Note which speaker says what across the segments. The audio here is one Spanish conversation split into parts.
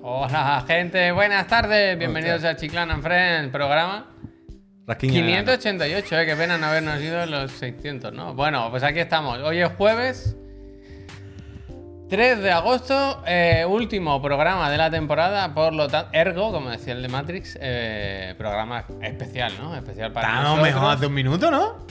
Speaker 1: Hola, gente, buenas tardes. Bienvenidos a Chiclan and Friends, programa
Speaker 2: Rasquiña de gana.
Speaker 1: 588. Eh, qué pena no habernos ido los 600, ¿no? Bueno, pues aquí estamos. Hoy es jueves 3 de agosto, eh, último programa de la temporada, por lo tanto, ergo, como decía el de Matrix, eh, programa especial, ¿no? Especial para
Speaker 2: Estábamos
Speaker 1: nosotros.
Speaker 2: mejor hace un minuto, ¿no?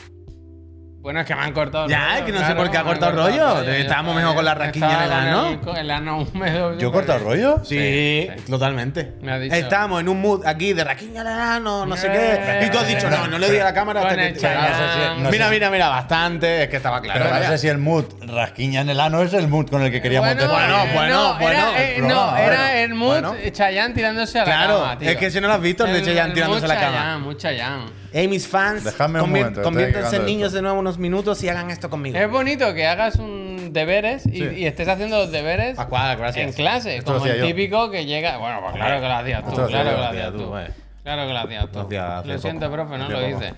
Speaker 1: Bueno, es que me han cortado. el
Speaker 2: Ya,
Speaker 1: rollo,
Speaker 2: es que no sé
Speaker 1: claro,
Speaker 2: por qué ha
Speaker 1: me han
Speaker 2: cortado el rollo. Estábamos
Speaker 1: yo
Speaker 2: mejor con la
Speaker 1: estaba
Speaker 2: rasquiña en el
Speaker 1: con
Speaker 2: ano.
Speaker 1: el- con El ano húmedo.
Speaker 3: ¿Yo he cortado
Speaker 1: porque-
Speaker 3: rollo?
Speaker 2: Sí,
Speaker 1: sí.
Speaker 2: totalmente.
Speaker 1: Me ha dicho-
Speaker 2: Estamos en un mood aquí de rasquiña no, no sé qué.
Speaker 1: Eh,
Speaker 2: Y tú has dicho, no, no le di a la cámara hasta
Speaker 1: Con
Speaker 2: que
Speaker 1: el Chayanne.
Speaker 3: No sé.
Speaker 2: Mira, mira, mira, bastante. Es que estaba claro.
Speaker 3: Pero no
Speaker 2: vaya.
Speaker 3: sé si el mood rasquiña en el ano es el mood con el que queríamos terminar.
Speaker 2: bueno,
Speaker 1: eh,
Speaker 2: bueno,
Speaker 1: no,
Speaker 2: bueno,
Speaker 1: Era, eh,
Speaker 2: el
Speaker 1: no,
Speaker 2: programa,
Speaker 1: era
Speaker 2: bueno,
Speaker 1: el mood
Speaker 2: bueno.
Speaker 1: Chayanne tirándose a la
Speaker 2: Claro,
Speaker 1: cama. tío.
Speaker 2: es que si no lo has visto, el de Chayanne
Speaker 1: mood
Speaker 2: tirándose a la cama.
Speaker 1: Chayanne, muy Chayanne.
Speaker 2: Hey, mis fans,
Speaker 3: Dejadme
Speaker 2: convier-
Speaker 3: un momento, estoy
Speaker 2: conviértanse en
Speaker 3: llegando
Speaker 2: niños
Speaker 3: esto.
Speaker 2: de nuevo unos minutos y hagan esto conmigo.
Speaker 1: Es bonito que hagas un deberes y, y estés haciendo los deberes
Speaker 2: Pa' cuadra, gracias.
Speaker 1: en clase.
Speaker 3: Esto lo
Speaker 1: como el
Speaker 3: hacía yo.
Speaker 1: típico que llega. Bueno, pues claro que lo hacías tú,
Speaker 3: Esto lo hacía
Speaker 1: claro
Speaker 3: yo,
Speaker 1: que lo
Speaker 3: hacía
Speaker 1: hacías
Speaker 3: tú,
Speaker 1: tú.
Speaker 3: vale.
Speaker 1: Claro que lo hacías tú.
Speaker 3: Lo hacía hace
Speaker 1: Lo siento,
Speaker 3: poco,
Speaker 1: profe, no
Speaker 3: hace
Speaker 1: lo
Speaker 3: poco.
Speaker 1: hice.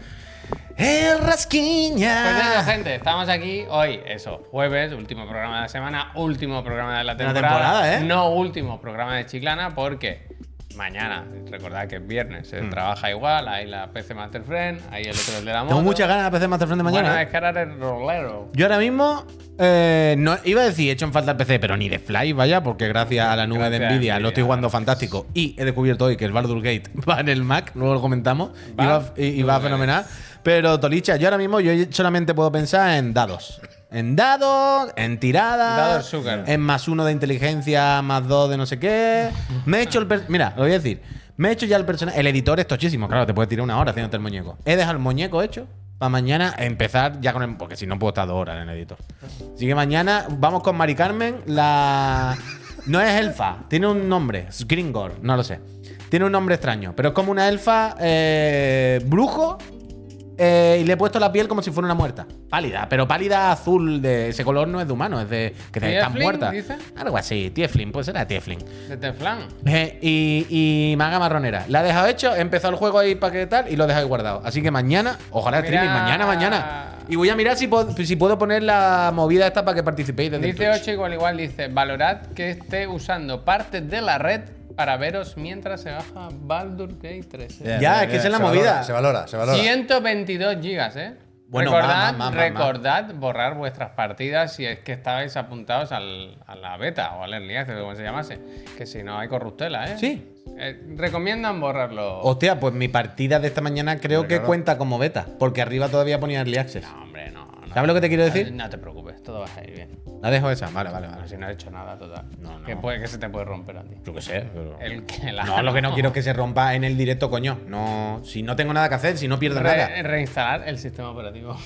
Speaker 2: El
Speaker 1: Pues eso,
Speaker 2: rasquiña.
Speaker 1: gente, estamos aquí hoy, eso, jueves, último programa de la semana, último programa de la
Speaker 2: la
Speaker 1: temporada.
Speaker 2: temporada, ¿eh?
Speaker 1: No último programa de Chiclana porque mañana, recordad que es viernes, se trabaja igual, hay la PC Master Friend, hay el otro el de la moto.
Speaker 2: Mm. Tengo muchas ganas de PC Master Front de mañana.
Speaker 1: Bueno,
Speaker 2: ¿eh?
Speaker 1: es que ahora eres rolero.
Speaker 2: Yo ahora mismo eh, no, iba a decir, he hecho en falta el PC, pero ni de Fly, vaya, porque gracias a la nube
Speaker 1: Gracias,
Speaker 2: de Nvidia lo estoy
Speaker 1: Nvidia.
Speaker 2: jugando fantástico. Y he descubierto hoy que el Baldur Gate va en el Mac, luego lo comentamos, y
Speaker 1: Va,
Speaker 2: va, y- y
Speaker 1: tú
Speaker 2: va
Speaker 1: eres.
Speaker 2: fenomenal. Pero Tolicha, yo ahora mismo yo solamente puedo pensar en dados. En dados, en tiradas,
Speaker 1: Dados Sugar.
Speaker 2: en más uno de inteligencia, más dos de no sé qué. Me he hecho el. per- Mira, lo voy a decir. Me he hecho ya el personaje. El editor es tochísimo, claro, te puedes tirar una hora haciéndote el muñeco. He dejado el muñeco hecho para mañana empezar ya con el. Porque si no puedo estar dos horas en el editor. Así que mañana vamos con Mari Carmen, la. No es elfa, tiene un nombre, es Gringor, no lo sé. Tiene un nombre extraño, pero es como una elfa eh, brujo eh, y le he puesto la piel como si fuera una muerta. Pálida, pero pálida azul de ese color no es de humano, es de que te- están
Speaker 1: ¿Tiefling,
Speaker 2: muertas.
Speaker 1: dice?
Speaker 2: Algo así, Tiefling, pues era Tiefling.
Speaker 1: De Teflán.
Speaker 2: Eh, y, y maga marronera. La he dejado hecho, he empezado el juego ahí para que tal y lo he dejado ahí guardado. Así que mañana, ojalá
Speaker 1: Mira.
Speaker 2: streaming, mañana, mañana. Y voy a mirar si puedo, si puedo poner la movida esta para que participéis desde el
Speaker 1: Dice
Speaker 2: Twitch.
Speaker 1: 8 igual igual, dice, valorad que esté usando partes de la red para veros mientras se baja Baldur Gate ¿eh? 3.
Speaker 3: Bien,
Speaker 2: Ya,
Speaker 3: bien,
Speaker 2: es que
Speaker 3: bien.
Speaker 2: esa es la
Speaker 3: Se
Speaker 2: movida.
Speaker 3: valora, se valora, se valora.
Speaker 1: 122 gigas, ¿eh?
Speaker 2: Bueno,
Speaker 1: recordad,
Speaker 2: más, más, más, más.
Speaker 1: recordad borrar vuestras partidas si es que estabais apuntados al- a la beta o al early access, o como se llamase. Que si no hay corruptela, ¿eh?
Speaker 2: Sí.
Speaker 1: Eh, recomiendan borrarlo.
Speaker 2: Hostia, pues mi partida de esta mañana creo que cuenta como beta, porque arriba todavía ponía early access.
Speaker 1: No, hombre, no. no.
Speaker 2: ¿Sabes lo que te quiero decir?
Speaker 1: No te preocupes, todo va a ir bien.
Speaker 2: La dejo esa, vale, vale, vale.
Speaker 1: Bueno, si no has hecho nada, total.
Speaker 2: No, no.
Speaker 1: Que, puede, que se te puede romper a ti.
Speaker 2: Yo qué sé, pero-
Speaker 1: El que la-
Speaker 2: No, lo que no quiero es que se rompa en el directo, coño. No, si no tengo nada que hacer, si no pierdo nada.
Speaker 1: Re- reinstalar el sistema operativo.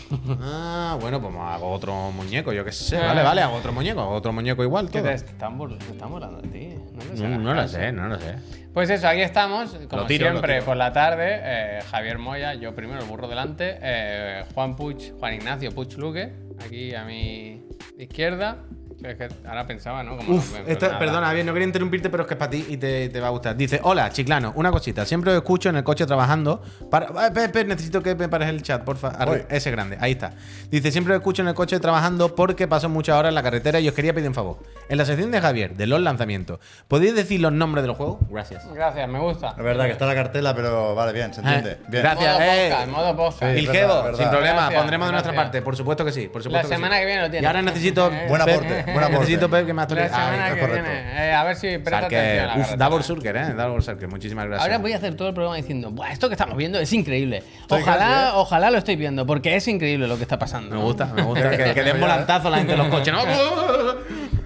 Speaker 2: Ah, bueno, pues hago otro muñeco, yo qué sé. Vale, vale, hago otro muñeco, hago otro muñeco igual.
Speaker 1: que
Speaker 2: Todo.
Speaker 1: Ah. te están, burl- te están burlando de ti. No, les
Speaker 2: No,
Speaker 1: hagas
Speaker 2: no lo
Speaker 1: caso.
Speaker 2: sé, no lo sé.
Speaker 1: Pues eso, aquí estamos, como
Speaker 2: Lo tiro, lo
Speaker 1: siempre,
Speaker 2: tiro.
Speaker 1: por la tarde. eh, Javier Moya, yo primero, el burro delante. eh, Juan Puch, Juan Ignacio Puch Luque, aquí a mi izquierda. Es que ahora pensaba, ¿no? Como
Speaker 2: Uf,
Speaker 1: no me-
Speaker 2: esto-
Speaker 1: nada.
Speaker 2: perdona, bien, no quería interrumpirte, pero es que es para ti y te, te va a gustar. Dice, hola, chiclano, una cosita. Siempre os escucho en el coche trabajando. Para, Ah, espera, espera, necesito que me pares el chat, porfa. Arri-
Speaker 3: Voy.
Speaker 2: Ese grande, ahí está. Dice, siempre os escucho en el coche trabajando porque paso muchas horas en la carretera y os quería pedir un favor. En la sección de Javier, de los lanzamientos, ¿podéis decir los nombres de los juegos? Gracias.
Speaker 1: Gracias, me gusta.
Speaker 3: Es verdad que está la cartela, pero vale, bien, se entiende.
Speaker 2: Eh,
Speaker 3: Bien.
Speaker 2: gracias.
Speaker 1: Modo
Speaker 2: eh.
Speaker 1: podcast, modo podcast.
Speaker 3: Sí.
Speaker 2: Miljevo,
Speaker 3: verdad, verdad.
Speaker 2: sin problema,
Speaker 1: Gracias,
Speaker 2: pondremos de nuestra
Speaker 1: gracias.
Speaker 2: parte, por supuesto que sí, por
Speaker 1: La
Speaker 2: supuesto que
Speaker 1: semana
Speaker 2: sí.
Speaker 1: que viene lo tienes.
Speaker 2: Y ahora necesito
Speaker 3: Buen
Speaker 2: Pep,
Speaker 3: aporte, buen aporte.
Speaker 2: Necesito Pep que me
Speaker 1: La
Speaker 2: actualice.
Speaker 1: semana
Speaker 2: Ay,
Speaker 1: que
Speaker 3: correcto.
Speaker 1: viene. eh, a ver si presta
Speaker 2: Sarker.
Speaker 1: atención a la
Speaker 2: Uf,
Speaker 1: carretera.
Speaker 2: Davor Surker, ¿eh? Davor Surker, muchísimas gracias.
Speaker 1: Ahora voy a hacer todo el programa diciendo, Buah, esto que estamos viendo es increíble.
Speaker 3: Estoy
Speaker 1: Ojalá,
Speaker 3: casi, ¿eh?
Speaker 1: ojalá lo estéis viendo, porque es increíble lo que está pasando.
Speaker 2: Me
Speaker 1: ¿no?
Speaker 2: gusta, me gusta. que, que den volantazo la gente en los coches,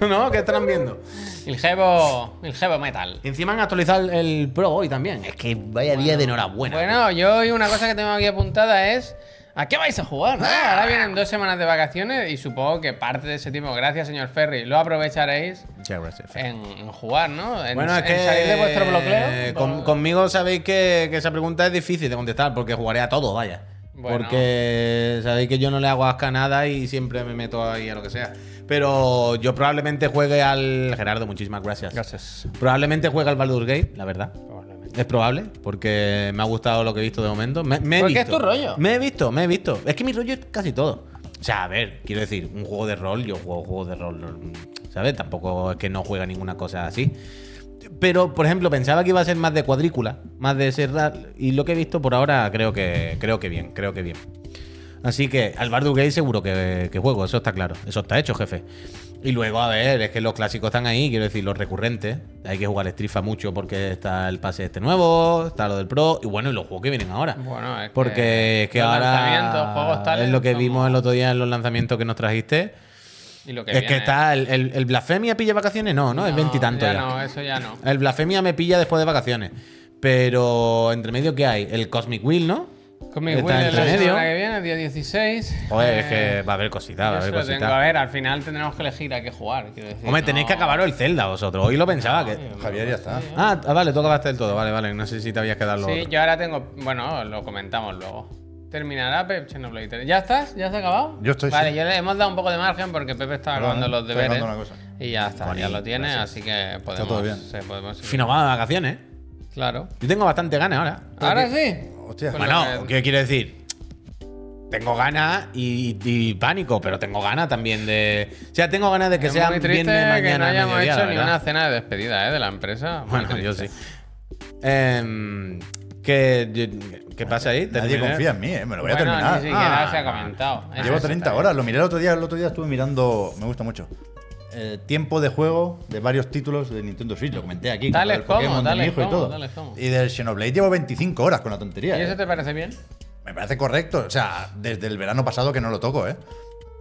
Speaker 2: ¿no? no, que estarán viendo.
Speaker 1: El Jebo, el Jebo Metal.
Speaker 2: Encima han actualizado el, el Pro hoy también. Es que vaya día de enhorabuena.
Speaker 1: Bueno, yo hoy una cosa que tengo aquí apuntada es ¿a qué vais a jugar? no?
Speaker 2: Ah.
Speaker 1: Ahora vienen dos semanas de vacaciones y supongo que parte de ese tiempo, gracias señor Ferry, lo aprovecharéis
Speaker 2: Muchas gracias. Fer.
Speaker 1: en, en jugar, ¿no? En,
Speaker 2: Bueno, es
Speaker 1: en
Speaker 2: que
Speaker 1: salir de vuestro
Speaker 2: eh,
Speaker 1: bloqueo.
Speaker 2: con- conmigo sabéis que, que esa pregunta es difícil de contestar porque jugaré a todo, vaya.
Speaker 1: Bueno.
Speaker 2: Porque sabéis que yo no le hago asca a nada y siempre me meto ahí a lo que sea. Pero yo probablemente juegue al Gerardo, muchísimas gracias.
Speaker 1: Gracias.
Speaker 2: Probablemente juegue al Baldur's Gate, la verdad. Es probable, porque me ha gustado lo que he visto de momento. Me, me he
Speaker 1: Porque es
Speaker 2: visto.
Speaker 1: tu rollo.
Speaker 2: Me he visto, me he visto. Es que mi rollo es casi todo. O sea, a ver, quiero decir, un juego de rol, yo juego juegos de rol, ¿sabes? Tampoco es que no juega ninguna cosa así. Pero, por ejemplo, pensaba que iba a ser más de cuadrícula, más de serra. Y lo que he visto por ahora creo que, creo que bien, creo que bien. Así que al Baldur's Gate seguro que, que juego, eso está claro. Eso está hecho, jefe. Y luego, a ver, es que los clásicos están ahí, quiero decir, los recurrentes. Hay que jugar Strifa mucho porque está el pase este nuevo, está lo del Pro, y bueno, y los juegos que vienen ahora.
Speaker 1: Bueno, es
Speaker 2: porque es que
Speaker 1: los
Speaker 2: ahora
Speaker 1: lanzamientos, juegos tales
Speaker 2: es lo que
Speaker 1: como-
Speaker 2: vimos el otro día en los lanzamientos que nos trajiste.
Speaker 1: Y lo que
Speaker 2: es que
Speaker 1: viene.
Speaker 2: está el, el, el Blasfemia pilla vacaciones, no, no, es
Speaker 1: No,
Speaker 2: veintitantos
Speaker 1: ya
Speaker 2: ya.
Speaker 1: no, eso ya no.
Speaker 2: El Blasfemia me pilla después de vacaciones. Pero entre medio, ¿qué hay? El Cosmic Will, ¿no?
Speaker 1: Con mi
Speaker 2: Está
Speaker 1: Will es
Speaker 2: entre
Speaker 1: la
Speaker 2: medio.
Speaker 1: semana que viene, día 16.
Speaker 2: Joder, es
Speaker 1: Eh,
Speaker 2: que va a haber cositas, va a
Speaker 1: yo
Speaker 2: haber
Speaker 1: se lo tengo.
Speaker 2: cositas.
Speaker 1: A ver, al final tendremos que elegir a qué jugar. Quiero decir,
Speaker 2: Hombre, tenéis
Speaker 1: no-
Speaker 2: que acabaros el Zelda vosotros. Hoy lo pensaba que.
Speaker 3: Javier, ya está.
Speaker 2: Ah, ah, vale, tú acabaste del todo. Vale, vale. No sé si te habías quedado lo
Speaker 1: Sí,
Speaker 2: otro.
Speaker 1: yo ahora tengo. Bueno, lo comentamos luego. Terminará Pep Xenoblade. tres. ¿Ya estás? ¿Ya has acabado?
Speaker 3: Yo estoy,
Speaker 1: Vale,
Speaker 3: sí.
Speaker 1: yo le hemos dado un poco de margen porque Pepe estaba
Speaker 3: Perdón,
Speaker 1: acabando los
Speaker 3: estoy dejando
Speaker 1: deberes.
Speaker 3: una cosa.
Speaker 1: Y ya está,
Speaker 2: Connie,
Speaker 1: ya lo tiene,
Speaker 2: gracias.
Speaker 1: así que podemos.
Speaker 3: todo bien.
Speaker 1: sí, podemos seguir.
Speaker 2: Fino va de vacaciones.
Speaker 1: Claro.
Speaker 2: Yo tengo bastante ganas ahora.
Speaker 1: Ahora sí.
Speaker 3: Hostia.
Speaker 1: Con lo
Speaker 2: Bueno,
Speaker 1: que-
Speaker 2: ¿qué quiero decir? Tengo ganas y, y pánico, pero tengo ganas también de. O sea, tengo ganas de que
Speaker 1: es
Speaker 2: sea
Speaker 1: muy triste
Speaker 2: viernes,
Speaker 1: que no
Speaker 2: mañana,
Speaker 1: hayamos
Speaker 2: mediodía, la
Speaker 1: hecho ni
Speaker 2: verdad.
Speaker 1: una cena de despedida ¿eh? de la empresa. Muy
Speaker 2: Bueno, yo sí.
Speaker 1: triste.
Speaker 2: Em, ¿qué, qué pasa ahí?
Speaker 3: Nadie
Speaker 2: ¿Terminé?
Speaker 3: confía en mí, ¿eh? me lo voy a
Speaker 1: Bueno,
Speaker 3: terminar.
Speaker 1: Ni siquiera
Speaker 2: Ah.
Speaker 1: se ha comentado.
Speaker 3: Llevo
Speaker 1: Eso
Speaker 3: 30
Speaker 2: eh.
Speaker 1: está
Speaker 3: horas, lo miré el otro día, el otro día estuve mirando, me gusta mucho. eh, tiempo de juego de varios títulos de Nintendo Switch, lo comenté aquí.
Speaker 1: Tales
Speaker 3: con el
Speaker 1: como,
Speaker 3: Pokémon de mi
Speaker 1: tales
Speaker 3: hijo y
Speaker 1: como,
Speaker 3: todo.
Speaker 1: tales como.
Speaker 3: Y del Xenoblade llevo 25 horas con la tontería.
Speaker 1: bien. ¿Y eso
Speaker 3: eh.
Speaker 1: te parece bien?
Speaker 3: Me parece correcto, o sea, desde el verano pasado que no lo toco, ¿eh?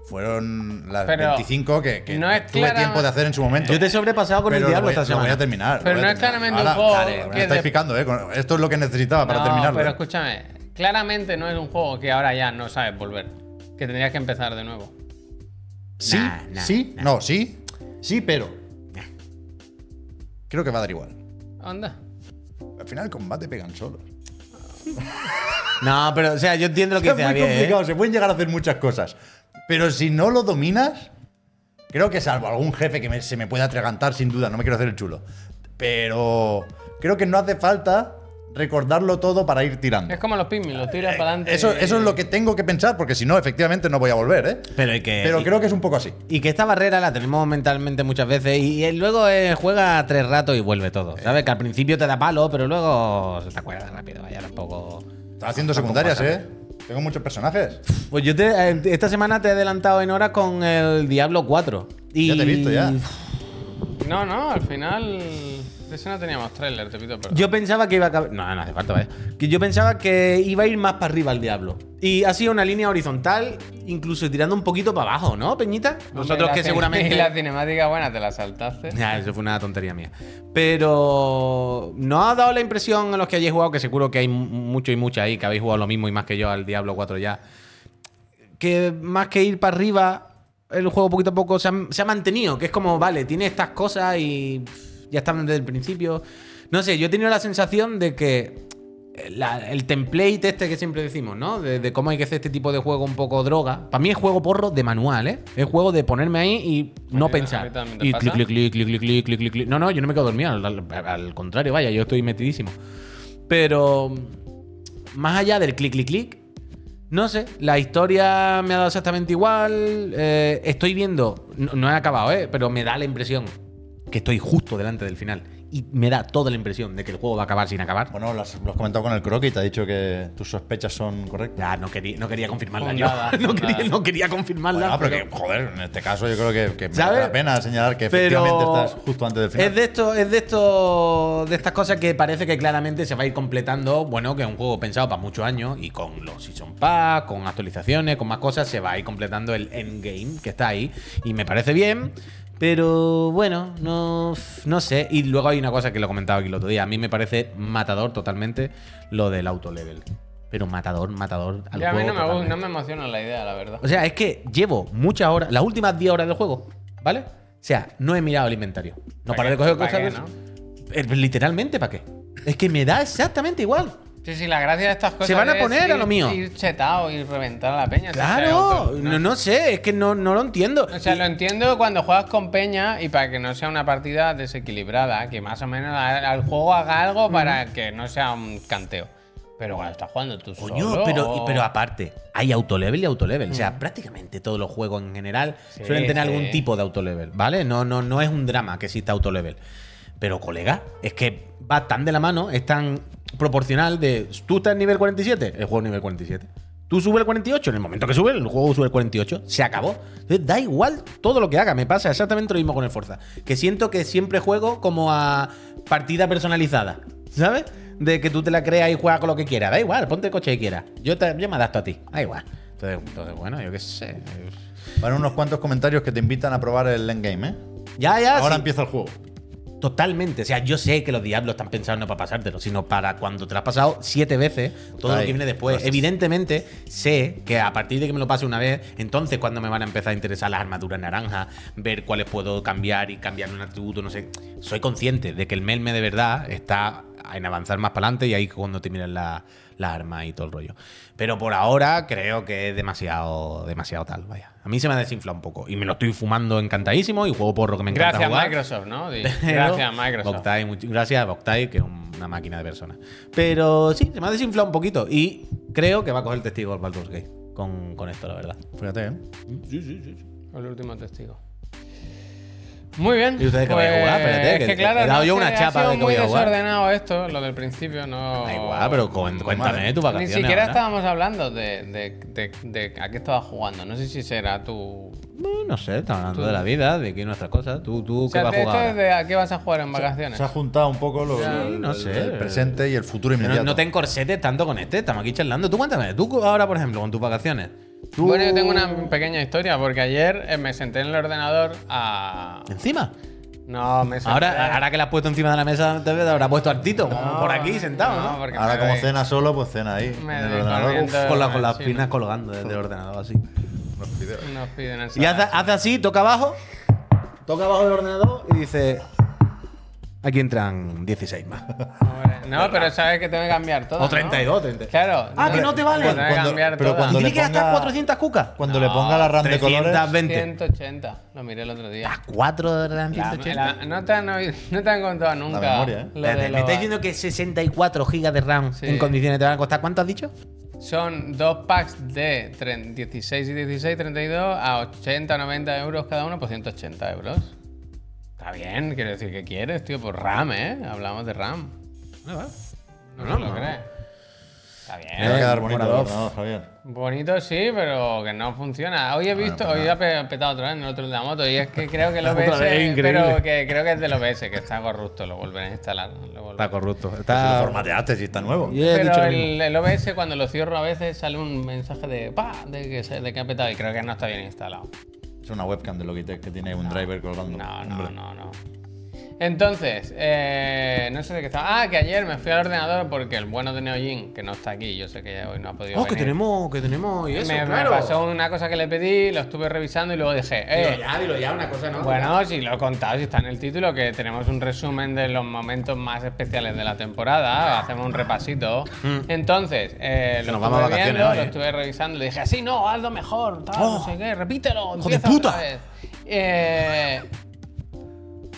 Speaker 3: Fueron las
Speaker 1: Pero
Speaker 3: 25 que, que
Speaker 1: no es
Speaker 3: tuve
Speaker 1: claramente-
Speaker 3: tiempo de hacer en su momento.
Speaker 2: Yo te he sobrepasado con
Speaker 3: Pero
Speaker 2: el
Speaker 3: lo
Speaker 2: diablo
Speaker 3: voy-
Speaker 2: esta
Speaker 3: Lo voy
Speaker 2: semana.
Speaker 3: a terminar.
Speaker 1: Pero
Speaker 3: lo voy
Speaker 1: no
Speaker 3: a
Speaker 1: es
Speaker 3: terminar.
Speaker 1: claramente un
Speaker 3: Ala,
Speaker 1: juego
Speaker 3: dale,
Speaker 1: que
Speaker 3: me estáis
Speaker 1: de-
Speaker 3: picando, ¿eh? Con- Esto es lo que necesitaba para
Speaker 1: no,
Speaker 3: terminarlo.
Speaker 1: Pero
Speaker 3: ¿eh?
Speaker 1: escúchame, claramente no es un juego que ahora ya no sabes volver. Que tendrías que empezar de nuevo.
Speaker 3: Sí,
Speaker 2: Nah, nah,
Speaker 3: sí, no, sí, sí, pero. Creo que va a dar igual.
Speaker 1: Anda.
Speaker 3: Al final el combate pegan solos.
Speaker 2: No, pero, o sea, yo entiendo lo que
Speaker 3: Es
Speaker 2: dice
Speaker 3: muy
Speaker 2: Javier. ¿eh?
Speaker 3: complicado, se pueden llegar a hacer muchas cosas. Pero si no lo dominas, creo que salvo algún jefe que me- se me pueda atragantar, sin duda, no me quiero hacer el chulo. Pero creo que no hace falta recordarlo todo para ir tirando.
Speaker 1: Es como los Pikmin, los tiras para adelante.
Speaker 3: Eh, Eso, eso es lo que tengo que pensar, porque si no, efectivamente no voy a volver, ¿eh?
Speaker 2: Pero, hay que,
Speaker 3: Pero
Speaker 2: y-
Speaker 3: creo que es un poco así.
Speaker 2: Y que esta barrera la tenemos mentalmente muchas veces y, y luego eh, juega tres ratos y vuelve todo. ¿Sabes? Que al principio te da palo, pero luego se te acuerdas rápido. Vaya, tampoco. Ah,
Speaker 3: Estaba haciendo secundarias, ¿eh? Tengo muchos personajes.
Speaker 2: Pues yo te, eh, esta semana te he adelantado en horas con el Diablo 4. Y...
Speaker 3: Ya te he visto, ya.
Speaker 1: No, no, al final. De eso no teníamos trailer, te pido perdón.
Speaker 2: Yo pensaba que iba a acabar. No, no hace falta, vaya. Que yo pensaba que iba a ir más para arriba el Diablo. Y ha sido una línea horizontal, incluso tirando un poquito para abajo, ¿no, Peñita?
Speaker 1: Hombre,
Speaker 2: Nosotros
Speaker 1: la
Speaker 2: que
Speaker 1: cin-
Speaker 2: seguramente.
Speaker 1: Y la cinemática buena te la saltaste.
Speaker 2: Ya, Ah, eso fue una tontería mía. Pero no ha dado la impresión a los que hayáis jugado, que seguro que hay mu- mucho y mucha ahí que habéis jugado lo mismo y más que yo al Diablo 4 ya. Que más que ir para arriba, el juego poquito a poco se ha, se ha mantenido. Que es como, vale, tiene estas cosas y pff, ya están desde el principio. No sé, yo he tenido la sensación de que la- el template este que siempre decimos, ¿no? De, de cómo hay que hacer este tipo de juego un poco droga. Para mí es juego porro de manual, ¿eh? Es juego de ponerme ahí y
Speaker 1: A
Speaker 2: no
Speaker 1: mí- a mí
Speaker 2: pensar.
Speaker 1: también te
Speaker 2: Y
Speaker 1: pasa.
Speaker 2: clic, clic, clic, clic, clic, clic, clic, clic, clic. No, no, yo no me quedo dormido. Al, al- al contrario, vaya, yo estoy metidísimo. Pero más allá del clic, clic, clic, no sé, la historia me ha dado exactamente igual. eh, estoy viendo, no, no he acabado, ¿eh? pero me da la impresión que estoy justo delante del final. Y me da toda la impresión de que el juego va a acabar sin acabar.
Speaker 3: Bueno, lo has, lo has comentado con el croquis y te ha dicho que tus sospechas son correctas.
Speaker 2: Ya, no quería, no quería confirmarla
Speaker 1: Fundada,
Speaker 2: yo. No
Speaker 1: fundada.
Speaker 2: quería, no quería confirmarla.
Speaker 3: Bueno, pero
Speaker 2: pero-
Speaker 3: que, joder, en este caso yo creo que, que merece
Speaker 2: ¿Sabes?
Speaker 3: la pena señalar que
Speaker 2: Pero-
Speaker 3: efectivamente estás justo antes del final.
Speaker 2: Es de esto, es de esto, de estas cosas que parece que claramente se va a ir completando. Bueno, que es un juego pensado para muchos años y con los season pass, con actualizaciones, con más cosas, se va a ir completando el endgame que está ahí y me parece bien. Pero bueno, no, no sé. Y luego hay una cosa que lo comentaba aquí el otro día. A mí me parece matador totalmente lo del auto level. Pero matador, matador. Al
Speaker 1: Y a mí
Speaker 2: juego
Speaker 1: no me, gu-
Speaker 2: totalmente.
Speaker 1: no me emociona la idea, la verdad.
Speaker 2: O sea, es que llevo muchas horas, las últimas 10 horas del juego, ¿vale? O sea, no he mirado el inventario. No
Speaker 1: ¿Pa'
Speaker 2: para
Speaker 1: qué?
Speaker 2: de coger
Speaker 1: ¿Pa'
Speaker 2: cosas.
Speaker 1: qué,
Speaker 2: cosas. Eh, Literalmente, ¿para qué? Es que me da exactamente igual.
Speaker 1: Sí, sí, la gracia de estas cosas.
Speaker 2: Pues- Se van a
Speaker 1: es
Speaker 2: poner a lo
Speaker 1: ir-
Speaker 2: mío.
Speaker 1: Ir chetado y reventar a la peña. si sea
Speaker 2: Claro,
Speaker 1: auto-
Speaker 2: no, no sé, es que no, no lo entiendo.
Speaker 1: O sea,
Speaker 2: Y-
Speaker 1: lo entiendo cuando juegas con Peña y para que no sea una partida desequilibrada, que más o menos a- al juego haga
Speaker 2: Mm.
Speaker 1: algo para que no sea un canteo. Pero cuando estás jugando tú
Speaker 2: Coño,
Speaker 1: solo, Mm.
Speaker 2: pero,
Speaker 1: o-
Speaker 2: y- pero aparte, hay autolevel y autolevel. O sea, prácticamente todos los juegos en general
Speaker 1: Sí,
Speaker 2: suelen tener
Speaker 1: sí.
Speaker 2: algún tipo de autolevel, ¿vale? No, no, no es un drama que exista autolevel. Pero, colega, es que va tan de la mano, es tan proporcional de. Tú estás en nivel 47, el juego es nivel 47. Tú subes el 48, en el momento que sube, el juego sube el 48, se acabó. Entonces, da igual todo lo que haga, me pasa exactamente lo mismo con el Forza. Que siento que siempre juego como a partida personalizada, ¿sabes? De que tú te la creas y juegas con lo que quieras, da igual, ponte el coche que quieras. Yo, te- yo me adapto a ti, da igual. Entonces, entonces, bueno, yo qué sé.
Speaker 3: Van unos cuantos comentarios que te invitan a probar el endgame, ¿eh?
Speaker 2: Ya, ya.
Speaker 3: Ahora
Speaker 2: Ah, sí.
Speaker 3: empieza el juego.
Speaker 2: Totalmente. O sea, yo sé que los diablos están pensados no para pasártelo, sino para cuando te lo has pasado siete veces, todo lo
Speaker 3: Ay,
Speaker 2: que viene después.
Speaker 3: cosas.
Speaker 2: Evidentemente, sé que a partir de que me lo pase una vez, entonces cuando me van a empezar a interesar las armaduras naranjas, ver cuáles puedo cambiar y cambiar un atributo, no sé. Soy consciente de que el melme de verdad está en avanzar más para adelante y ahí cuando te miran la- las armas y todo el rollo. Pero por ahora creo que es demasiado, demasiado tal, vaya. A mí se me ha desinflado un poco y me lo estoy fumando encantadísimo y juego porro que me encanta
Speaker 1: Gracias,
Speaker 2: jugar.
Speaker 1: Microsoft, ¿no? Di,
Speaker 2: Pero-
Speaker 1: Gracias, Microsoft.
Speaker 2: Boctai, much- gracias a Boctai, que es un- una máquina de personas. Pero sí, se me ha desinflado un poquito. Y creo que va a coger el testigo el Baldur's Gate con, con esto, la verdad.
Speaker 3: Fíjate, ¿eh?
Speaker 1: El último testigo. Muy bien. pues,
Speaker 2: ¿Y ustedes qué vais a jugar? Espérate,
Speaker 1: es
Speaker 2: que
Speaker 1: que claro,
Speaker 2: he dado
Speaker 1: no
Speaker 2: yo
Speaker 1: sé,
Speaker 2: una chapa
Speaker 1: ha sido
Speaker 2: de que
Speaker 1: muy
Speaker 2: voy a jugar.
Speaker 1: desordenado esto, lo del principio, no.
Speaker 2: Da igual, pero cuen- cuéntame
Speaker 3: madre.
Speaker 2: tu
Speaker 1: Ni
Speaker 2: vacaciones.
Speaker 1: siquiera
Speaker 2: ahora.
Speaker 1: estábamos hablando de, de, de, de a qué estabas jugando. No sé si será tu.
Speaker 2: No, no sé, estamos hablando de la vida, de que nuestras cosas. ¿Tú, tú
Speaker 1: O sea,
Speaker 2: qué vas a
Speaker 1: de
Speaker 2: jugar?
Speaker 1: esto
Speaker 2: ahora?
Speaker 1: es de a qué vas a jugar en vacaciones.
Speaker 3: Se ha juntado un poco lo,
Speaker 2: Sí,
Speaker 3: el-
Speaker 2: no
Speaker 3: el-
Speaker 2: sé.
Speaker 3: el presente y el futuro
Speaker 2: Pero
Speaker 3: inmediato.
Speaker 2: No, no te encorsetes tanto con este, estamos aquí charlando. Tú cuéntame, tú ahora, por ejemplo, con tus vacaciones. tú-
Speaker 1: Bueno, yo tengo una pequeña historia, porque ayer eh, me senté en el ordenador a.
Speaker 2: Encima.
Speaker 1: No, me senté.
Speaker 2: Ahora, ahora que la has puesto encima de la mesa, te habrá puesto hartito, como
Speaker 1: No,
Speaker 2: por aquí sentado, ¿no?
Speaker 1: porque
Speaker 3: Ahora,
Speaker 1: me
Speaker 3: como
Speaker 1: doy-
Speaker 3: cena solo, pues cena ahí.
Speaker 1: Me
Speaker 3: en el
Speaker 1: doy
Speaker 3: ordenador.
Speaker 1: corriente.
Speaker 2: Uf, con, la- con las
Speaker 1: Sí,
Speaker 2: pinas colgando desde el ordenador así.
Speaker 3: Uf, unos fideos.
Speaker 1: Nos piden el
Speaker 2: Y hace, hace así, toca abajo, toca abajo del ordenador y dice. Aquí entran 16 más.
Speaker 1: Hombre, No, pero sabes que tengo que cambiar todo.
Speaker 2: O 32, 32.
Speaker 1: Claro.
Speaker 2: Ah, que no te vale.
Speaker 1: Tengo que
Speaker 3: Cuando-
Speaker 1: cambiar
Speaker 3: pero
Speaker 1: todas.
Speaker 3: cuando
Speaker 2: ¿Y
Speaker 3: le
Speaker 2: tiene que gastar
Speaker 3: ponga-
Speaker 2: 400 cucas?
Speaker 3: Cuando le ponga la RAM de colores.
Speaker 2: 320.
Speaker 1: 180, lo miré el otro día.
Speaker 2: ¿Las 4 de la
Speaker 1: La-
Speaker 2: 180?
Speaker 1: la- no, te han, oído- no te han contado nunca.
Speaker 3: memoria, ¿eh?
Speaker 1: lo
Speaker 2: Espérate,
Speaker 1: de
Speaker 2: Me
Speaker 1: los-
Speaker 2: está diciendo que 64 gigas de RAM
Speaker 1: Sí.
Speaker 2: en condiciones te van a costar. ¿Cuánto has dicho?
Speaker 1: Son dos packs de tre- 16 y 16, 32 a 80, 90 euros cada uno por 180 euros. Está bien, quiero decir que quieres, tío, por RAM, ¿eh? Hablamos de RAM. No,
Speaker 2: No,
Speaker 1: te lo
Speaker 2: no.
Speaker 1: crees. Está bien.
Speaker 3: Me va a quedar
Speaker 2: Eh,
Speaker 3: bonito,
Speaker 2: Moradov.
Speaker 3: ¿no, Javier?
Speaker 1: Bonito sí, pero que no funciona. Hoy he visto,
Speaker 2: pues
Speaker 1: hoy ha pe- petado otra vez en el otro de la moto y es que creo que el
Speaker 2: Otra
Speaker 1: OBS,
Speaker 2: vez, increíble.
Speaker 1: pero que creo que es del OBS, que está corrupto, lo volveré a instalar. lo volveré.
Speaker 2: corrupto.
Speaker 3: Lo formateaste si está nuevo.
Speaker 2: Yo he
Speaker 1: Pero
Speaker 2: dicho lo mismo.
Speaker 1: el, el OBS cuando lo cierro a veces sale un mensaje de pa, de que, se- de que ha petado y creo que no está bien instalado.
Speaker 3: Es una webcam de Logitech que tiene un driver colgando.
Speaker 1: No, no,
Speaker 3: Hombre.
Speaker 1: no, no. Entonces, eh, no sé de qué estaba. Ah, que ayer me fui al ordenador porque el bueno de Neojin, que no está aquí, yo sé que hoy no ha podido
Speaker 2: Oh,
Speaker 1: venir.
Speaker 2: que tenemos, que tenemos. Y eso,
Speaker 1: me, me
Speaker 2: claro.
Speaker 1: pasó una cosa que le pedí, lo estuve revisando y luego dije,
Speaker 2: Dilo
Speaker 1: eh,
Speaker 2: ya, dilo ya, una cosa no.
Speaker 1: Bueno, si lo he contado, si está en el título, que tenemos un resumen de los momentos más especiales de la temporada, hacemos un repasito. Entonces, eh, lo,
Speaker 2: Mm.
Speaker 1: estuve
Speaker 2: nos vamos a vacaciones
Speaker 1: viendo,
Speaker 2: hoy,
Speaker 1: lo
Speaker 2: eh.
Speaker 1: estuve revisando, le dije, así no, hazlo mejor, tal, no
Speaker 2: Oh,
Speaker 1: sé qué, repítelo,
Speaker 2: hijo de
Speaker 1: empieza otra
Speaker 2: puta.
Speaker 1: vez". Eh,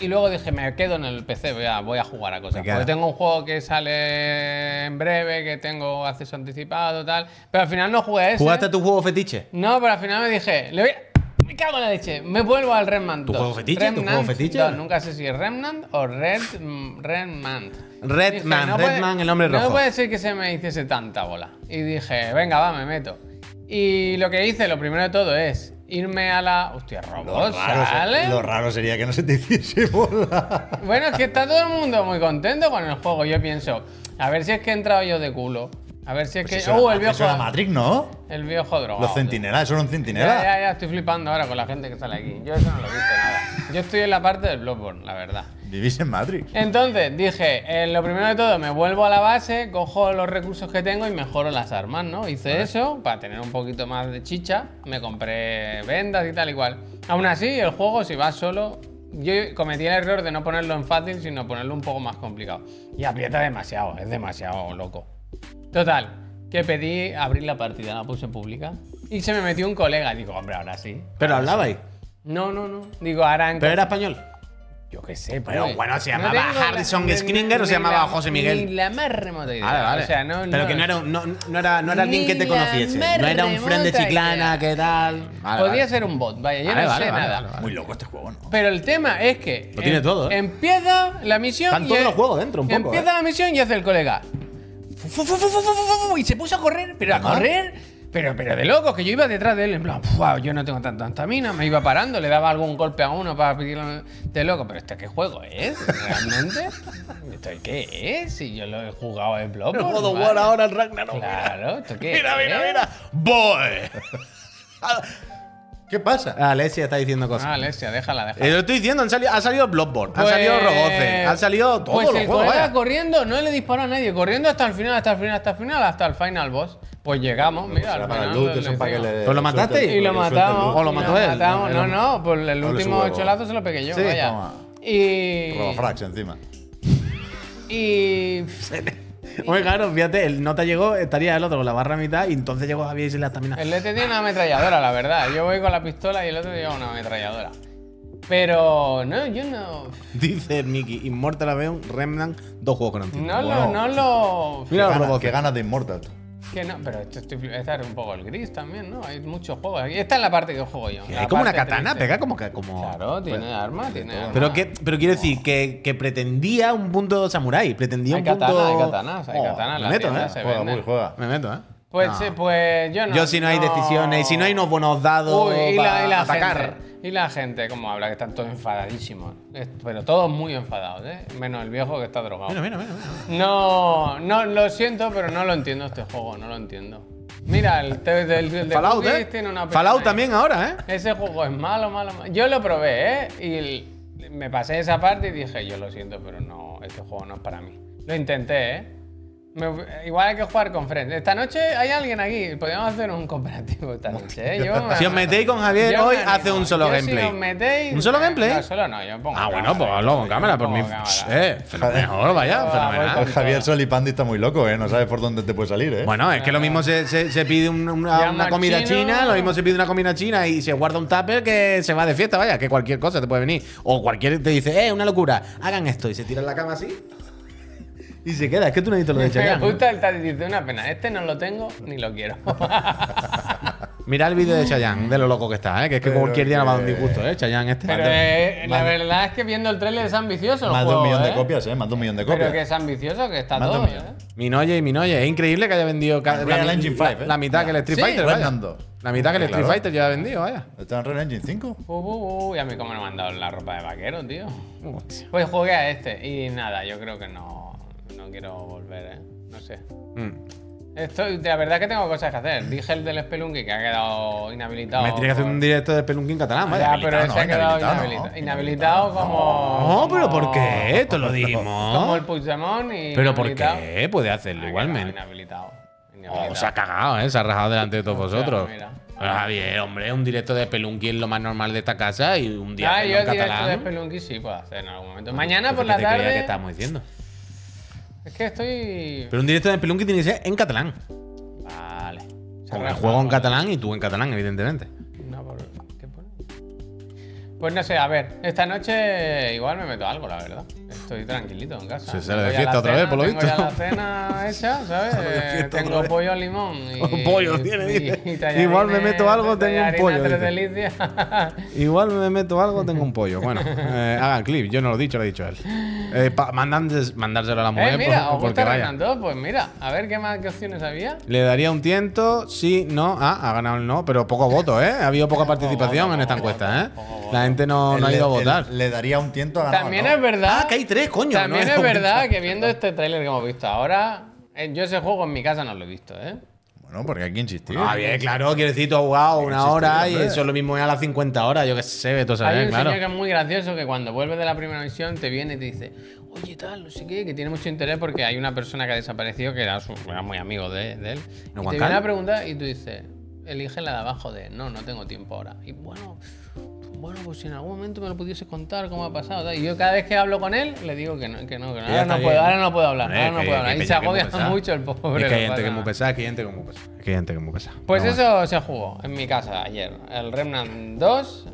Speaker 1: y luego dije, me quedo en el PC, voy a, voy a jugar a cosas.
Speaker 2: Me queda.
Speaker 1: Porque tengo un juego que sale en breve, que tengo acceso anticipado, tal. Pero al final no jugué a ese.
Speaker 2: ¿Jugaste a tu juego fetiche?
Speaker 1: No, pero al final me dije, le voy a- Me cago en la leche, me vuelvo al Remnant 2.
Speaker 2: ¿Tu juego fetiche? ¿Tu
Speaker 1: Remnant
Speaker 2: juego fetiche?
Speaker 1: 2, nunca sé si es Remnant o Red, mm, Redmant.
Speaker 2: Redman, Redman, el hombre rojo.
Speaker 1: No puede ser que se me hiciese tanta bola. Y dije, venga, va, me meto. Y lo que hice, lo primero de todo es irme a la. Hostia,
Speaker 3: Lo
Speaker 1: robot,
Speaker 3: raro,
Speaker 1: ¿sale?
Speaker 3: se- lo raro sería que no se te hiciese bola.
Speaker 1: Bueno, es que está todo el mundo muy contento con el juego. Yo pienso, a ver si es que he entrado yo de culo. A ver si es
Speaker 3: Pues
Speaker 1: que.
Speaker 3: eso
Speaker 1: ¡Oh,
Speaker 3: era-
Speaker 1: el
Speaker 3: eso era
Speaker 1: viejo!
Speaker 3: Matrix, ¿no?
Speaker 1: El viejo drogado.
Speaker 3: Los
Speaker 1: tío.
Speaker 3: centinelas, eso era un centinela.
Speaker 1: Ya, ya, ya, estoy flipando ahora con la gente que sale aquí. Yo eso no lo he visto nada. Yo estoy en la parte del Bloodborne, la verdad.
Speaker 3: Vivís en Matrix.
Speaker 1: Entonces, dije, eh, lo primero de todo, me vuelvo a la base, cojo los recursos que tengo y mejoro las armas, ¿no? Hice eso para tener un poquito más de chicha, me compré vendas y tal y cual. Aún así, el juego, si vas solo, yo cometí el error de no ponerlo en fácil, sino ponerlo un poco más complicado. Y aprieta demasiado, es demasiado loco. Total, que pedí abrir la partida, la puse en pública y se me metió un colega. Digo, hombre, ahora Ah, sí.
Speaker 2: Pero hablabais.
Speaker 1: No, no, no. Digo, ahora en
Speaker 2: Pero era español.
Speaker 1: Yo qué sé,
Speaker 2: Bueno,
Speaker 1: pues.
Speaker 2: bueno, se llamaba
Speaker 1: tengo la-
Speaker 2: Harrison
Speaker 1: ni-
Speaker 2: Scringer o se
Speaker 1: ni
Speaker 2: llamaba
Speaker 1: la-
Speaker 2: José Miguel.
Speaker 1: Ni la más remota idea.
Speaker 2: Vale, vale.
Speaker 1: O sea, no,
Speaker 2: Pero que no era, un- no, no era, no era alguien
Speaker 1: Ni
Speaker 2: que te
Speaker 1: la
Speaker 2: conociese. No era un
Speaker 1: más
Speaker 2: friend de
Speaker 1: remota
Speaker 2: Chiclana,
Speaker 1: idea.
Speaker 2: ¿qué tal? Vale,
Speaker 1: Podría
Speaker 2: vale.
Speaker 1: ser un bot, vaya, yo
Speaker 2: Vale,
Speaker 1: no
Speaker 2: vale,
Speaker 1: sé
Speaker 2: vale,
Speaker 1: nada.
Speaker 2: vale, vale.
Speaker 3: Muy loco este juego, ¿no?
Speaker 1: Pero el tema es que.
Speaker 2: Lo tiene
Speaker 1: em-
Speaker 2: todo, ¿eh?
Speaker 1: Empieza la misión.
Speaker 2: Están
Speaker 1: y
Speaker 2: todos
Speaker 1: el-
Speaker 2: los juegos dentro, un poco, ¿eh?
Speaker 1: Empieza la misión y hace el colega. fu, fu, fu, fu, fu, fu, fu, fu, Y se puso a correr, pero a
Speaker 3: Ajá.
Speaker 1: correr. Pero, pero de loco, que yo iba detrás de él, en plan, wow, yo no tengo tanta estamina, me iba parando, le daba algún golpe a uno para pedirle de loco, pero este qué juego es, realmente. ¿Esto qué es? Si yo lo he jugado en blog.
Speaker 2: El God of War ahora, el Ragnarok.
Speaker 1: Claro, ¿Eh? ¿esto qué
Speaker 3: Mira,
Speaker 1: es?
Speaker 3: mira, mira. Boy. ¿Qué pasa?
Speaker 2: Alessia está diciendo cosas.
Speaker 1: Ah, Alexia, déjala, déjala.
Speaker 2: Eh, lo estoy diciendo, han salido, ha salido Bloodborne, han salido Rogoce, han salido todos
Speaker 1: Pues
Speaker 2: los
Speaker 1: el
Speaker 2: juegos.
Speaker 1: colega
Speaker 2: vaya.
Speaker 1: corriendo no le disparó a nadie, corriendo hasta el final, hasta el final, hasta el final, hasta el final boss. Pues llegamos, mira, al final.
Speaker 3: Luz,
Speaker 1: le-
Speaker 3: eso
Speaker 1: le
Speaker 3: para que
Speaker 1: hicimos.
Speaker 3: le-
Speaker 2: ¿Pero Pues lo
Speaker 3: le suelta
Speaker 2: mataste?
Speaker 3: el-
Speaker 1: Y lo
Speaker 3: le suelta el
Speaker 1: matamos.
Speaker 3: luz.
Speaker 2: O lo
Speaker 1: y
Speaker 2: mató él.
Speaker 1: matamos.
Speaker 2: Él
Speaker 1: No,
Speaker 2: lo-
Speaker 1: no, pues el
Speaker 3: su
Speaker 1: último
Speaker 3: huevo.
Speaker 1: cholazo se lo pegué yo,
Speaker 2: Sí,
Speaker 1: vaya.
Speaker 3: toma.
Speaker 1: Y.
Speaker 3: Robafrax encima.
Speaker 1: Y.
Speaker 2: Oye, claro, fíjate, el nota llegó, estaría el otro con la barra a mitad y entonces llegó Javier y se la estamina.
Speaker 1: El DT tiene una ametralladora, la verdad. Yo voy con la pistola y el otro lleva una ametralladora. Pero. No, yo no.
Speaker 2: Dice Nicky, Immortal Aveon, Remnant, dos juegos con antiguo.
Speaker 1: No
Speaker 3: Wow.
Speaker 1: lo. No lo.
Speaker 2: Mira los
Speaker 3: Qué ganas-
Speaker 2: robots.
Speaker 3: Qué ganas de Immortal. tú.
Speaker 1: Que no, pero esto estoy, esta era un poco el gris también, ¿no? Hay muchos juegos. aquí. Esta es la parte que juego yo.
Speaker 2: Hay
Speaker 1: la
Speaker 2: como una
Speaker 1: parte
Speaker 2: katana,
Speaker 1: triste.
Speaker 2: pega como. ca- como
Speaker 1: Claro, Oh. tiene arma, tiene arma.
Speaker 2: Pero, que, pero quiero decir que, que pretendía un punto samurái, pretendía
Speaker 1: Hay
Speaker 2: un
Speaker 1: katana,
Speaker 2: punto.
Speaker 1: hay katanas, hay
Speaker 2: Oh,
Speaker 1: katanas.
Speaker 2: me
Speaker 1: las
Speaker 2: meto,
Speaker 1: tiendas
Speaker 2: eh.
Speaker 1: se
Speaker 3: Juega,
Speaker 1: venden.
Speaker 3: muy juega.
Speaker 2: Me meto, ¿eh.
Speaker 1: Pues,
Speaker 2: No.
Speaker 1: sí, pues yo no.
Speaker 2: Yo si no hay decisiones y si no hay unos buenos dados
Speaker 1: Uy, y la,
Speaker 2: para
Speaker 1: y la
Speaker 2: atacar.
Speaker 1: gente. Y la gente, como habla, que están todos enfadadísimos. Es- Pero todos muy enfadados, ¿eh? Menos el viejo que está drogado.
Speaker 2: Mira, mira, mira, mira.
Speaker 1: No, no, lo siento, pero no lo entiendo este juego, no lo entiendo. Mira, el, te- del- el de
Speaker 2: Fallout,
Speaker 1: Cookies
Speaker 2: ¿eh?
Speaker 1: tiene una opinión
Speaker 2: Fallout
Speaker 1: ahí.
Speaker 2: también ahora, ¿eh?
Speaker 1: Ese juego es malo, malo, malo. Yo lo probé, ¿eh? Y el- me pasé esa parte y dije, yo lo siento, pero no, este juego no es para mí. Lo intenté, ¿eh? Me- igual hay que jugar con friends. Esta noche hay alguien aquí. Podríamos hacer un cooperativo esta noche, ¿eh? Yo me-
Speaker 2: Si os metéis con Javier
Speaker 1: yo me
Speaker 2: hoy,
Speaker 1: animo.
Speaker 2: hace un solo
Speaker 1: Yo
Speaker 2: gameplay.
Speaker 1: Si os metéis,
Speaker 2: ¿Un solo gameplay?
Speaker 1: No, solo no, yo pongo.
Speaker 2: Ah, bueno,
Speaker 1: cámara,
Speaker 2: pues hazlo con
Speaker 1: yo
Speaker 2: cámara, por mí.
Speaker 1: pongo cámara.
Speaker 2: Eh, fenomenal, vaya,
Speaker 1: Yo
Speaker 2: fenomenal.
Speaker 1: voy
Speaker 3: El Javier Solipandi está muy loco, ¿eh? No sabes por dónde te puede salir, ¿eh?
Speaker 2: Bueno, es que lo mismo se, se- se pide un- una,
Speaker 1: Llama
Speaker 2: una
Speaker 1: al
Speaker 2: comida
Speaker 1: chino.
Speaker 2: china, lo mismo se pide una comida china y se guarda un tupper que se va de fiesta, vaya, que cualquier cosa te puede venir. O cualquier te dice, eh, una locura, hagan esto y se tira en la cama así. Y se queda, es que tú no necesitas lo de
Speaker 1: Me
Speaker 2: Chayanne.
Speaker 1: gusta el tal dice una pena. Este no lo tengo ni lo quiero.
Speaker 2: Mira el vídeo de Chayanne, de lo loco que está, ¿eh? que es que
Speaker 3: Pero
Speaker 2: cualquier día nos va a dar un
Speaker 3: que-
Speaker 2: disgusto, ¿eh? Chayanne este.
Speaker 1: Pero eh, la verdad es que viendo el trailer es ambicioso. el
Speaker 3: Más de
Speaker 1: juego,
Speaker 3: un millón
Speaker 1: ¿eh?
Speaker 3: de copias, ¿eh? Más de un millón de copias.
Speaker 1: Pero que es ambicioso, que está
Speaker 3: Más de
Speaker 1: todo.
Speaker 3: un millón.
Speaker 1: ¿eh?
Speaker 2: Minoye y Minoye, es increíble que haya vendido ca- la,
Speaker 3: Unreal
Speaker 2: mi-
Speaker 3: Engine 5,
Speaker 2: la-
Speaker 3: ¿eh?
Speaker 2: la mitad que el Street
Speaker 1: Sí,
Speaker 2: Fighter. vaya.
Speaker 3: Renan 2.
Speaker 2: La mitad que el
Speaker 3: Claro.
Speaker 2: Street Fighter ya ha vendido, vaya.
Speaker 3: ¿Está en Red Engine 5?
Speaker 1: Uh, uh, uh, y a mí como me han dado la ropa de vaquero, tío. Pues jugué a este y nada, yo creo que no, no quiero volver, ¿eh? No sé.
Speaker 2: Mm.
Speaker 1: Esto, la verdad es que tengo cosas que hacer. Dije el del Spelunky que ha quedado inhabilitado.
Speaker 2: Me tiene que hacer
Speaker 1: por-
Speaker 2: un directo de Pelunquín catalán,
Speaker 1: Ya,
Speaker 2: vaya.
Speaker 1: pero
Speaker 3: Inhabilitado,
Speaker 1: ese ha
Speaker 3: no,
Speaker 1: quedado
Speaker 3: inhabilitado,
Speaker 1: inhabilita-
Speaker 3: no.
Speaker 1: inhabilitado, como.
Speaker 2: No, pero ¿por
Speaker 1: como-
Speaker 2: qué? Esto lo
Speaker 1: Como
Speaker 2: dimos.
Speaker 1: el Puigdemont y.
Speaker 2: Pero ¿por
Speaker 1: inhabilitado.
Speaker 2: qué? Puede hacerlo
Speaker 1: Ha
Speaker 2: igualmente.
Speaker 1: quedado Inhabilitado.
Speaker 2: Oh,
Speaker 1: inhabilitado.
Speaker 2: se ha cagado, ¿eh? Se ha rajado delante de todos vosotros.
Speaker 1: mira.
Speaker 2: Pero Javier, hombre, un directo de Pelunqui es lo más normal de esta casa y un día
Speaker 1: Ah,
Speaker 2: hacerlo
Speaker 1: yo
Speaker 2: en
Speaker 1: el directo de
Speaker 2: catalán.
Speaker 1: Spelunky sí puedo hacer en algún momento. Mañana
Speaker 2: Entonces,
Speaker 1: por
Speaker 2: ¿qué
Speaker 1: la
Speaker 2: te creías
Speaker 1: tarde.
Speaker 2: que estábamos diciendo?
Speaker 1: Es que estoy.
Speaker 2: Pero un directo de Pelunqui tiene que ser en catalán.
Speaker 1: Vale.
Speaker 2: Con el juego en catalán y tú en catalán, evidentemente.
Speaker 1: No, por- ¿qué pone? Pues no sé, a ver, esta noche igual me meto algo, la verdad. Estoy tranquilito en casa.
Speaker 2: Se sale de
Speaker 1: Voy a
Speaker 2: fiesta
Speaker 1: la
Speaker 2: otra vez, por lo
Speaker 1: tengo
Speaker 2: visto.
Speaker 1: ya la cena hecha, ¿sabes?
Speaker 2: de fiesta otra
Speaker 1: tengo
Speaker 2: vez.
Speaker 1: pollo al limón. Y,
Speaker 2: Pollo tiene,
Speaker 1: y-
Speaker 2: dice.
Speaker 1: y tallarines-
Speaker 2: Igual me meto algo, tengo un pollo,
Speaker 1: tallarines, tres
Speaker 2: dice.
Speaker 1: delicias.
Speaker 2: Igual me meto algo, tengo un pollo. Bueno, eh, hagan clip. Yo no lo he dicho, lo ha dicho él. Eh, pa- mandándose- mandárselo a la mujer
Speaker 1: eh, mira,
Speaker 2: por-
Speaker 1: ¿os
Speaker 2: pues porque
Speaker 1: gusta
Speaker 2: vaya.
Speaker 1: Renan dos? Pues mira, a ver qué más qué opciones había.
Speaker 2: Le daría un tiento, sí, no. Ah, ha ganado el no, pero poco voto, ¿eh? Ha habido poca participación
Speaker 1: voto,
Speaker 2: en esta
Speaker 1: poco
Speaker 2: encuesta, ¿eh?
Speaker 1: voto, poco voto.
Speaker 2: La gente no,
Speaker 3: Él
Speaker 2: no ha
Speaker 3: le-
Speaker 2: ido a
Speaker 3: él
Speaker 2: votar.
Speaker 3: Le daría un tiento a ganar.
Speaker 1: También
Speaker 3: ¿no?
Speaker 1: es verdad.
Speaker 2: Ah, que hay tres, coño,
Speaker 1: También
Speaker 2: no
Speaker 1: es
Speaker 2: había
Speaker 1: verdad que viendo este tráiler que hemos visto ahora, eh, yo ese juego en mi casa no lo he visto, ¿eh?
Speaker 3: Bueno, porque hay que insistir.
Speaker 2: Ah, bien, claro, quiero decir, tú has jugado una hora y
Speaker 3: hombre.
Speaker 2: eso es lo mismo es a las 50 horas, yo qué sé, tú
Speaker 1: Hay
Speaker 2: sabes,
Speaker 1: un
Speaker 2: claro.
Speaker 1: señor que es muy gracioso que cuando vuelve de la primera misión te viene y te dice, oye, tal, no sé qué, que tiene mucho interés porque hay una persona que ha desaparecido que era, su- era muy amigo de, de él.
Speaker 2: ¿No,
Speaker 1: y
Speaker 2: Juan
Speaker 1: te viene
Speaker 2: Carlos?
Speaker 1: a preguntar y tú dices, elige la de abajo de, no, no tengo tiempo ahora. Y bueno, bueno, pues si en algún momento me lo pudiese contar cómo ha pasado. tal. Y yo cada vez que hablo con él, le digo que no, que no, que no.
Speaker 2: Que ya
Speaker 1: Ahora
Speaker 2: está
Speaker 1: no, puedo,
Speaker 2: bien.
Speaker 1: ahora no puedo hablar,
Speaker 2: Hombre,
Speaker 1: ahora no
Speaker 2: que-
Speaker 1: puedo
Speaker 2: que
Speaker 1: hablar. Y
Speaker 2: peña
Speaker 1: se
Speaker 2: que es muy
Speaker 1: agobia
Speaker 2: pesada.
Speaker 1: mucho el pobre.
Speaker 2: Es que hay
Speaker 1: lo
Speaker 2: gente que es
Speaker 1: pasa.
Speaker 2: muy pesada, es que hay gente que es muy pesada. Es que hay gente que es muy pesada.
Speaker 1: Pues
Speaker 2: No,
Speaker 1: eso se jugó en mi casa ayer. El Remnant 2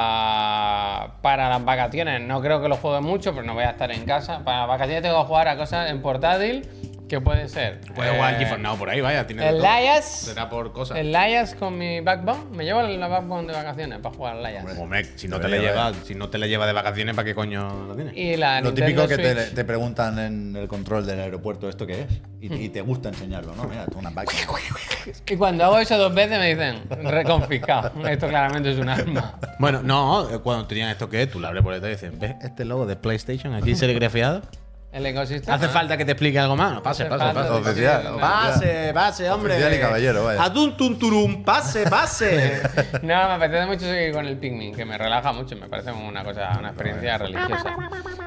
Speaker 1: para, para las vacaciones. No creo que lo juegue mucho, pero no voy a estar en casa. Para las vacaciones tengo que jugar a cosas en portátil que pueden ser.
Speaker 2: Puede
Speaker 1: eh,
Speaker 2: jugar al GeForce Now por ahí, vaya. Tiene de
Speaker 1: El
Speaker 2: todo.
Speaker 1: Lias.
Speaker 2: Será por cosas.
Speaker 1: El Lias con mi backbone. Me llevo la backbone de vacaciones para jugar al Lias.
Speaker 2: Hombre, si no, te la
Speaker 3: Debería
Speaker 2: lleva, si no te la lleva de vacaciones, ¿para qué coño la tienes?
Speaker 1: Y la
Speaker 3: Lo
Speaker 1: Nintendo
Speaker 3: típico que
Speaker 1: Switch.
Speaker 3: te, te preguntan en el control del aeropuerto esto qué es. Y, te- y te gusta enseñarlo, ¿no? Mira, tú una vaca.
Speaker 1: Y cuando hago eso dos veces me dicen, reconfiscado. Esto claramente es un arma.
Speaker 2: Bueno, no, eh, cuando tenían esto que es, tú la abres por detrás y dicen, ¿ves este logo de PlayStation aquí serigrafiado?
Speaker 1: El ecosistema.
Speaker 2: ¿Hace falta que te explique algo más? No, pase,
Speaker 1: Hace
Speaker 2: pase,
Speaker 1: falta-
Speaker 2: pase.
Speaker 3: Oficial,
Speaker 2: Pase, pase, hombre.
Speaker 3: Oficial y caballero, vaya.
Speaker 2: Atún tunturum, pase, pase.
Speaker 1: No, me apetece mucho seguir con el Pikmin, que me relaja mucho, me parece una cosa, una experiencia religiosa.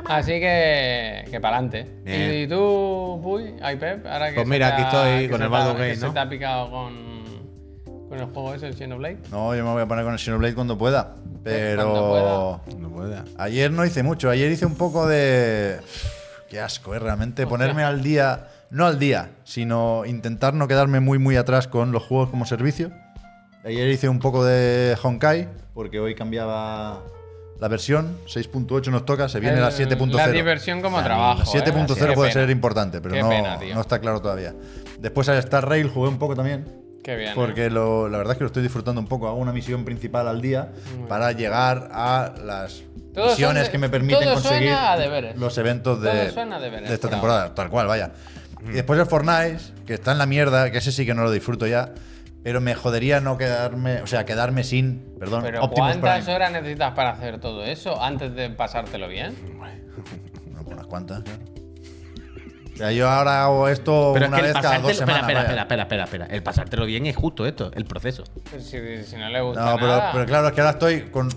Speaker 1: Así que, que para adelante.
Speaker 2: Bien.
Speaker 1: Y tú, Puy, ay Pep, ahora que
Speaker 2: Pues
Speaker 1: se
Speaker 2: mira,
Speaker 1: te
Speaker 2: aquí
Speaker 1: ha-
Speaker 2: estoy
Speaker 1: que
Speaker 2: con
Speaker 1: se
Speaker 2: el
Speaker 1: te ha-
Speaker 2: Baldur's
Speaker 1: que
Speaker 2: Gate,
Speaker 1: Se
Speaker 2: ¿no?
Speaker 1: te ha picado con, con el juego ese, el Xenoblade.
Speaker 3: No, yo me voy a poner con el Xenoblade cuando pueda. Pero.
Speaker 1: Cuando
Speaker 2: No pueda.
Speaker 3: Ayer no hice mucho, ayer hice un poco de... Qué asco, es realmente ponerme al día, no al día, sino intentar no quedarme muy muy atrás con los juegos como servicio. Ayer hice un poco de Honkai, porque hoy cambiaba la versión, 6.8 nos toca, se viene la
Speaker 1: El- La
Speaker 3: 7.0.
Speaker 1: diversión como trabajo.
Speaker 3: La
Speaker 1: ¿eh?
Speaker 3: 7.0
Speaker 1: Qué
Speaker 3: puede
Speaker 1: pena.
Speaker 3: ser importante, pero
Speaker 1: Qué
Speaker 3: no,
Speaker 1: pena, tío.
Speaker 3: no está claro todavía. Después al Star Rail jugué un poco también,
Speaker 1: Qué bien. ¿eh?
Speaker 3: porque lo- la verdad es que lo estoy disfrutando un poco. Hago una misión principal al día para llegar a las
Speaker 1: Todo
Speaker 3: misiones
Speaker 1: suena-
Speaker 3: que me permiten
Speaker 1: todo
Speaker 3: conseguir
Speaker 1: suena a deberes.
Speaker 3: los eventos
Speaker 1: Todo
Speaker 3: de,
Speaker 1: suena a deberes,
Speaker 3: de esta
Speaker 1: por
Speaker 3: temporada, tal cual, vaya.
Speaker 2: Mm.
Speaker 3: Y después el Fortnite, que está en la mierda, que ese sí que no lo disfruto ya, pero me jodería no quedarme, o sea, quedarme sin, perdón,
Speaker 1: Pero
Speaker 3: Optimus
Speaker 1: ¿cuántas
Speaker 3: Prime.
Speaker 1: horas necesitas para hacer todo eso antes de pasártelo bien?
Speaker 3: No, unas cuantas, claro. O sea, yo ahora hago esto
Speaker 2: Pero es
Speaker 3: una
Speaker 2: que el
Speaker 3: vez cada
Speaker 2: pasártelo.
Speaker 3: dos
Speaker 2: Espera,
Speaker 3: semanas.
Speaker 2: espera,
Speaker 3: vaya.
Speaker 2: espera, espera, espera, espera. El pasártelo bien es justo esto, el proceso.
Speaker 1: Pues Si, si no le gusta
Speaker 3: No, pero,
Speaker 1: nada.
Speaker 3: pero claro, es que ahora estoy con.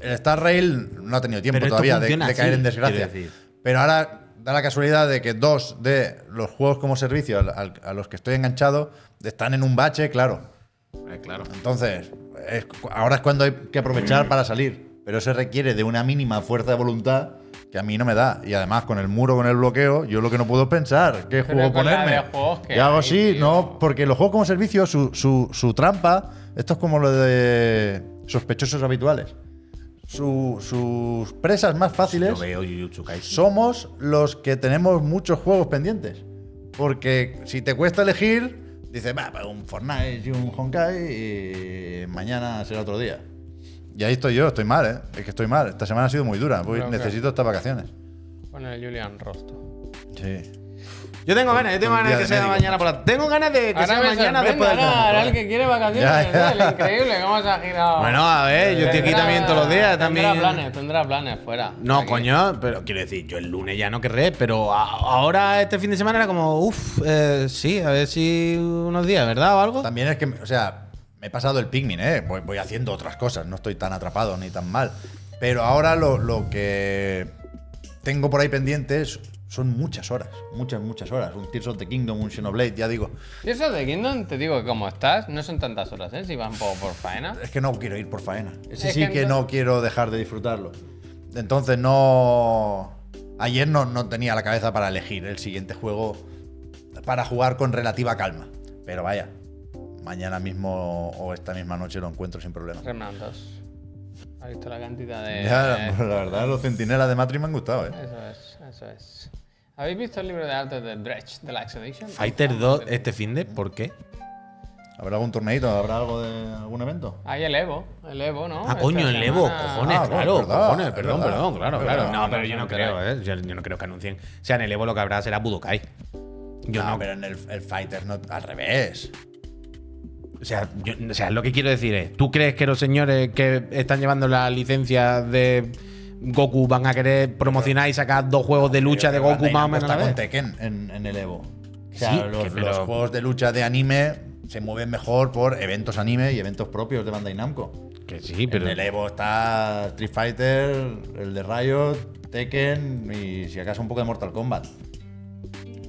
Speaker 3: El Star Rail no ha tenido tiempo
Speaker 2: Pero esto
Speaker 3: todavía de,
Speaker 2: funciona
Speaker 3: de caer
Speaker 2: así,
Speaker 3: en desgracia.
Speaker 2: quiero decir.
Speaker 3: Pero ahora da la casualidad de que dos de los juegos como servicio al- al- a los que estoy enganchado están en un bache, claro.
Speaker 2: claro.
Speaker 3: Entonces, es cu- ahora es cuando hay que aprovechar para salir. Pero eso requiere de una mínima fuerza de voluntad que a mí no me da. Y además, con el muro, con el bloqueo, yo lo que no puedo es pensar qué
Speaker 1: Pero
Speaker 3: juego
Speaker 1: con la
Speaker 3: ponerme.
Speaker 1: de juegos que
Speaker 3: Y hago
Speaker 1: hay,
Speaker 3: así,
Speaker 1: tío.
Speaker 3: no, porque los juegos como servicio, su, su- su trampa, esto es como lo de sospechosos habituales. Su- sus presas más fáciles
Speaker 2: Lo veo Jujutsu Kaisen.
Speaker 3: somos los que tenemos muchos juegos pendientes. Porque si te cuesta elegir, dices, va, pues un Fortnite y un Honkai y mañana será otro día. Y ahí estoy yo, estoy mal, ¿eh? Es que estoy mal. Esta semana ha sido muy dura. voy-
Speaker 1: Pero, claro.
Speaker 3: necesito estas vacaciones.
Speaker 1: Con el Julian Rosto.
Speaker 3: Sí.
Speaker 2: Yo tengo ganas, yo tengo
Speaker 3: Un
Speaker 2: ganas de
Speaker 3: día
Speaker 2: que
Speaker 3: de
Speaker 2: sea
Speaker 3: médico,
Speaker 2: mañana por la. Tengo ganas de que
Speaker 1: Ahora
Speaker 2: sea
Speaker 1: me
Speaker 2: mañana
Speaker 1: sorprende,
Speaker 2: después del
Speaker 1: ahora,
Speaker 2: campo,
Speaker 1: ahora
Speaker 2: ¿eh?
Speaker 1: el que quiere vacaciones,
Speaker 3: Ya, ya.
Speaker 1: ¿no? El increíble, cómo se ha girado.
Speaker 2: Bueno, a ver, yo estoy aquí
Speaker 1: Tendrá-
Speaker 2: también todos los días. También.
Speaker 1: Tendrá planes, tendrá planes fuera.
Speaker 2: No,
Speaker 1: Aquí.
Speaker 2: coño, pero quiero decir, yo el lunes ya no querré, pero a- ahora este fin de semana era como, uff, sí, a ver si unos días, ¿verdad? O algo.
Speaker 3: También es que, o sea, me he pasado el Pikmin, ¿eh? Voy, voy haciendo otras cosas, no estoy tan atrapado ni tan mal. Pero ahora lo, lo que tengo por ahí pendientes son muchas horas, muchas, muchas horas. Un Tears of the Kingdom, un Xenoblade, ya digo,
Speaker 1: Y eso de Kingdom, te digo que como estás, no son tantas horas, ¿eh? Si van por, por faena.
Speaker 3: es que no quiero ir por faena. Ese
Speaker 1: Es
Speaker 3: sí
Speaker 1: que
Speaker 3: que no quiero dejar de disfrutarlo. Entonces no... Ayer no, no tenía la cabeza para elegir el siguiente juego para jugar con relativa calma. Pero vaya, mañana mismo o esta misma noche lo encuentro sin problema.
Speaker 1: Remnant 2. ¿Has visto la cantidad de...?
Speaker 3: Ya, pues la, la verdad, los centinelas de Matrix me han gustado, ¿eh?
Speaker 1: Eso es, eso es. ¿Habéis visto el libro de arte de Brecht, de la Expedition?
Speaker 2: Fighter 2 este fin de, ¿por qué?
Speaker 3: ¿Habrá algún torneito? ¿Habrá algo de algún evento?
Speaker 1: Hay el Evo, el Evo, ¿no?
Speaker 2: Ah, coño,
Speaker 1: Esta
Speaker 2: el Evo,
Speaker 1: semana-
Speaker 2: cojones,
Speaker 3: Ah,
Speaker 2: claro,
Speaker 3: es verdad,
Speaker 2: cojones,
Speaker 3: es
Speaker 2: perdón,
Speaker 3: verdad.
Speaker 2: perdón, claro,
Speaker 3: Es
Speaker 2: claro.
Speaker 3: verdad.
Speaker 2: No, pero yo no
Speaker 1: No,
Speaker 2: creo, ¿eh? Yo, yo no creo que anuncien. O sea, en el Evo lo que habrá será Budokai. Yo
Speaker 3: no,
Speaker 2: no,
Speaker 3: pero en el, el Fighter no, al revés.
Speaker 2: o sea, yo- o sea, lo que quiero decir es, ¿tú crees que los señores que están llevando la licencia de Goku van a querer promocionar y sacar dos juegos de lucha de
Speaker 3: Creo que
Speaker 2: Goku
Speaker 3: Bandai
Speaker 2: más o
Speaker 3: Namco
Speaker 2: menos a
Speaker 3: Está
Speaker 2: la
Speaker 3: con
Speaker 2: vez?
Speaker 3: Tekken en, en el Evo. O sea,
Speaker 2: Sí, que
Speaker 3: los,
Speaker 2: pero-
Speaker 3: los juegos de lucha de anime se mueven mejor por eventos anime y eventos propios de Bandai Namco.
Speaker 2: Que sí, pero
Speaker 3: En el Evo está Street Fighter, el de Riot, Tekken y si acaso un poco de Mortal Kombat.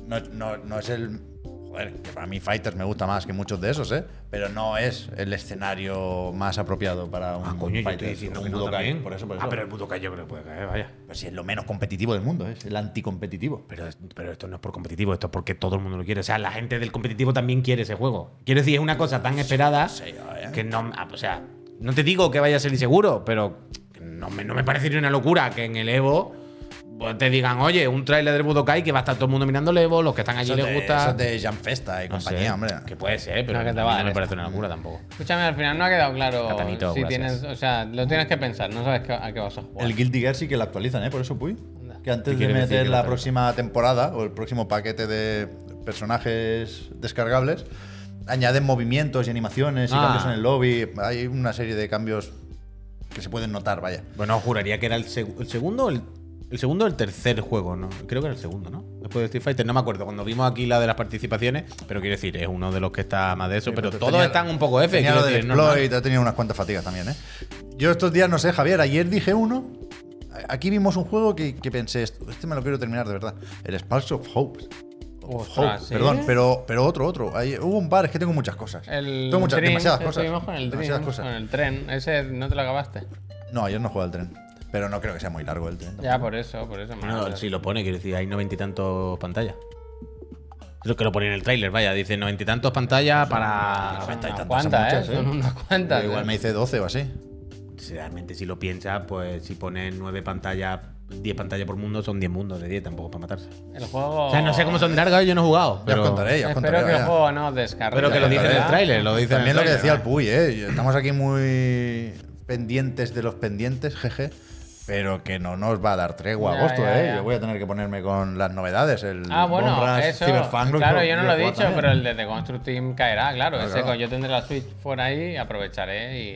Speaker 3: No, no- no es el. joder, joder, que para mí Fighters me gusta más que muchos de esos, ¿eh? Pero no es el escenario más apropiado para un
Speaker 2: Ah, coño, yo estoy
Speaker 3: Fighters,
Speaker 2: diciendo
Speaker 3: un
Speaker 2: que no
Speaker 3: Budokai,
Speaker 2: también.
Speaker 3: por eso, por eso.
Speaker 2: Ah, pero el Budokai yo creo que puede caer, vaya.
Speaker 3: Pero si es lo menos competitivo del mundo, ¿eh? es el anticompetitivo.
Speaker 2: Pero, es- pero esto no es por competitivo, esto es porque todo el mundo lo quiere. O sea, la gente del competitivo también quiere ese juego. Quiero decir, es una cosa tan esperada
Speaker 3: eh.
Speaker 2: que no. ah, O sea, no te digo que vaya a ser inseguro, pero no me, no me parecería una locura que en el Evo pues, te digan, oye, un tráiler del Budokai que va a estar todo el mundo mirando el Evo, los que están allí
Speaker 3: Eso
Speaker 2: les
Speaker 3: de-
Speaker 2: gusta.
Speaker 3: eso de Jam Festa y
Speaker 2: No sé,
Speaker 3: compañía, hombre.
Speaker 2: Que puede ser, pero
Speaker 1: No, que te va
Speaker 2: a mí
Speaker 1: a
Speaker 2: no
Speaker 1: dar
Speaker 2: me
Speaker 1: esto.
Speaker 2: parece una locura tampoco.
Speaker 1: Ah, Escúchame, al final no ha quedado claro
Speaker 2: Catanito,
Speaker 1: si
Speaker 2: gracias.
Speaker 1: tienes, o sea, lo tienes que pensar, no sabes qué- a qué vas a jugar.
Speaker 3: El Guilty Gear sí que lo actualizan, ¿eh? Por eso, Puy. Que antes de
Speaker 2: quiere decir que
Speaker 3: meter
Speaker 2: lo
Speaker 3: la
Speaker 2: actualizan?
Speaker 3: próxima temporada o el próximo paquete de personajes descargables, añaden movimientos y animaciones y
Speaker 2: Ah.
Speaker 3: cambios en el lobby. Hay una serie de cambios que se pueden notar, vaya.
Speaker 2: Bueno, juraría que era el, seg- el segundo o el, el segundo o el tercer juego, ¿no? Creo que era el segundo, ¿no? Después de Street Fighter, no me acuerdo. Cuando vimos aquí la de las participaciones, pero quiero decir, es uno de los que está más de eso, pero todos
Speaker 3: Tenía-
Speaker 2: están un poco F.
Speaker 3: tenía
Speaker 2: quiero
Speaker 3: lo del
Speaker 2: decir, es normal.
Speaker 3: exploit, ha tenido unas cuantas fatigas también, ¿eh? Yo estos días, no sé, Javier, ayer dije uno. a- Aquí vimos un juego que, que pensé, "Esto- este me lo quiero terminar de verdad. El Sparks of Hope. Of
Speaker 1: Ostras,
Speaker 3: Hope,
Speaker 1: Ah, ¿sí?
Speaker 3: Oh, Perdón, pero, pero otro, otro. Hay- hubo un par, es que tengo muchas cosas.
Speaker 1: El
Speaker 3: tengo muchas,
Speaker 1: Dream,
Speaker 3: demasiadas cosas.
Speaker 1: Estuvimos con el,
Speaker 3: demasiadas
Speaker 1: Dream,
Speaker 3: cosas.
Speaker 1: con el tren, ese no te lo acabaste.
Speaker 3: No, ayer no jugué al tren. Pero no creo que sea muy largo el tren.
Speaker 1: Ya, por eso, por eso.
Speaker 2: No,
Speaker 1: macho.
Speaker 2: sí lo pone, quiero decir, hay noventa y tantos pantallas. Creo que lo pone en el tráiler, vaya, dice noventa y tantos pantallas para.
Speaker 1: Son
Speaker 3: Noventa y
Speaker 1: unas
Speaker 3: tantas,
Speaker 1: cuantas,
Speaker 3: son muchas,
Speaker 1: ¿eh?
Speaker 3: ¿eh?
Speaker 1: Son unas cuantas.
Speaker 3: Igual
Speaker 1: ¿eh?
Speaker 3: me dice 12 o así.
Speaker 2: Si realmente si lo piensas, pues si pone nueve pantallas, 10 pantallas por mundo, son 10 mundos de 10, tampoco es para matarse.
Speaker 1: El juego.
Speaker 2: O sea, no sé cómo son de largos, yo no he jugado.
Speaker 3: Ya
Speaker 2: Pero,
Speaker 3: os contaré, ya os contaré.
Speaker 1: Espero que el
Speaker 3: vaya.
Speaker 1: juego no descargue.
Speaker 2: pero que lo
Speaker 3: Ya
Speaker 2: dicen en el
Speaker 3: contaré.
Speaker 2: tráiler, lo dicen en el
Speaker 3: También lo que
Speaker 2: tráiler,
Speaker 3: decía
Speaker 2: ¿no?
Speaker 3: el Puy, ¿eh? Estamos aquí muy pendientes de los pendientes, jeje. Pero que no nos va a dar tregua
Speaker 1: Ya,
Speaker 3: agosto,
Speaker 1: ya,
Speaker 3: ¿eh?
Speaker 1: ya.
Speaker 3: Yo voy a tener que ponerme con las novedades. El
Speaker 1: Ah, bueno,
Speaker 3: Bomb Rush
Speaker 1: eso.
Speaker 3: Cyberpunk,
Speaker 1: claro,
Speaker 3: que
Speaker 1: yo no lo he
Speaker 3: voy a
Speaker 1: dicho,
Speaker 3: jugar
Speaker 1: pero
Speaker 3: también.
Speaker 1: el de The Construct Team caerá, claro.
Speaker 3: Claro,
Speaker 1: ese
Speaker 3: claro.
Speaker 1: Yo tendré la Switch fuera ahí, aprovecharé y.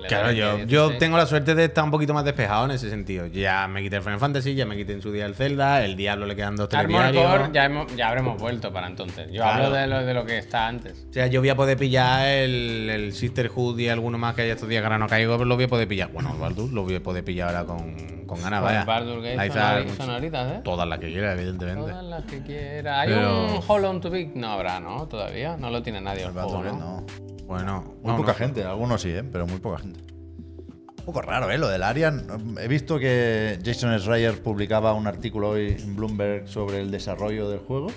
Speaker 1: le
Speaker 2: Claro,
Speaker 1: daré
Speaker 2: yo,
Speaker 1: 10,
Speaker 2: yo
Speaker 1: 16.
Speaker 2: tengo la suerte de estar un poquito más despejado en ese sentido. Ya me quité el Final Fantasy, ya me quité en su día el Zelda, el Diablo le quedan dos
Speaker 1: Armor
Speaker 2: telediarios.
Speaker 1: Core ya, hemos- ya habremos vuelto para entonces. Yo
Speaker 2: Claro.
Speaker 1: hablo de lo, de lo que está antes.
Speaker 2: O sea, yo voy a poder pillar el, el Sisterhood y alguno más que haya estos días que ahora no caigo, pero lo voy a poder pillar. Bueno, el Baldur lo voy a poder pillar ahora con, con ganas,
Speaker 1: Con el
Speaker 2: Ah, vaya.
Speaker 1: Baldur Gate
Speaker 2: Ahí
Speaker 1: son,
Speaker 2: está
Speaker 1: ahori-
Speaker 2: mucho-
Speaker 1: son horitas, ¿eh?
Speaker 2: Todas las que quiera, evidentemente.
Speaker 1: Todas las que quiera. Hay
Speaker 2: Pero-
Speaker 1: un Hollow to Big. No habrá, ¿no? Todavía. No lo tiene nadie el
Speaker 3: El
Speaker 1: juego,
Speaker 3: Battlefield,
Speaker 1: Oh, ¿no?
Speaker 3: no.
Speaker 2: Bueno,
Speaker 3: Muy
Speaker 2: no,
Speaker 3: poca
Speaker 2: no.
Speaker 3: gente, algunos sí, ¿eh? pero muy poca gente. Un poco raro, ¿eh? Lo del Arian. He visto que Jason Schreier publicaba un artículo hoy en Bloomberg sobre el desarrollo del juego.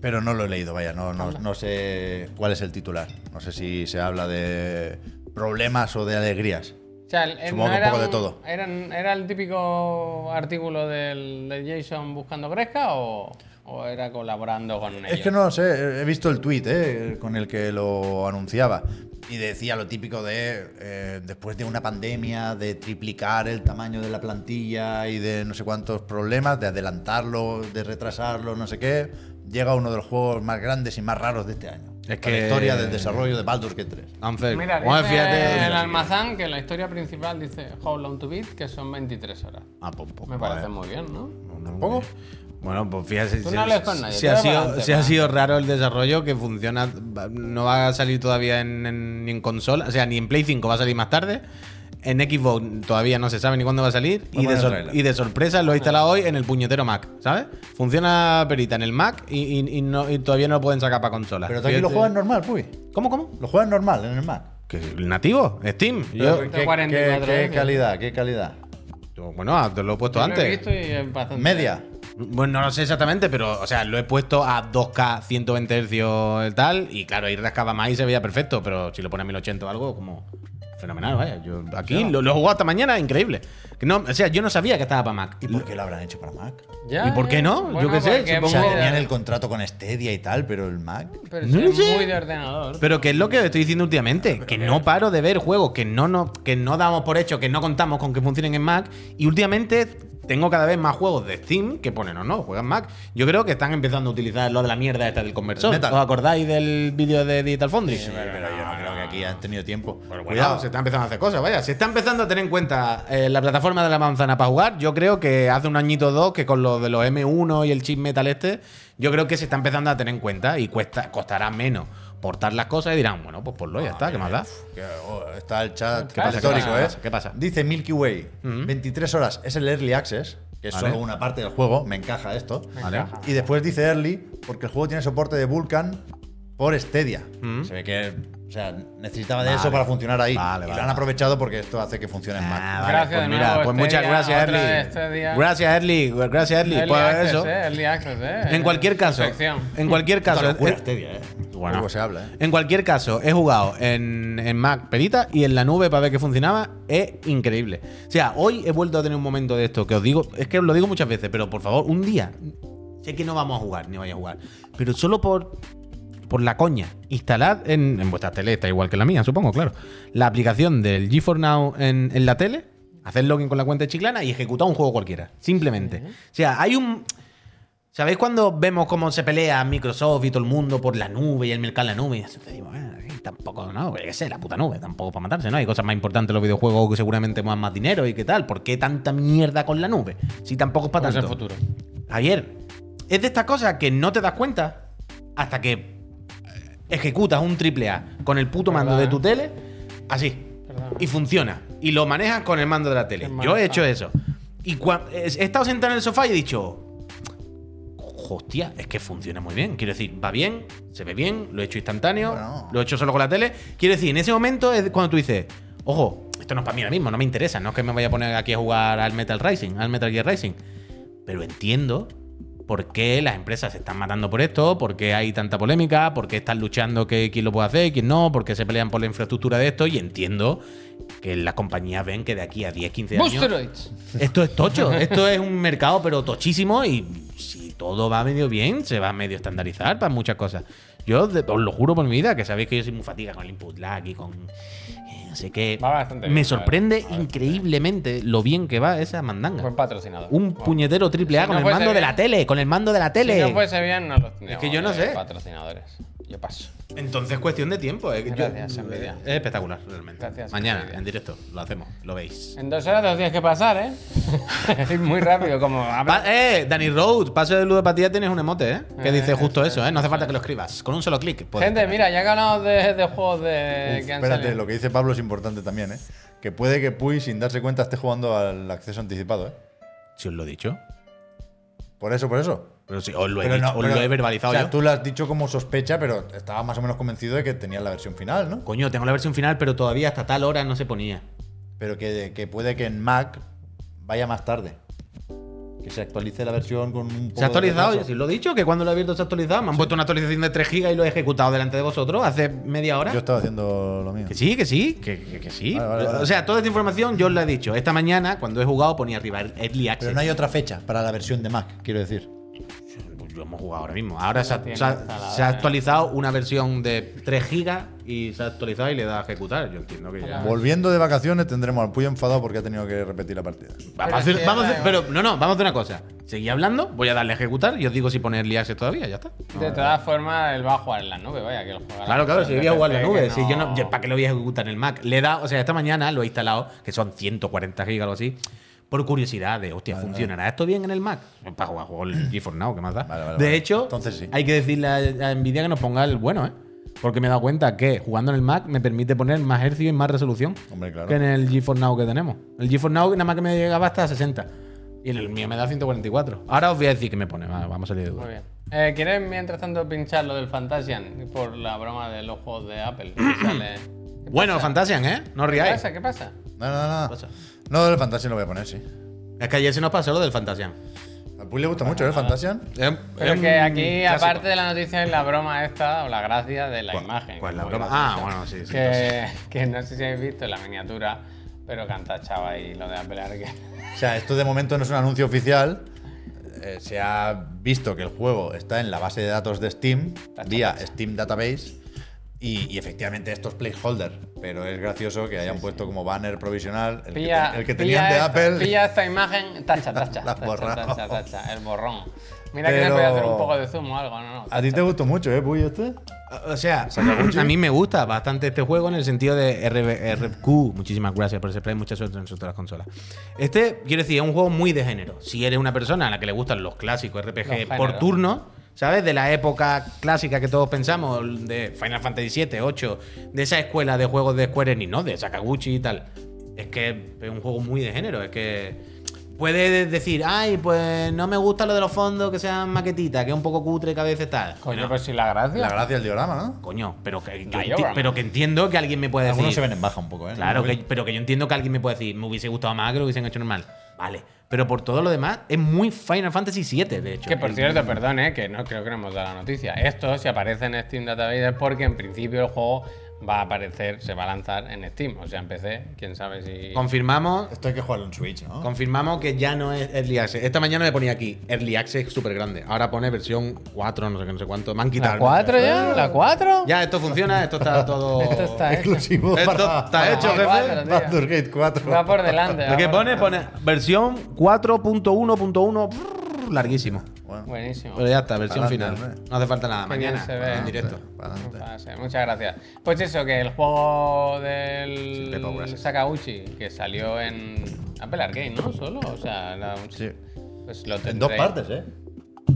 Speaker 3: Pero no lo he leído, vaya, no, no, no sé cuál es el titular. No sé si se habla de problemas o de alegrías.
Speaker 1: O sea, el- el-
Speaker 3: Supongo
Speaker 1: no
Speaker 3: que un
Speaker 1: era
Speaker 3: poco de todo.
Speaker 1: Era, era el típico artículo del, de Jason buscando Bresca o, o era colaborando con ellos?
Speaker 3: Es que no lo sé, he visto el tuit eh, con el que lo anunciaba y decía lo típico de eh, después de una pandemia, de triplicar el tamaño de la plantilla y de no sé cuántos problemas, de adelantarlo, de retrasarlo, no sé qué, llega uno de los juegos más grandes y más raros de este año.
Speaker 2: Es
Speaker 3: La
Speaker 2: que-
Speaker 3: historia del desarrollo de Baldur's Gate 3.
Speaker 2: Anfer,
Speaker 1: Mira,
Speaker 2: bueno,
Speaker 1: dice
Speaker 2: fíjate.
Speaker 1: el almazán que la historia principal dice How Long to Beat, que son 23 horas.
Speaker 2: Ah, pues, pues,
Speaker 1: Me
Speaker 2: vale.
Speaker 1: parece muy bien, ¿no?
Speaker 3: ¿Tampoco?
Speaker 2: Bueno, pues fíjate.
Speaker 1: Tú
Speaker 2: si-
Speaker 1: no hables con nadie,
Speaker 2: si
Speaker 1: tú
Speaker 2: ha,
Speaker 1: eres
Speaker 2: sido,
Speaker 1: valiente,
Speaker 2: si ha
Speaker 1: ¿verdad?
Speaker 2: sido raro el desarrollo que funciona. va- No va a salir todavía en, en- ni en consola, o sea, ni en Play 5 va a salir más tarde. En Xbox todavía no se sabe ni cuándo va a salir. Y
Speaker 3: Vamos
Speaker 2: de,
Speaker 3: a
Speaker 2: sor-
Speaker 3: trailer.
Speaker 2: y de sorpresa lo he instalado hoy en el puñetero Mac, ¿sabes? Funciona perita en el Mac y, y- y no- y todavía no lo pueden sacar para consola.
Speaker 3: Pero tú aquí lo
Speaker 2: Fíjate.
Speaker 3: juegas normal, Puy.
Speaker 2: ¿Cómo, cómo?
Speaker 3: Lo juegas normal en el Mac.
Speaker 2: Que nativo, Steam. Yo,
Speaker 1: Pero- 44
Speaker 3: qué
Speaker 1: veces.
Speaker 3: calidad? ¿Qué calidad?
Speaker 2: yo- bueno, ah, te lo he puesto
Speaker 1: Yo lo
Speaker 2: antes.
Speaker 1: he visto y es bastante-
Speaker 3: Media.
Speaker 2: Bueno, no lo sé exactamente, pero, o sea, lo he puesto a 2K 120 Hz y tal, y claro, ahí rascaba más y se veía perfecto, pero si lo pone a 1080 o algo, como fenomenal, vaya. Yo aquí lo, lo he jugado esta mañana, increíble. Que No, o sea, yo no sabía que estaba para Mac.
Speaker 3: ¿Y por qué lo habrán hecho para Mac?
Speaker 1: Ya,
Speaker 2: ¿Y por qué
Speaker 1: ya.
Speaker 2: no? Yo qué sé,
Speaker 1: porque
Speaker 2: supongo-
Speaker 3: O sea,
Speaker 1: muy de-
Speaker 3: tenían el contrato con Stadia y tal, pero el Mac.
Speaker 1: pero
Speaker 2: No
Speaker 1: si
Speaker 2: lo
Speaker 1: es
Speaker 2: sé.
Speaker 1: muy de ordenador.
Speaker 2: Pero que es lo que estoy diciendo últimamente, que no paro de ver juegos que no, no, que no damos por hecho, que no contamos con que funcionen en Mac. Y últimamente tengo cada vez más juegos de Steam que ponen, no, no, juegan Mac. Yo creo que están empezando a utilizar lo de la mierda esta del conversor.
Speaker 3: Metal.
Speaker 2: ¿Os acordáis del vídeo de Digital Foundry?
Speaker 3: Sí, pero yo no creo que aquí han tenido tiempo.
Speaker 2: Pero bueno,
Speaker 3: Cuidado.
Speaker 2: se está empezando a hacer cosas, vaya. Se está empezando a tener en cuenta eh, la plataforma de la manzana para jugar. Yo creo que hace un añito o dos que con lo de los M1 y el chip metal este, yo creo que se está empezando a tener en cuenta y cuesta, costará menos portar las cosas y dirán, bueno, pues ponlo, ya está, ¿qué más da?
Speaker 3: Que, oh, está el chat
Speaker 1: ¿Qué pasa,
Speaker 3: histórico,
Speaker 1: qué pasa,
Speaker 3: ¿eh?
Speaker 2: qué pasa?
Speaker 3: Dice Milky Way, 23 horas es el early access. que es
Speaker 2: Mm. Vale.
Speaker 3: solo una parte del juego, me encaja esto.
Speaker 2: Vale.
Speaker 3: Y después dice Early, porque el juego tiene soporte de Vulkan por Stadia.
Speaker 2: Mm.
Speaker 3: Se ve que o sea, necesitaba de
Speaker 2: Vale.
Speaker 3: eso para funcionar ahí.
Speaker 2: Vale, vale,
Speaker 3: y lo han
Speaker 2: vale.
Speaker 3: aprovechado porque esto hace que funcione en Mac.
Speaker 2: Ah,
Speaker 1: Gracias
Speaker 2: pues
Speaker 1: de
Speaker 2: mira,
Speaker 1: nuevo,
Speaker 2: pues
Speaker 1: este
Speaker 2: muchas
Speaker 1: día, otra
Speaker 2: gracias, Erly.
Speaker 1: vez este día.
Speaker 2: gracias, Erly. Gracias, Erly.
Speaker 1: Early
Speaker 2: pues
Speaker 1: access,
Speaker 2: eso.
Speaker 1: eh, early access, eh.
Speaker 2: En cualquier caso.
Speaker 1: Sección.
Speaker 2: En cualquier
Speaker 3: Una
Speaker 2: caso.
Speaker 3: locura
Speaker 2: eh,
Speaker 3: Stadia, ¿eh?
Speaker 2: Bueno.
Speaker 3: Poco se habla, ¿eh?
Speaker 2: En cualquier caso, he jugado en, en Mac Perita y en la nube para ver que funcionaba. Es increíble. O sea, hoy he vuelto a tener un momento de esto que os digo, es que os lo digo muchas veces, pero por favor, un día. Sé que no vamos a jugar, ni vaya a jugar. Pero solo por, por la coña. Instalad en, en vuestras teles, está igual que la mía, supongo, claro. La aplicación del G4 Now en, en la tele, haced login con la cuenta de Chiclana y ejecutad un juego cualquiera. Simplemente. O sea, hay un. ¿Sabéis cuando vemos cómo se pelea Microsoft y todo el mundo por la nube y el mercado en la nube? Y nosotros decimos, "Ah, sí, tampoco, no, yo qué sé, la puta nube, tampoco para matarse, ¿no? Hay cosas más importantes en los videojuegos que seguramente muevan más dinero y qué tal. ¿Por qué tanta mierda con la nube? Si tampoco es para
Speaker 1: Pues
Speaker 2: tanto.
Speaker 1: el futuro.
Speaker 2: Ayer, es de estas cosas que no te das cuenta hasta que eh, ejecutas un triple A con el puto mando
Speaker 1: ¿Verdad,
Speaker 2: de
Speaker 1: eh?
Speaker 2: tu tele, así.
Speaker 1: Perdón.
Speaker 2: Y funciona. Y lo manejas con el mando de la tele.
Speaker 1: Qué
Speaker 2: Yo he
Speaker 1: mala
Speaker 2: hecho
Speaker 1: tarde.
Speaker 2: eso. Y cua- he he estado sentado en el sofá y he dicho, hostia, es que funciona muy bien. Quiero decir, va bien, se ve bien, lo he hecho instantáneo,
Speaker 3: Bueno.
Speaker 2: lo he hecho solo con la tele. Quiero decir, en ese momento es cuando tú dices, ojo, esto no es para mí ahora mismo, no me interesa, no es que me vaya a poner aquí a jugar al Metal Rising, al Metal Gear Rising. Pero entiendo por qué las empresas se están matando por esto, por qué hay tanta polémica, por qué están luchando que quién lo puede hacer, quién no, por qué se pelean por la infraestructura de esto y entiendo que las compañías ven que de aquí a 10, 15 años...
Speaker 1: Boosteroids.
Speaker 2: Esto es tocho, esto es un mercado pero tochísimo y si todo va medio bien, se va a medio estandarizar para muchas cosas. Yo de- os lo juro por mi vida, que sabéis que yo soy muy fatiga con el input lag y con... eh, no sé qué.
Speaker 1: Va bastante bien,
Speaker 2: Me
Speaker 1: a ver,
Speaker 2: sorprende
Speaker 1: a ver.
Speaker 2: increíblemente lo bien que va esa mandanga.
Speaker 1: Buen patrocinador.
Speaker 2: Un
Speaker 1: Wow.
Speaker 2: puñetero triple A
Speaker 1: Si
Speaker 2: con
Speaker 1: no
Speaker 2: el
Speaker 1: fuese
Speaker 2: mando de
Speaker 1: bien-
Speaker 2: la tele, con el mando de la tele.
Speaker 1: Si no fuese bien, no los tendríamos.
Speaker 2: que yo no
Speaker 1: de
Speaker 2: sé.
Speaker 1: Patrocinadores. Yo paso.
Speaker 2: Entonces, cuestión de tiempo. eh, que yo-
Speaker 1: Gracias, envidia.
Speaker 2: es espectacular, realmente.
Speaker 1: Gracias,
Speaker 2: Mañana,
Speaker 1: envidia.
Speaker 2: en directo, lo hacemos, lo veis.
Speaker 1: En dos horas te los tienes que pasar, ¿eh? Es muy rápido, como habla-
Speaker 2: Pa- eh, Danny Road, paso de ludopatía tienes un emote, ¿eh? Que
Speaker 1: Eh,
Speaker 2: dice
Speaker 1: eh,
Speaker 2: justo
Speaker 1: eh,
Speaker 2: eso, ¿eh? No hace falta que lo escribas. Con un solo clic. puedes
Speaker 1: Gente,
Speaker 2: tener.
Speaker 1: mira, ya que hablamos de, de juegos de,
Speaker 3: Uf,
Speaker 1: que han
Speaker 3: espérate,
Speaker 1: salido.
Speaker 3: lo que dice Pablo es importante también, ¿eh? Que puede que Puy, sin darse cuenta, esté jugando al acceso anticipado, ¿eh?
Speaker 2: Si os lo he dicho.
Speaker 3: Por eso, por eso.
Speaker 2: Pero si os lo he,
Speaker 3: Pero
Speaker 2: dicho,
Speaker 3: no,
Speaker 2: os
Speaker 3: pero-
Speaker 2: lo he verbalizado
Speaker 3: o sea,
Speaker 2: yo.
Speaker 3: tú lo has dicho como sospecha, pero estaba más o menos convencido de que tenías la versión final, ¿no?
Speaker 2: Coño, tengo la versión final, pero todavía hasta tal hora no se ponía.
Speaker 3: Pero que, que puede que en Mac vaya más tarde. Que se actualice la versión con un poco
Speaker 2: ¿Se ha actualizado?
Speaker 3: de
Speaker 2: Yo
Speaker 3: retraso.
Speaker 2: sí lo he dicho, que cuando lo he abierto se ha actualizado. Me han puesto una actualización de 3 GB y lo he ejecutado delante de vosotros hace media hora.
Speaker 3: Yo estaba haciendo lo mío.
Speaker 2: Que sí, que sí, que, que- que sí.
Speaker 3: Vale, vale, vale.
Speaker 2: O sea, toda esta información yo os la he dicho. Esta mañana, cuando he jugado, ponía arriba Early
Speaker 3: Pero
Speaker 2: Access.
Speaker 3: no hay otra fecha para la versión de Mac, quiero decir.
Speaker 2: Pues lo hemos jugado ahora mismo. Ahora se ha,
Speaker 1: tiene
Speaker 2: se ha-
Speaker 1: instalada,
Speaker 2: se ha
Speaker 1: ¿eh?
Speaker 2: actualizado una versión de 3 gigas y se ha actualizado y le da a ejecutar. Yo entiendo que ya.
Speaker 3: Volviendo de vacaciones tendremos al Puyo enfadado porque ha tenido que repetir la partida.
Speaker 2: Vamos a hacer- vamos a hacer- pero no, no, vamos a hacer una cosa. Seguí hablando, voy a darle a ejecutar y os digo si poner liarse todavía, ya está.
Speaker 1: De todas formas, él va a jugar en la nube, vaya, que lo jugará.
Speaker 2: Claro, claro, si voy a jugar en la nube.
Speaker 1: Que
Speaker 2: Si yo no, yo, ¿Para qué lo voy a ejecutar en el Mac? Le he dado, o sea, esta mañana lo he instalado, que son 140 gigas o algo así, por curiosidad de, hostia, ¿funcionará esto bien en el Mac? Para jugar juego el GeForce Now, ¿qué más da?
Speaker 3: Vale, vale,
Speaker 2: de
Speaker 3: vale.
Speaker 2: hecho,
Speaker 3: Entonces sí.
Speaker 2: hay que decirle a, a Nvidia que nos ponga el bueno, ¿eh? Porque me he dado cuenta que jugando en el Mac me permite poner más hercio y más resolución
Speaker 3: Hombre, claro.
Speaker 2: que en el GeForce Now que tenemos. El GeForce Now nada más que me llegaba hasta 60. Y en el mío me da 144. Ahora os voy a decir que me pone. va, Vamos a salir de duda.
Speaker 1: Muy bien. Eh, ¿Quieres, mientras tanto, pinchar lo del Fantasian por la broma de los juegos de Apple? Que sale...
Speaker 2: Bueno, Fantasian, ¿eh? No os
Speaker 1: ¿Qué
Speaker 2: riáis.
Speaker 1: pasa? ¿Qué pasa?
Speaker 3: No, no, no.
Speaker 2: Pasa.
Speaker 3: No, el Fantasian lo voy a poner, sí.
Speaker 2: Es que ayer se nos pasó lo del Fantasian.
Speaker 3: Al Puy le gusta mucho, ¿eh? El Fantasian.
Speaker 1: Pero que
Speaker 3: Mm,
Speaker 1: aquí, aparte de la noticia, es la broma esta, o la gracia de
Speaker 3: Pues,
Speaker 1: la imagen.
Speaker 2: ¿Cuál
Speaker 1: que
Speaker 2: la
Speaker 1: muy
Speaker 2: broma?
Speaker 1: graciosa.
Speaker 2: Ah, bueno, sí, sí.
Speaker 1: que, que no sé si habéis visto la miniatura, pero canta Chava y lo de Apple Arcade.
Speaker 3: O sea, esto de momento no es un anuncio oficial. Eh, se ha visto que el juego está en la base de datos de Steam, vía Steam Database, y, y efectivamente esto es placeholder. Pero es gracioso que hayan puesto como banner provisional el,
Speaker 1: Pilla,
Speaker 3: que, el que
Speaker 1: pilla
Speaker 3: tenían de
Speaker 1: esta-
Speaker 3: Apple.
Speaker 1: Pilla esta imagen, tacha, tacha.
Speaker 3: La has
Speaker 1: tacha,
Speaker 3: borrado.
Speaker 1: tacha, tacha, el borrón. Mira que se
Speaker 3: Pero-
Speaker 1: puede hacer un poco de zoom o algo, no, no.
Speaker 3: A ti te gustó mucho, ¿eh, Puy, este?
Speaker 2: O sea, a mí me gusta bastante este juego en el sentido de RB RFQ. Muchísimas gracias por ese play, mucha suerte en sus otras consolas. Este, quiero decir, es un juego muy de género. Si eres una persona a la que le gustan los clásicos
Speaker 1: Los
Speaker 2: RPG por
Speaker 1: géneros.
Speaker 2: turno, ¿sabes? De la época clásica que todos pensamos, de Final Fantasy VII, 8, de esa escuela de juegos de Square Enix, ¿no? De Sakaguchi y tal. Es que es un juego muy de género, es que Puede decir, ay, pues no me gusta lo de los fondos que sean maquetitas, que es un poco cutre que a veces tal.
Speaker 1: Coño, pues sí, la gracia.
Speaker 3: La gracia del diorama, ¿no?
Speaker 2: Coño, pero que, yo
Speaker 1: Diorama.
Speaker 2: enti- pero que entiendo que alguien me puede decir.
Speaker 3: Algunos se ven en baja un poco, ¿eh?
Speaker 2: Claro, que- pero que yo entiendo que alguien me puede decir, me hubiese gustado más que lo hubiesen hecho normal. Vale. Pero por todo lo demás, es muy Final Fantasy VII, de hecho.
Speaker 1: Que por
Speaker 2: El-
Speaker 1: cierto, perdón, eh, que no creo que no hemos dado la noticia. Esto, si aparece en Steam Database, es porque en principio el juego va a aparecer, se va a lanzar en Steam. O sea, en PC, quién sabe si.
Speaker 2: Confirmamos
Speaker 3: Esto hay que jugarlo en Switch, ¿no?
Speaker 2: Confirmamos que ya no es Early Access. Esta mañana me ponía aquí Early Access súper grande. Ahora pone versión 4, no sé qué, no sé cuánto. Me han quitado.
Speaker 1: ¿La 4 ya? ¿La 4?
Speaker 2: Eh, Ya, esto funciona, esto está todo.
Speaker 1: Esto está hecho.
Speaker 3: Exclusivo
Speaker 2: Esto
Speaker 3: para-
Speaker 2: está
Speaker 3: para
Speaker 2: hecho,
Speaker 1: jefe.
Speaker 3: Baldur's Baldur's Gate 4.
Speaker 1: Va por delante.
Speaker 2: Lo
Speaker 1: va
Speaker 2: que
Speaker 1: por
Speaker 2: pone,
Speaker 1: delante.
Speaker 2: pone versión 4.1.1, brrr, larguísimo.
Speaker 3: Bueno,
Speaker 1: Buenísimo.
Speaker 2: Pero ya está, versión
Speaker 3: Adelante,
Speaker 2: final.
Speaker 3: hombre.
Speaker 2: No hace falta nada.
Speaker 1: Qué bien
Speaker 2: Mañana,
Speaker 1: se ve.
Speaker 2: en directo.
Speaker 3: para adelante.
Speaker 1: Va a ser. Ah, Muchas gracias. Pues eso, que el juego del
Speaker 3: Pepo, gracias.
Speaker 1: Sakauchi, que salió en Apple Arcade, ¿no? Solo, o sea, la-
Speaker 3: Sí.
Speaker 1: pues lo
Speaker 3: En dos
Speaker 1: tendréis.
Speaker 3: partes, ¿eh?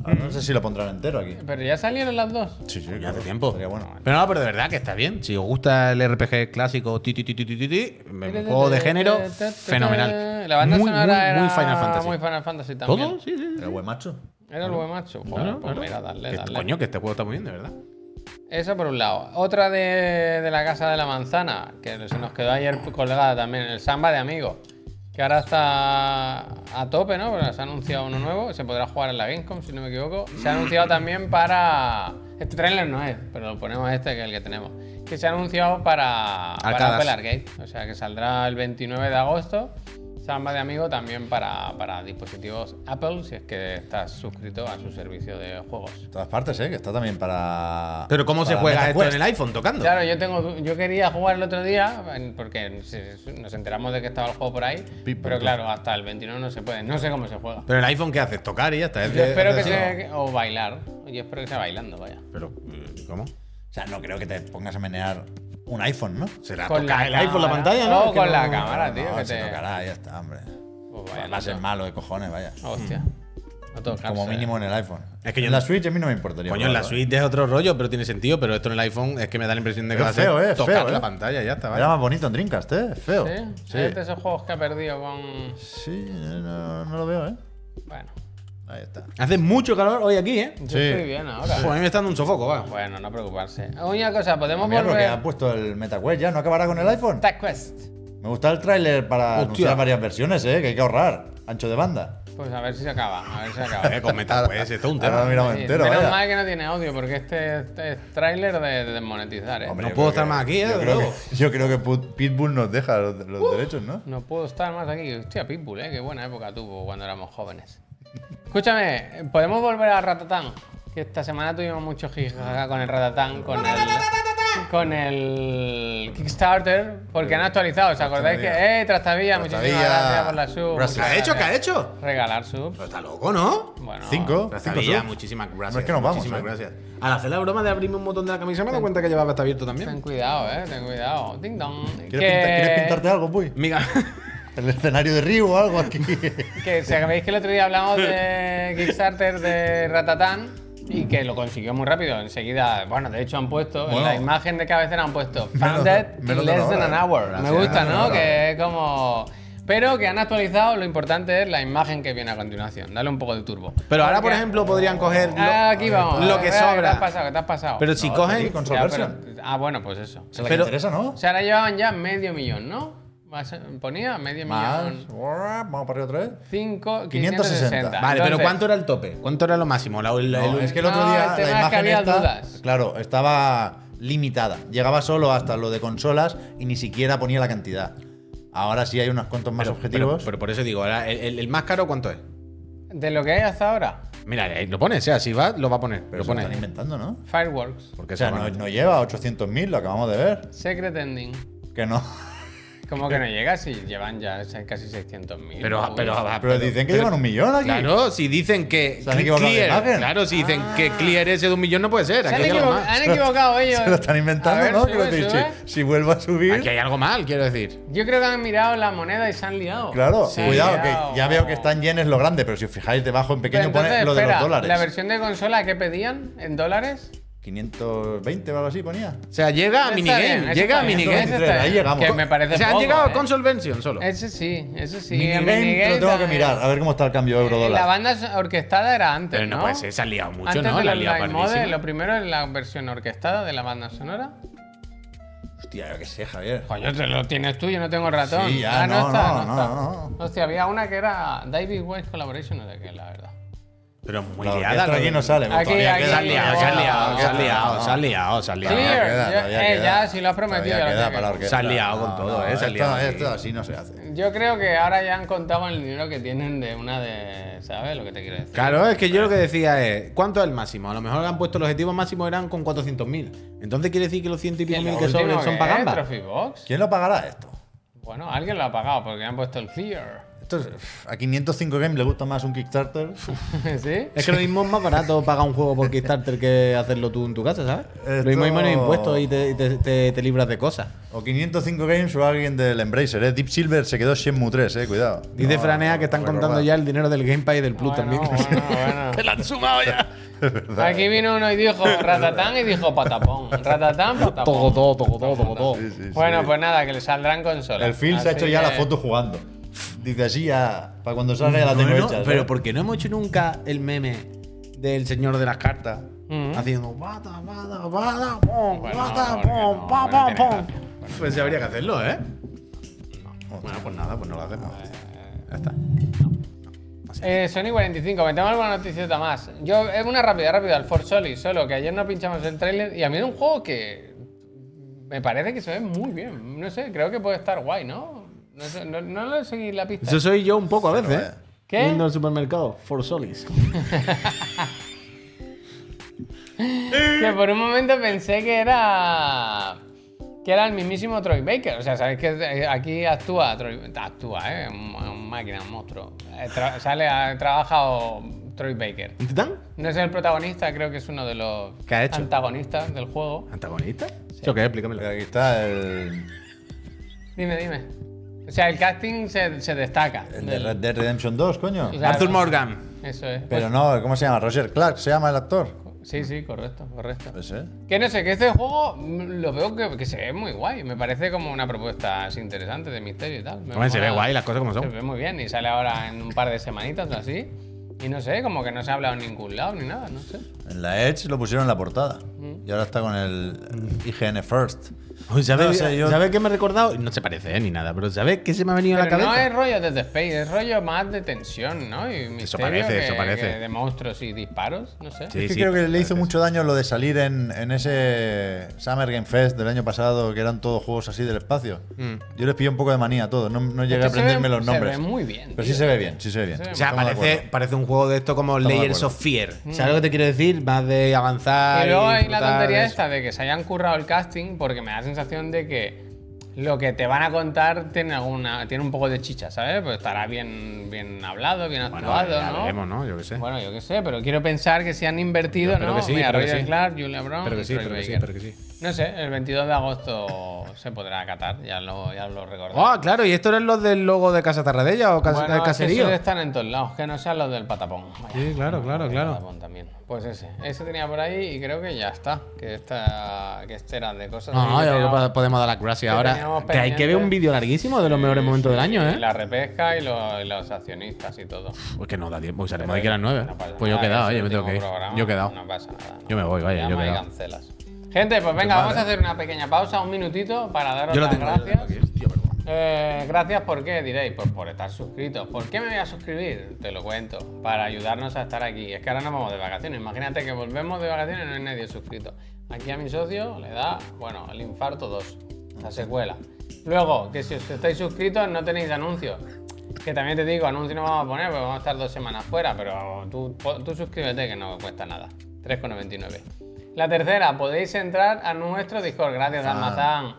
Speaker 3: Ahora no sé si lo pondrán entero aquí.
Speaker 1: Pero ya salieron las dos.
Speaker 3: Sí, sí,
Speaker 2: Ya hace
Speaker 3: claro.
Speaker 2: tiempo.
Speaker 3: Sería bueno.
Speaker 2: Pero no, pero de verdad que está bien. Si os gusta el RPG clásico, ti, ti, ti, ti, ti, ti, ti, un juego de género, fenomenal.
Speaker 1: La banda
Speaker 2: Muy,
Speaker 1: sonora
Speaker 2: muy,
Speaker 1: era
Speaker 2: muy Final Fantasy.
Speaker 1: Muy Final Fantasy también.
Speaker 2: ¿Todo? Sí, sí, sí.
Speaker 3: Era buen macho.
Speaker 1: Era el buen macho. Joder,
Speaker 2: Claro,
Speaker 1: pues
Speaker 2: claro.
Speaker 1: mira, dale,
Speaker 2: Que-
Speaker 1: dale.
Speaker 2: Coño, que este juego está muy bien, de verdad.
Speaker 1: Eso por un lado. Otra de, de la Casa de la Manzana, que se nos quedó ayer colgada también, el Samba de Amigos. Que ahora está a tope, ¿no? Porque se ha anunciado uno nuevo, se podrá jugar en la Gamescom, si no me equivoco. Se ha anunciado también para. Este trailer no es, pero lo ponemos este que es el que tenemos. Que se ha anunciado para, para
Speaker 2: Arcadas.
Speaker 1: Apple Arcade. O sea, que saldrá el 29 de agosto. Samba de Amigo también para, para dispositivos Apple, si es que estás suscrito a su servicio de juegos.
Speaker 3: En todas partes, ¿eh? Que está también para.
Speaker 2: Pero ¿cómo se
Speaker 3: Ah, para
Speaker 2: juega esto
Speaker 3: MetaQuest.
Speaker 2: en el iPhone tocando?
Speaker 1: Claro, yo tengo, du- yo quería jugar el otro día en- porque se- nos enteramos de que estaba el juego por ahí,
Speaker 3: Pipo,
Speaker 1: pero
Speaker 3: tú.
Speaker 1: claro, hasta el 29 no se puede. No sé cómo se juega.
Speaker 2: Pero el iPhone, ¿qué haces? Tocar y ya
Speaker 3: Eh,
Speaker 2: está. Es
Speaker 1: Yo
Speaker 2: de-
Speaker 1: espero
Speaker 2: es
Speaker 1: que
Speaker 2: de-
Speaker 1: sea que- o bailar. Yo espero que sea bailando, vaya.
Speaker 2: Pero, eh, ¿cómo?
Speaker 3: O sea, no creo que te pongas a menear un iPhone, ¿no?
Speaker 2: Será
Speaker 1: Con
Speaker 2: tocar
Speaker 1: la
Speaker 2: el iPhone, la
Speaker 1: cámara.
Speaker 2: pantalla, ¿no?
Speaker 1: O
Speaker 2: Es que
Speaker 1: con
Speaker 2: no-
Speaker 1: la cámara, tío.
Speaker 3: no,
Speaker 1: que
Speaker 3: se
Speaker 1: te-
Speaker 3: tocará, ya está, hombre.
Speaker 1: Pues vaya,
Speaker 3: Va a ser
Speaker 1: no.
Speaker 3: malo de cojones, vaya.
Speaker 1: Hostia. No tocarse.
Speaker 3: Mm. Como mínimo en el iPhone.
Speaker 2: Es que yo
Speaker 3: en la Switch a mí no me importaría.
Speaker 2: Coño, en la
Speaker 3: probarlo, ¿eh?
Speaker 2: suite es otro rollo, pero tiene sentido. Pero esto en el iPhone es que me da la impresión de que
Speaker 3: Pero
Speaker 2: va a
Speaker 3: es
Speaker 2: ser
Speaker 3: feo, eh, es
Speaker 2: tocar
Speaker 3: feo,
Speaker 2: la
Speaker 3: eh.
Speaker 2: pantalla y ya está.
Speaker 3: Era
Speaker 2: Vaya.
Speaker 3: más bonito en Dreamcast, ¿eh? Es feo.
Speaker 1: ¿Sí?
Speaker 3: Sí,
Speaker 1: Es de esos juegos que ha perdido con.
Speaker 3: Sí, no, no lo veo, ¿eh?
Speaker 1: Bueno.
Speaker 3: Ahí está.
Speaker 2: Hace mucho calor hoy aquí, ¿eh?
Speaker 1: Yo
Speaker 3: Sí.
Speaker 1: estoy bien ahora.
Speaker 2: Pues a mí me está dando un sofoco, va.
Speaker 1: Bueno, no preocuparse. Una cosa, podemos
Speaker 3: Mira lo que
Speaker 1: volver.
Speaker 3: han puesto el MetaQuest ya, ¿no acabará con el iPhone?
Speaker 1: Tag Quest.
Speaker 3: Me gusta el tráiler para
Speaker 2: Hostia.
Speaker 3: anunciar varias versiones, ¿eh? Que hay que ahorrar. Ancho de banda.
Speaker 1: Pues a ver si se acaba. A ver si se acaba.
Speaker 2: Eh, con metal, pues, esto es un
Speaker 3: Ahora lo
Speaker 2: tema.
Speaker 3: miramos
Speaker 1: Sí,
Speaker 3: entero,
Speaker 1: menos
Speaker 3: vaya.
Speaker 1: mal que no tiene audio, porque este, este es tráiler de, de desmonetizar, ¿eh?
Speaker 3: Hombre,
Speaker 2: No
Speaker 3: yo
Speaker 2: puedo estar
Speaker 3: creo que-
Speaker 2: más aquí, ¿eh?
Speaker 3: Yo
Speaker 2: De
Speaker 3: creo,
Speaker 2: luego.
Speaker 3: que, yo creo que Put- Pitbull nos deja los, los derechos, ¿no?
Speaker 1: No puedo estar más aquí. Hostia, Pitbull, ¿eh? Qué buena época tuvo cuando éramos jóvenes. Escúchame, ¿podemos volver a Ratatán? Que esta semana tuvimos mucho jijaja con el Ratatán, con el... Con el Kickstarter, porque han actualizado. ¿Os acordáis que,
Speaker 3: Trastavilla.
Speaker 1: eh, Trastavilla, muchísimas
Speaker 3: Trastavilla.
Speaker 1: gracias por la sub.
Speaker 3: Gracias.
Speaker 2: ¿Qué
Speaker 1: muchas
Speaker 2: ha hecho? ¿Qué ha
Speaker 1: gracias.
Speaker 2: hecho?
Speaker 1: Regalar subs.
Speaker 2: Pero está loco, ¿no?
Speaker 1: Bueno,
Speaker 3: Cinco. cinco
Speaker 2: Maravilla,
Speaker 3: subs.
Speaker 2: muchísimas gracias.
Speaker 3: No es que nos vamos,
Speaker 2: Muchísimas
Speaker 3: eh.
Speaker 2: gracias. Al hacer la broma de abrirme un botón de la camisa, me he dado cuenta que llevaba hasta abierto
Speaker 1: Ten
Speaker 2: también.
Speaker 1: cuidado, eh, ten cuidado. Ding dong.
Speaker 3: ¿Quieres,
Speaker 1: Que-
Speaker 3: pintar- quieres pintarte algo, Puy?
Speaker 2: Mira.
Speaker 3: El escenario de Río o algo aquí.
Speaker 1: Que sabéis que el otro día hablamos de Kickstarter de Ratatán y que lo consiguió muy rápido. Enseguida, bueno, de hecho han puesto, en
Speaker 3: Bueno.
Speaker 1: la imagen de cabecera han puesto
Speaker 3: Menos-
Speaker 1: Founded in
Speaker 3: menos de
Speaker 1: less
Speaker 3: una
Speaker 1: than an
Speaker 3: hora.
Speaker 1: hour. Me
Speaker 3: Gracias.
Speaker 1: gusta,
Speaker 3: Menos de
Speaker 1: ¿no?
Speaker 3: una hora.
Speaker 1: Que es como. Pero que han actualizado, lo importante es la imagen que viene a continuación. Dale un poco de turbo.
Speaker 2: Pero ahora, por
Speaker 1: Porque-
Speaker 2: ejemplo, podrían coger. lo-
Speaker 1: Ah, aquí vamos.
Speaker 2: lo
Speaker 1: Espera,
Speaker 2: que
Speaker 1: ¿Qué te has
Speaker 2: sobra.
Speaker 1: pasado? ¿Qué te has pasado?
Speaker 2: Pero si
Speaker 3: No,
Speaker 2: cogen.
Speaker 3: sí, con- console
Speaker 1: Ya,
Speaker 3: version.
Speaker 1: pero- ah, bueno, pues eso.
Speaker 3: Se la que
Speaker 2: Pero-
Speaker 3: interesa, ¿no?
Speaker 1: O sea, ahora llevaban ya medio millón, ¿no? Más- Ponía medio
Speaker 3: Más.
Speaker 1: millón.
Speaker 3: Vamos para arriba otra vez.
Speaker 1: 5,
Speaker 3: 560.
Speaker 1: 560.
Speaker 2: Vale, pero
Speaker 1: Entonces-
Speaker 2: ¿cuánto era el tope? ¿Cuánto era lo máximo? La- el-
Speaker 3: No,
Speaker 2: el-
Speaker 3: es que el otro
Speaker 1: No, el tema
Speaker 3: día
Speaker 1: es
Speaker 3: la
Speaker 1: que
Speaker 3: imagen
Speaker 1: había
Speaker 3: esta,
Speaker 1: dudas.
Speaker 3: claro, estaba limitada. Llegaba solo hasta lo de consolas y ni siquiera ponía la cantidad. Ahora sí hay unos cuantos más
Speaker 2: pero,
Speaker 3: objetivos.
Speaker 2: pero por eso digo, ahora, el, el- el más caro, ¿cuánto es?
Speaker 1: De lo que hay hasta ahora,
Speaker 2: Mira, ahí lo pone, o sea, si va, lo va a poner.
Speaker 3: Pero
Speaker 2: lo
Speaker 3: se lo están
Speaker 2: pone.
Speaker 3: inventando, ¿no?
Speaker 1: Fireworks,
Speaker 2: Porque
Speaker 3: O sea,
Speaker 2: se
Speaker 3: no,
Speaker 2: pone.
Speaker 3: no lleva 800.000, lo acabamos de ver.
Speaker 1: Secret Ending.
Speaker 3: Que no.
Speaker 2: Ah,
Speaker 1: Como que no llega si llevan ya se- casi 600.000.
Speaker 2: Pero,
Speaker 1: Uy.
Speaker 2: pero,
Speaker 3: Pero, dicen que
Speaker 2: pero-
Speaker 3: llevan un millón aquí.
Speaker 2: Claro, si dicen que
Speaker 3: Se han equivocado de
Speaker 2: clear,
Speaker 3: imagen. Ah.
Speaker 2: claro, si dicen que clear ese de un millón no puede ser.
Speaker 1: se han,
Speaker 2: Aquí hay algo
Speaker 1: equivo-
Speaker 2: más.
Speaker 1: han equivocado ellos.
Speaker 3: Se lo están
Speaker 1: A
Speaker 3: inventando,
Speaker 1: ver,
Speaker 3: ¿no?
Speaker 1: sube,
Speaker 3: Quiero decir,
Speaker 1: sube.
Speaker 3: si, si vuelvo a subir.
Speaker 2: Aquí hay algo mal, quiero decir.
Speaker 1: Yo creo que han mirado la moneda y se han liado.
Speaker 3: Claro,
Speaker 1: Se han
Speaker 3: cuidado,
Speaker 1: liado.
Speaker 3: que ya veo que están yenes lo grande, pero si os fijáis debajo en
Speaker 1: Pero
Speaker 3: pequeño
Speaker 1: entonces,
Speaker 3: pone lo de
Speaker 1: espera,
Speaker 3: los dólares.
Speaker 1: La versión de consola que pedían en dólares
Speaker 3: 520 o algo así ponía.
Speaker 2: O sea, llega a
Speaker 1: Está
Speaker 2: minigame.
Speaker 1: bien, eso
Speaker 2: llega a
Speaker 1: está bien,
Speaker 2: minigame.
Speaker 1: eso está
Speaker 3: Ahí
Speaker 1: bien,
Speaker 3: llegamos.
Speaker 1: Que me parece
Speaker 2: O sea, han
Speaker 1: poco,
Speaker 2: llegado a
Speaker 1: eh.
Speaker 2: console version solo.
Speaker 1: Ese sí, eso sí. a
Speaker 3: Minigame, te lo tengo que
Speaker 1: también.
Speaker 3: mirar, a ver cómo está el cambio
Speaker 1: Eh, La
Speaker 3: euro-dólar.
Speaker 1: banda so- orquestada era antes,
Speaker 2: Pero no,
Speaker 1: ¿no?
Speaker 2: puede ser, se ha liado mucho,
Speaker 1: Antes
Speaker 2: ¿no?
Speaker 1: del
Speaker 2: La ha liado
Speaker 1: online mode,
Speaker 2: pardísima.
Speaker 1: lo primero es la versión orquestada de la banda sonora.
Speaker 3: Hostia, yo qué sé, Javier.
Speaker 1: Coño, te lo tienes tú, yo no tengo el ratón.
Speaker 3: Sí, ya,
Speaker 1: ah, no,
Speaker 3: no,
Speaker 1: está,
Speaker 3: no,
Speaker 1: no, está.
Speaker 3: no,
Speaker 1: Hostia, había una que era David White Collaboration, no sé qué, la verdad.
Speaker 2: Pero muy liada.
Speaker 3: La orquesta de aquí
Speaker 2: coño.
Speaker 3: no sale.
Speaker 1: Aquí,
Speaker 3: todavía
Speaker 1: aquí,
Speaker 2: Se
Speaker 3: queda,
Speaker 2: ha liado, se ha liado, se ha liado, se ha liado, se ha liado.
Speaker 1: Clear.
Speaker 3: queda,
Speaker 1: Ya,
Speaker 3: todavía
Speaker 1: eh,
Speaker 3: queda.
Speaker 1: ya, si lo has prometido,
Speaker 3: Todavía
Speaker 1: lo
Speaker 3: queda
Speaker 1: tienes
Speaker 3: para la
Speaker 1: que-
Speaker 3: orquesta.
Speaker 2: Se ha liado con todo, eh, se ha liado
Speaker 3: Esto,
Speaker 2: aquí.
Speaker 3: esto así no se hace.
Speaker 1: Yo creo que ahora ya han contado el dinero que tienen de una de. ¿Sabes lo que te quiero decir?
Speaker 2: Claro, es que yo lo que decía es, ¿cuánto es el máximo? A lo mejor han puesto el objetivo máximo eran con 400.000. Entonces quiere decir que los ciento y pico
Speaker 1: ¿Y
Speaker 2: mil
Speaker 1: lo
Speaker 2: que
Speaker 1: último
Speaker 2: sobren son
Speaker 1: qué
Speaker 2: para
Speaker 1: es?
Speaker 2: gamba.
Speaker 1: Trophy Box.
Speaker 3: ¿Quién lo pagará esto?
Speaker 1: Bueno, alguien lo ha pagado porque han puesto el clear.
Speaker 3: Esto es- uf, a 505 Game le gusta más un Kickstarter.
Speaker 1: ¿Sí?
Speaker 2: Es que lo mismo es más barato pagar un juego por Kickstarter que hacerlo tú en tu casa, ¿sabes? Lo mismo hay menos
Speaker 3: Esto-
Speaker 2: impuestos y te, y te- te- te libras de cosas.
Speaker 3: O 505 Games o alguien del Embracer, ¿eh? Deep Silver se quedó Shenmue 3, ¿eh? Cuidado.
Speaker 2: Dice
Speaker 3: No,
Speaker 2: Franea que están
Speaker 3: fue
Speaker 2: contando
Speaker 3: robado.
Speaker 2: ya el dinero del Game Pass y del Plus
Speaker 1: Bueno,
Speaker 2: también.
Speaker 1: bueno, bueno.
Speaker 2: Que la han sumado ya.
Speaker 1: Aquí vino uno y dijo ratatán y dijo patapón. Ratatán, patapón.
Speaker 2: Todo, todo, todo, todo, todo, todo.
Speaker 3: Sí, sí, sí.
Speaker 1: Bueno, pues nada, que le saldrán consolas.
Speaker 3: El Phil se ha
Speaker 1: Así
Speaker 3: hecho ya la
Speaker 1: que-
Speaker 3: foto jugando. Dice así ya, para cuando salga ya la tengo
Speaker 2: No, no,
Speaker 3: hecha. ¿sabes?
Speaker 2: pero porque no hemos hecho nunca el meme del señor de las cartas
Speaker 1: Ujú.
Speaker 2: haciendo bata, bata, bata, pom,
Speaker 1: Mm. Bueno,
Speaker 2: bata,
Speaker 1: porque
Speaker 2: pom,
Speaker 1: no,
Speaker 2: pa,
Speaker 1: no
Speaker 2: pam,
Speaker 1: tiene
Speaker 2: pom.
Speaker 1: gracia.
Speaker 2: Pues ya habría que hacerlo, ¿eh? Bueno, pues nada, pues no lo hacemos. Ya está.
Speaker 1: Eh, Sony 45, me tengo alguna noticieta más. Yo, es una rápida, rápida, al For Soli, solo que ayer no pinchamos el tráiler y a mí es un juego que me parece que se ve muy bien. No sé, creo que puede estar guay, ¿no? No, sé, no, no le seguí la pista.
Speaker 2: Eso soy yo un poco a veces,
Speaker 3: no,
Speaker 2: ¿eh?
Speaker 3: eh.
Speaker 1: ¿Qué?
Speaker 2: Yendo al supermercado, for solis.
Speaker 1: Que por un momento pensé que era. Que era el mismísimo Troy Baker. O sea, sabéis que eh, aquí actúa Troy. Actúa, ¿eh? Un, un máquina, un monstruo. Eh, tra- sale, ha trabajado Troy Baker.
Speaker 2: ¿Un titán?
Speaker 1: No es el protagonista, creo que es uno de los
Speaker 2: ¿Qué ha hecho?
Speaker 1: antagonistas del juego.
Speaker 2: ¿Antagonista? Eh, ¿Eso qué? Explícamelo.
Speaker 3: Pero aquí está el,
Speaker 1: Dime, dime. O sea, el casting se, se destaca.
Speaker 3: el de
Speaker 1: del-
Speaker 3: Red Dead Redemption 2, coño.
Speaker 1: Claro.
Speaker 2: Arthur Morgan.
Speaker 1: Eso es. Pues,
Speaker 3: Pero no, ¿cómo se llama? Roger Clark, ¿se llama el actor?
Speaker 1: Sí, sí, correcto, correcto.
Speaker 3: Pues, ¿eh?
Speaker 1: Que no sé, que este juego mm, lo veo que, que se ve muy guay. Me parece como una propuesta así interesante de misterio y tal. Me
Speaker 2: Hombre, se
Speaker 1: mola.
Speaker 2: ve guay las cosas como
Speaker 1: Se
Speaker 2: son.
Speaker 1: ve muy bien y sale ahora en un par de semanitas o así. Y no sé, como que no se ha hablado en ningún lado ni nada, no sé.
Speaker 3: En la Edge lo pusieron en la portada.
Speaker 2: Mm.
Speaker 3: Y ahora está con el IGN First.
Speaker 2: Uy, ¿Sabes
Speaker 3: No sé, yo-
Speaker 2: ¿sabes qué me he recordado? No se parece eh, ni nada, pero ¿sabes qué se me ha venido a la
Speaker 1: Pero no
Speaker 2: cabeza?
Speaker 1: es rollo de The Space, es rollo más de tensión, ¿no? Y misterio
Speaker 2: parece, eso
Speaker 1: que-
Speaker 2: parece.
Speaker 1: que de monstruos y disparos, no sé.
Speaker 2: Sí,
Speaker 3: es que
Speaker 2: sí,
Speaker 3: creo que le
Speaker 2: claro
Speaker 3: hizo
Speaker 2: que
Speaker 3: mucho daño lo de salir en, en ese Summer Game Fest del año pasado, que eran todos juegos así del espacio.
Speaker 2: Mm.
Speaker 3: Yo les pillé un poco de manía a todos, no, no llegué
Speaker 1: Es
Speaker 3: a
Speaker 1: que se
Speaker 3: aprenderme
Speaker 1: ve-
Speaker 3: los
Speaker 1: se
Speaker 3: nombres.
Speaker 1: ve muy bien,
Speaker 3: Pero
Speaker 1: tío.
Speaker 3: sí se ve bien, sí se ve bien.
Speaker 1: Se ve
Speaker 2: O sea,
Speaker 3: Estamos de
Speaker 2: parece,
Speaker 3: acuerdo.
Speaker 2: parece un juego de esto como
Speaker 3: de
Speaker 2: Layers
Speaker 3: acuerdo.
Speaker 2: of Fear. Mm. ¿Sabes lo que te quiero decir? Más de avanzar.
Speaker 1: Y luego hay la
Speaker 2: disfrutar
Speaker 1: tontería
Speaker 2: de eso.
Speaker 1: esta de que se hayan currado el casting porque me da la sensación de que lo que te van a contar tiene alguna tiene un poco de chicha, ¿sabes? Pues estará bien bien hablado, bien
Speaker 2: Bueno,
Speaker 1: actuado,
Speaker 2: ya
Speaker 1: ¿no?
Speaker 2: veremos, ¿no? Yo qué sé.
Speaker 1: Bueno, yo qué sé, pero quiero pensar que se han invertido,
Speaker 2: Yo espero
Speaker 1: ¿no?
Speaker 2: que sí,
Speaker 1: Mira,
Speaker 2: espero que
Speaker 1: Roger
Speaker 2: sí.
Speaker 1: Clark, Julia Brown
Speaker 2: Espero que
Speaker 1: y
Speaker 2: sí,
Speaker 1: Troy
Speaker 2: espero que sí,
Speaker 1: Baker.
Speaker 2: espero que sí.
Speaker 1: No sé, el 22 de agosto se podrá acatar, ya lo, ya lo recordamos.
Speaker 2: Ah, claro, ¿y esto eran los del logo de Casa Tarradella o Casa
Speaker 1: Bueno, es que
Speaker 2: Caserío?
Speaker 1: esos están en todos lados, que no sean los del patapón. Vaya.
Speaker 2: Sí, claro, claro, Ah, claro.
Speaker 1: Patapón también. Pues ese. Ese tenía por ahí y creo que ya está. Que, esta, que este era de cosas.
Speaker 2: No,
Speaker 1: así que
Speaker 2: yo creo que
Speaker 1: tenía-
Speaker 2: po- podemos dar las gracias
Speaker 1: que
Speaker 2: ahora.
Speaker 1: teníamos
Speaker 2: Que hay que ver un
Speaker 1: pendientes.
Speaker 2: vídeo larguísimo de los mejores momentos del año,
Speaker 1: y
Speaker 2: ¿eh?
Speaker 1: La repesca y, lo- y los accionistas y todo.
Speaker 2: Pues que no da tiempo, salimos
Speaker 1: Pero
Speaker 2: de aquí a las 9.
Speaker 1: no pasa
Speaker 2: Pues yo he
Speaker 1: nada,
Speaker 2: quedado,
Speaker 1: es
Speaker 2: eh,
Speaker 1: el
Speaker 2: yo me tengo
Speaker 1: último
Speaker 2: que ir.
Speaker 1: programa,
Speaker 2: Yo he quedado.
Speaker 1: No pasa nada.
Speaker 2: Yo me voy, vaya, yo he
Speaker 1: Llama y
Speaker 2: quedado.
Speaker 1: cancelas. Gente, pues venga, vamos a hacer una pequeña pausa, un minutito, para daros
Speaker 2: Yo lo
Speaker 1: las
Speaker 2: tengo, yo lo tengo
Speaker 1: gracias.
Speaker 2: aquí. Hostia, perdón.
Speaker 1: Eh, gracias, ¿por qué? Diréis, pues por estar suscritos. ¿Por qué me voy a suscribir? Te lo cuento, para ayudarnos a estar aquí. Es que ahora nos vamos de vacaciones. Imagínate que volvemos de vacaciones y no hay nadie suscrito. Aquí a mi socio le da, bueno, el infarto 2, la secuela. Luego, que si os estáis suscritos no tenéis anuncios. Que también te digo, anuncios no vamos a poner, porque vamos a estar dos semanas fuera, pero tú, tú suscríbete que no cuesta nada. 3,99. La tercera, podéis entrar a nuestro Discord. Gracias, Almazán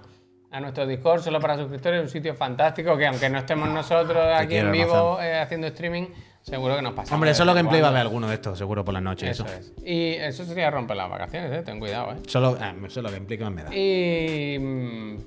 Speaker 1: a nuestro Discord solo para suscriptores, un sitio fantástico que aunque no estemos nosotros aquí
Speaker 2: quiero,
Speaker 1: en vivo eh, haciendo streaming, seguro que nos pasamos.
Speaker 2: Hombre,
Speaker 1: de
Speaker 2: solo
Speaker 1: vez en
Speaker 2: gameplay va a haber
Speaker 1: cuando.
Speaker 2: alguno de estos, seguro por la noche. Eso.
Speaker 1: Eso es. Y eso sería romper las vacaciones, eh, ten cuidado, eh.
Speaker 2: Solo, ah, solo gameplay que más me da.
Speaker 1: Y mm,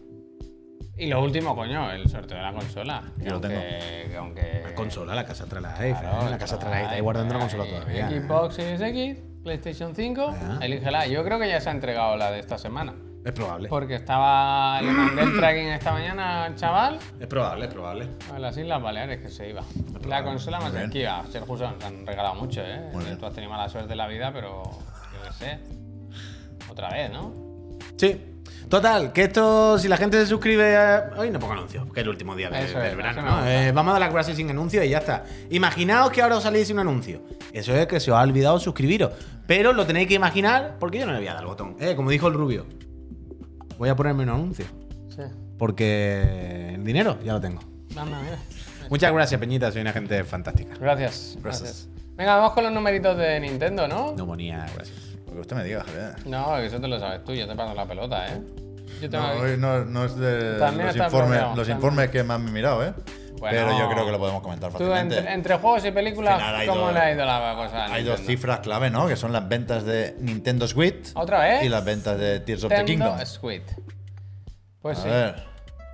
Speaker 1: y lo último, coño, el sorteo de la consola. que
Speaker 3: Yo lo
Speaker 1: aunque,
Speaker 3: tengo.
Speaker 1: que aunque
Speaker 2: La consola, la casa tras la F, ¿eh?
Speaker 1: Claro,
Speaker 2: la casa
Speaker 1: chaval,
Speaker 2: tras la F, ahí guardando la consola todavía.
Speaker 1: Xbox Series X, PlayStation 5,
Speaker 2: Ah.
Speaker 1: elígela. Yo creo que ya se ha entregado la de esta semana.
Speaker 2: Es probable.
Speaker 1: Porque estaba. Le mandé el tracking esta mañana al chaval
Speaker 2: Es probable, es probable.
Speaker 1: a las Islas Baleares que se iba. La consola más esquiva. Sergio, se han regalado mucho, ¿eh?
Speaker 3: Muy bien.
Speaker 1: Tú has tenido mala suerte en la vida, pero. Yo qué sé. Otra vez, ¿no?
Speaker 2: Sí. Total, que esto, si la gente se suscribe. a- Hoy no pongo anuncios, que es el último día de-
Speaker 1: Eso
Speaker 2: del
Speaker 1: es,
Speaker 2: verano,
Speaker 1: eso me
Speaker 2: ¿no?
Speaker 1: gusta.
Speaker 2: Eh, vamos a dar las gracias sin anuncios y ya está. Imaginaos que ahora os saliese un anuncio. Eso es que se os ha olvidado suscribiros. Pero lo tenéis que imaginar porque yo no le voy a dar al botón. Eh, como dijo el rubio. Voy a ponerme un anuncio.
Speaker 1: Sí.
Speaker 2: Porque el dinero ya lo tengo.
Speaker 1: Anda, mira.
Speaker 2: Muchas gracias, Peñita. Soy una gente fantástica.
Speaker 1: Gracias.
Speaker 3: Gracias.
Speaker 1: Gracias. Venga, vamos con los numeritos de Nintendo, ¿no?
Speaker 2: No ponía gracias.
Speaker 3: Lo que usted me diga, Javier.
Speaker 1: No, eso te lo sabes tú, yo te paso la pelota, ¿eh? Yo tengo
Speaker 3: No,
Speaker 1: aquí-
Speaker 3: hoy no, no es de
Speaker 1: También
Speaker 3: los,
Speaker 1: está
Speaker 3: informes,
Speaker 1: bloqueado,
Speaker 3: los
Speaker 1: también.
Speaker 3: informes que más me he mirado, ¿eh?
Speaker 1: Bueno.
Speaker 3: Pero yo creo que lo podemos comentar
Speaker 1: Tú,
Speaker 3: fácilmente.
Speaker 1: entre, entre juegos y
Speaker 3: Al final
Speaker 1: películas,
Speaker 3: hay
Speaker 1: ¿cómo
Speaker 3: dos-
Speaker 1: le ha ido la cosa? a
Speaker 3: Hay dos
Speaker 1: Nintendo?
Speaker 3: cifras clave, ¿no? Que son las ventas de Nintendo Switch
Speaker 1: ¿Otra vez?
Speaker 3: y las ventas de Tears of the
Speaker 1: Nintendo
Speaker 3: Kingdom.
Speaker 1: Squid. Pues
Speaker 3: A
Speaker 1: sí.
Speaker 3: ver,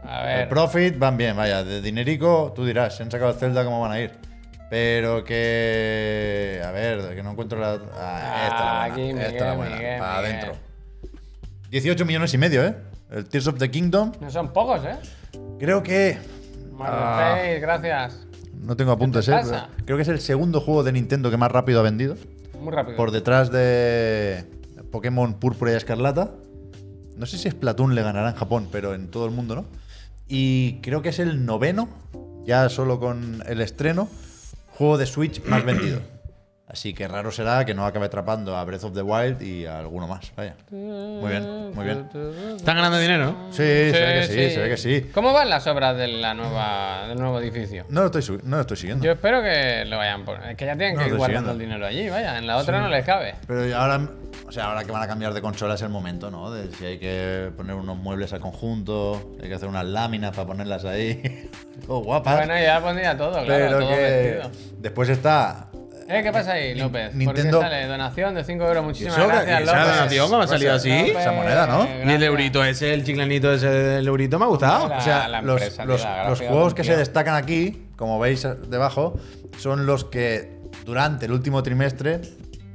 Speaker 1: a
Speaker 3: el
Speaker 1: ver.
Speaker 3: profit van bien, vaya, de dinerico, tú dirás, se han sacado el Zelda, ¿cómo van a ir? Pero que... A ver, que no encuentro la... Ah, esta es la
Speaker 1: Ah,
Speaker 3: buena,
Speaker 1: aquí,
Speaker 3: esta es la
Speaker 1: Miguel,
Speaker 3: buena,
Speaker 1: Miguel,
Speaker 3: para
Speaker 1: Miguel.
Speaker 3: adentro. 18 millones y medio, ¿eh? El Tears of the Kingdom.
Speaker 1: No son pocos, ¿eh?
Speaker 3: Creo que...
Speaker 1: Mario
Speaker 3: Ah.
Speaker 1: Face, gracias.
Speaker 3: No tengo apuntes,
Speaker 1: ¿Qué
Speaker 3: ¿eh?
Speaker 1: te pasa?
Speaker 3: pero Creo que es el segundo juego de Nintendo que más rápido ha vendido.
Speaker 1: Muy rápido.
Speaker 3: Por detrás de Pokémon Púrpura y Escarlata. No sé si Splatoon le ganará en Japón, pero en todo el mundo, ¿no? Y creo que es el noveno, ya solo con el estreno, juego de Switch más vendido. Así que raro será que no acabe atrapando a Breath of the Wild y a alguno más. Vaya. Muy bien, muy bien.
Speaker 2: Están ganando dinero, ¿no?
Speaker 3: Sí, se ve que sí, se ve que sí.
Speaker 1: ¿Cómo van las obras de la nueva, del nuevo edificio?
Speaker 3: No lo estoy, su- no lo estoy siguiendo.
Speaker 1: Yo espero que lo vayan por. Es que ya tienen
Speaker 3: No,
Speaker 1: que ir
Speaker 3: estoy
Speaker 1: guardando el dinero
Speaker 3: siguiendo.
Speaker 1: allí, vaya. En la otra no les cabe.
Speaker 3: Pero ya ahora, o sea, ahora que van a cambiar de consola es el momento, ¿no? De si hay que poner unos muebles al conjunto, hay que hacer unas láminas para ponerlas ahí. Todo guapas.
Speaker 1: Bueno, ya pondría todo, claro,
Speaker 3: Ah. pero
Speaker 1: todo
Speaker 3: que
Speaker 1: vestido.
Speaker 3: después está.
Speaker 1: Eh, ¿qué pasa ahí, López?
Speaker 3: Nintendo-
Speaker 1: ¿Por qué sale donación de 5 euros? Muchísimas
Speaker 3: eso,
Speaker 1: gracias,
Speaker 3: que-
Speaker 2: ¿Esa
Speaker 1: López.
Speaker 2: donación cómo ha salido
Speaker 3: pues,
Speaker 2: así?
Speaker 1: López,
Speaker 3: Esa moneda, ¿no?
Speaker 1: gracias.
Speaker 2: Ni el eurito ese, el chiclanito ese del eurito me ha gustado.
Speaker 1: Hola.
Speaker 3: O sea,
Speaker 1: Ah, la
Speaker 3: los,
Speaker 1: empresa,
Speaker 3: los-
Speaker 1: tío, la
Speaker 3: los
Speaker 1: gráfica
Speaker 3: juegos que se
Speaker 1: contigo.
Speaker 3: destacan aquí, como veis debajo, son los que durante el último trimestre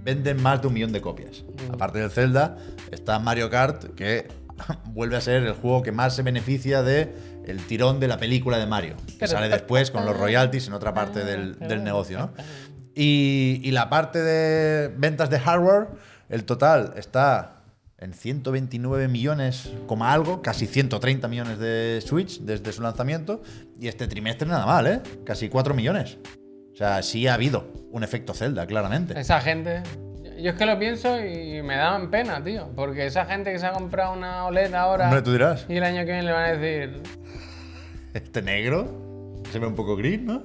Speaker 3: venden más de un millón de copias.
Speaker 1: Mm.
Speaker 3: Aparte del Zelda, está Mario Kart, que vuelve a ser el juego que más se beneficia de el tirón de la película de Mario, que
Speaker 1: Pero- Ah.
Speaker 3: sale después con los royalties en otra parte del, del negocio, ¿no? Y, y la parte de ventas de hardware, el total está en 129 millones, coma algo, casi 130 millones de Switch desde su lanzamiento. Y este trimestre nada mal, ¿eh? Casi 4 millones. O sea, sí ha habido un efecto Zelda, claramente.
Speaker 1: Esa gente. Yo es que lo pienso y me daban pena, tío. Porque esa gente que se ha comprado una OLED ahora.
Speaker 3: Hombre, tú dirás,
Speaker 1: Y el año que viene le van a decir.
Speaker 3: este negro se ve un poco gris, ¿no?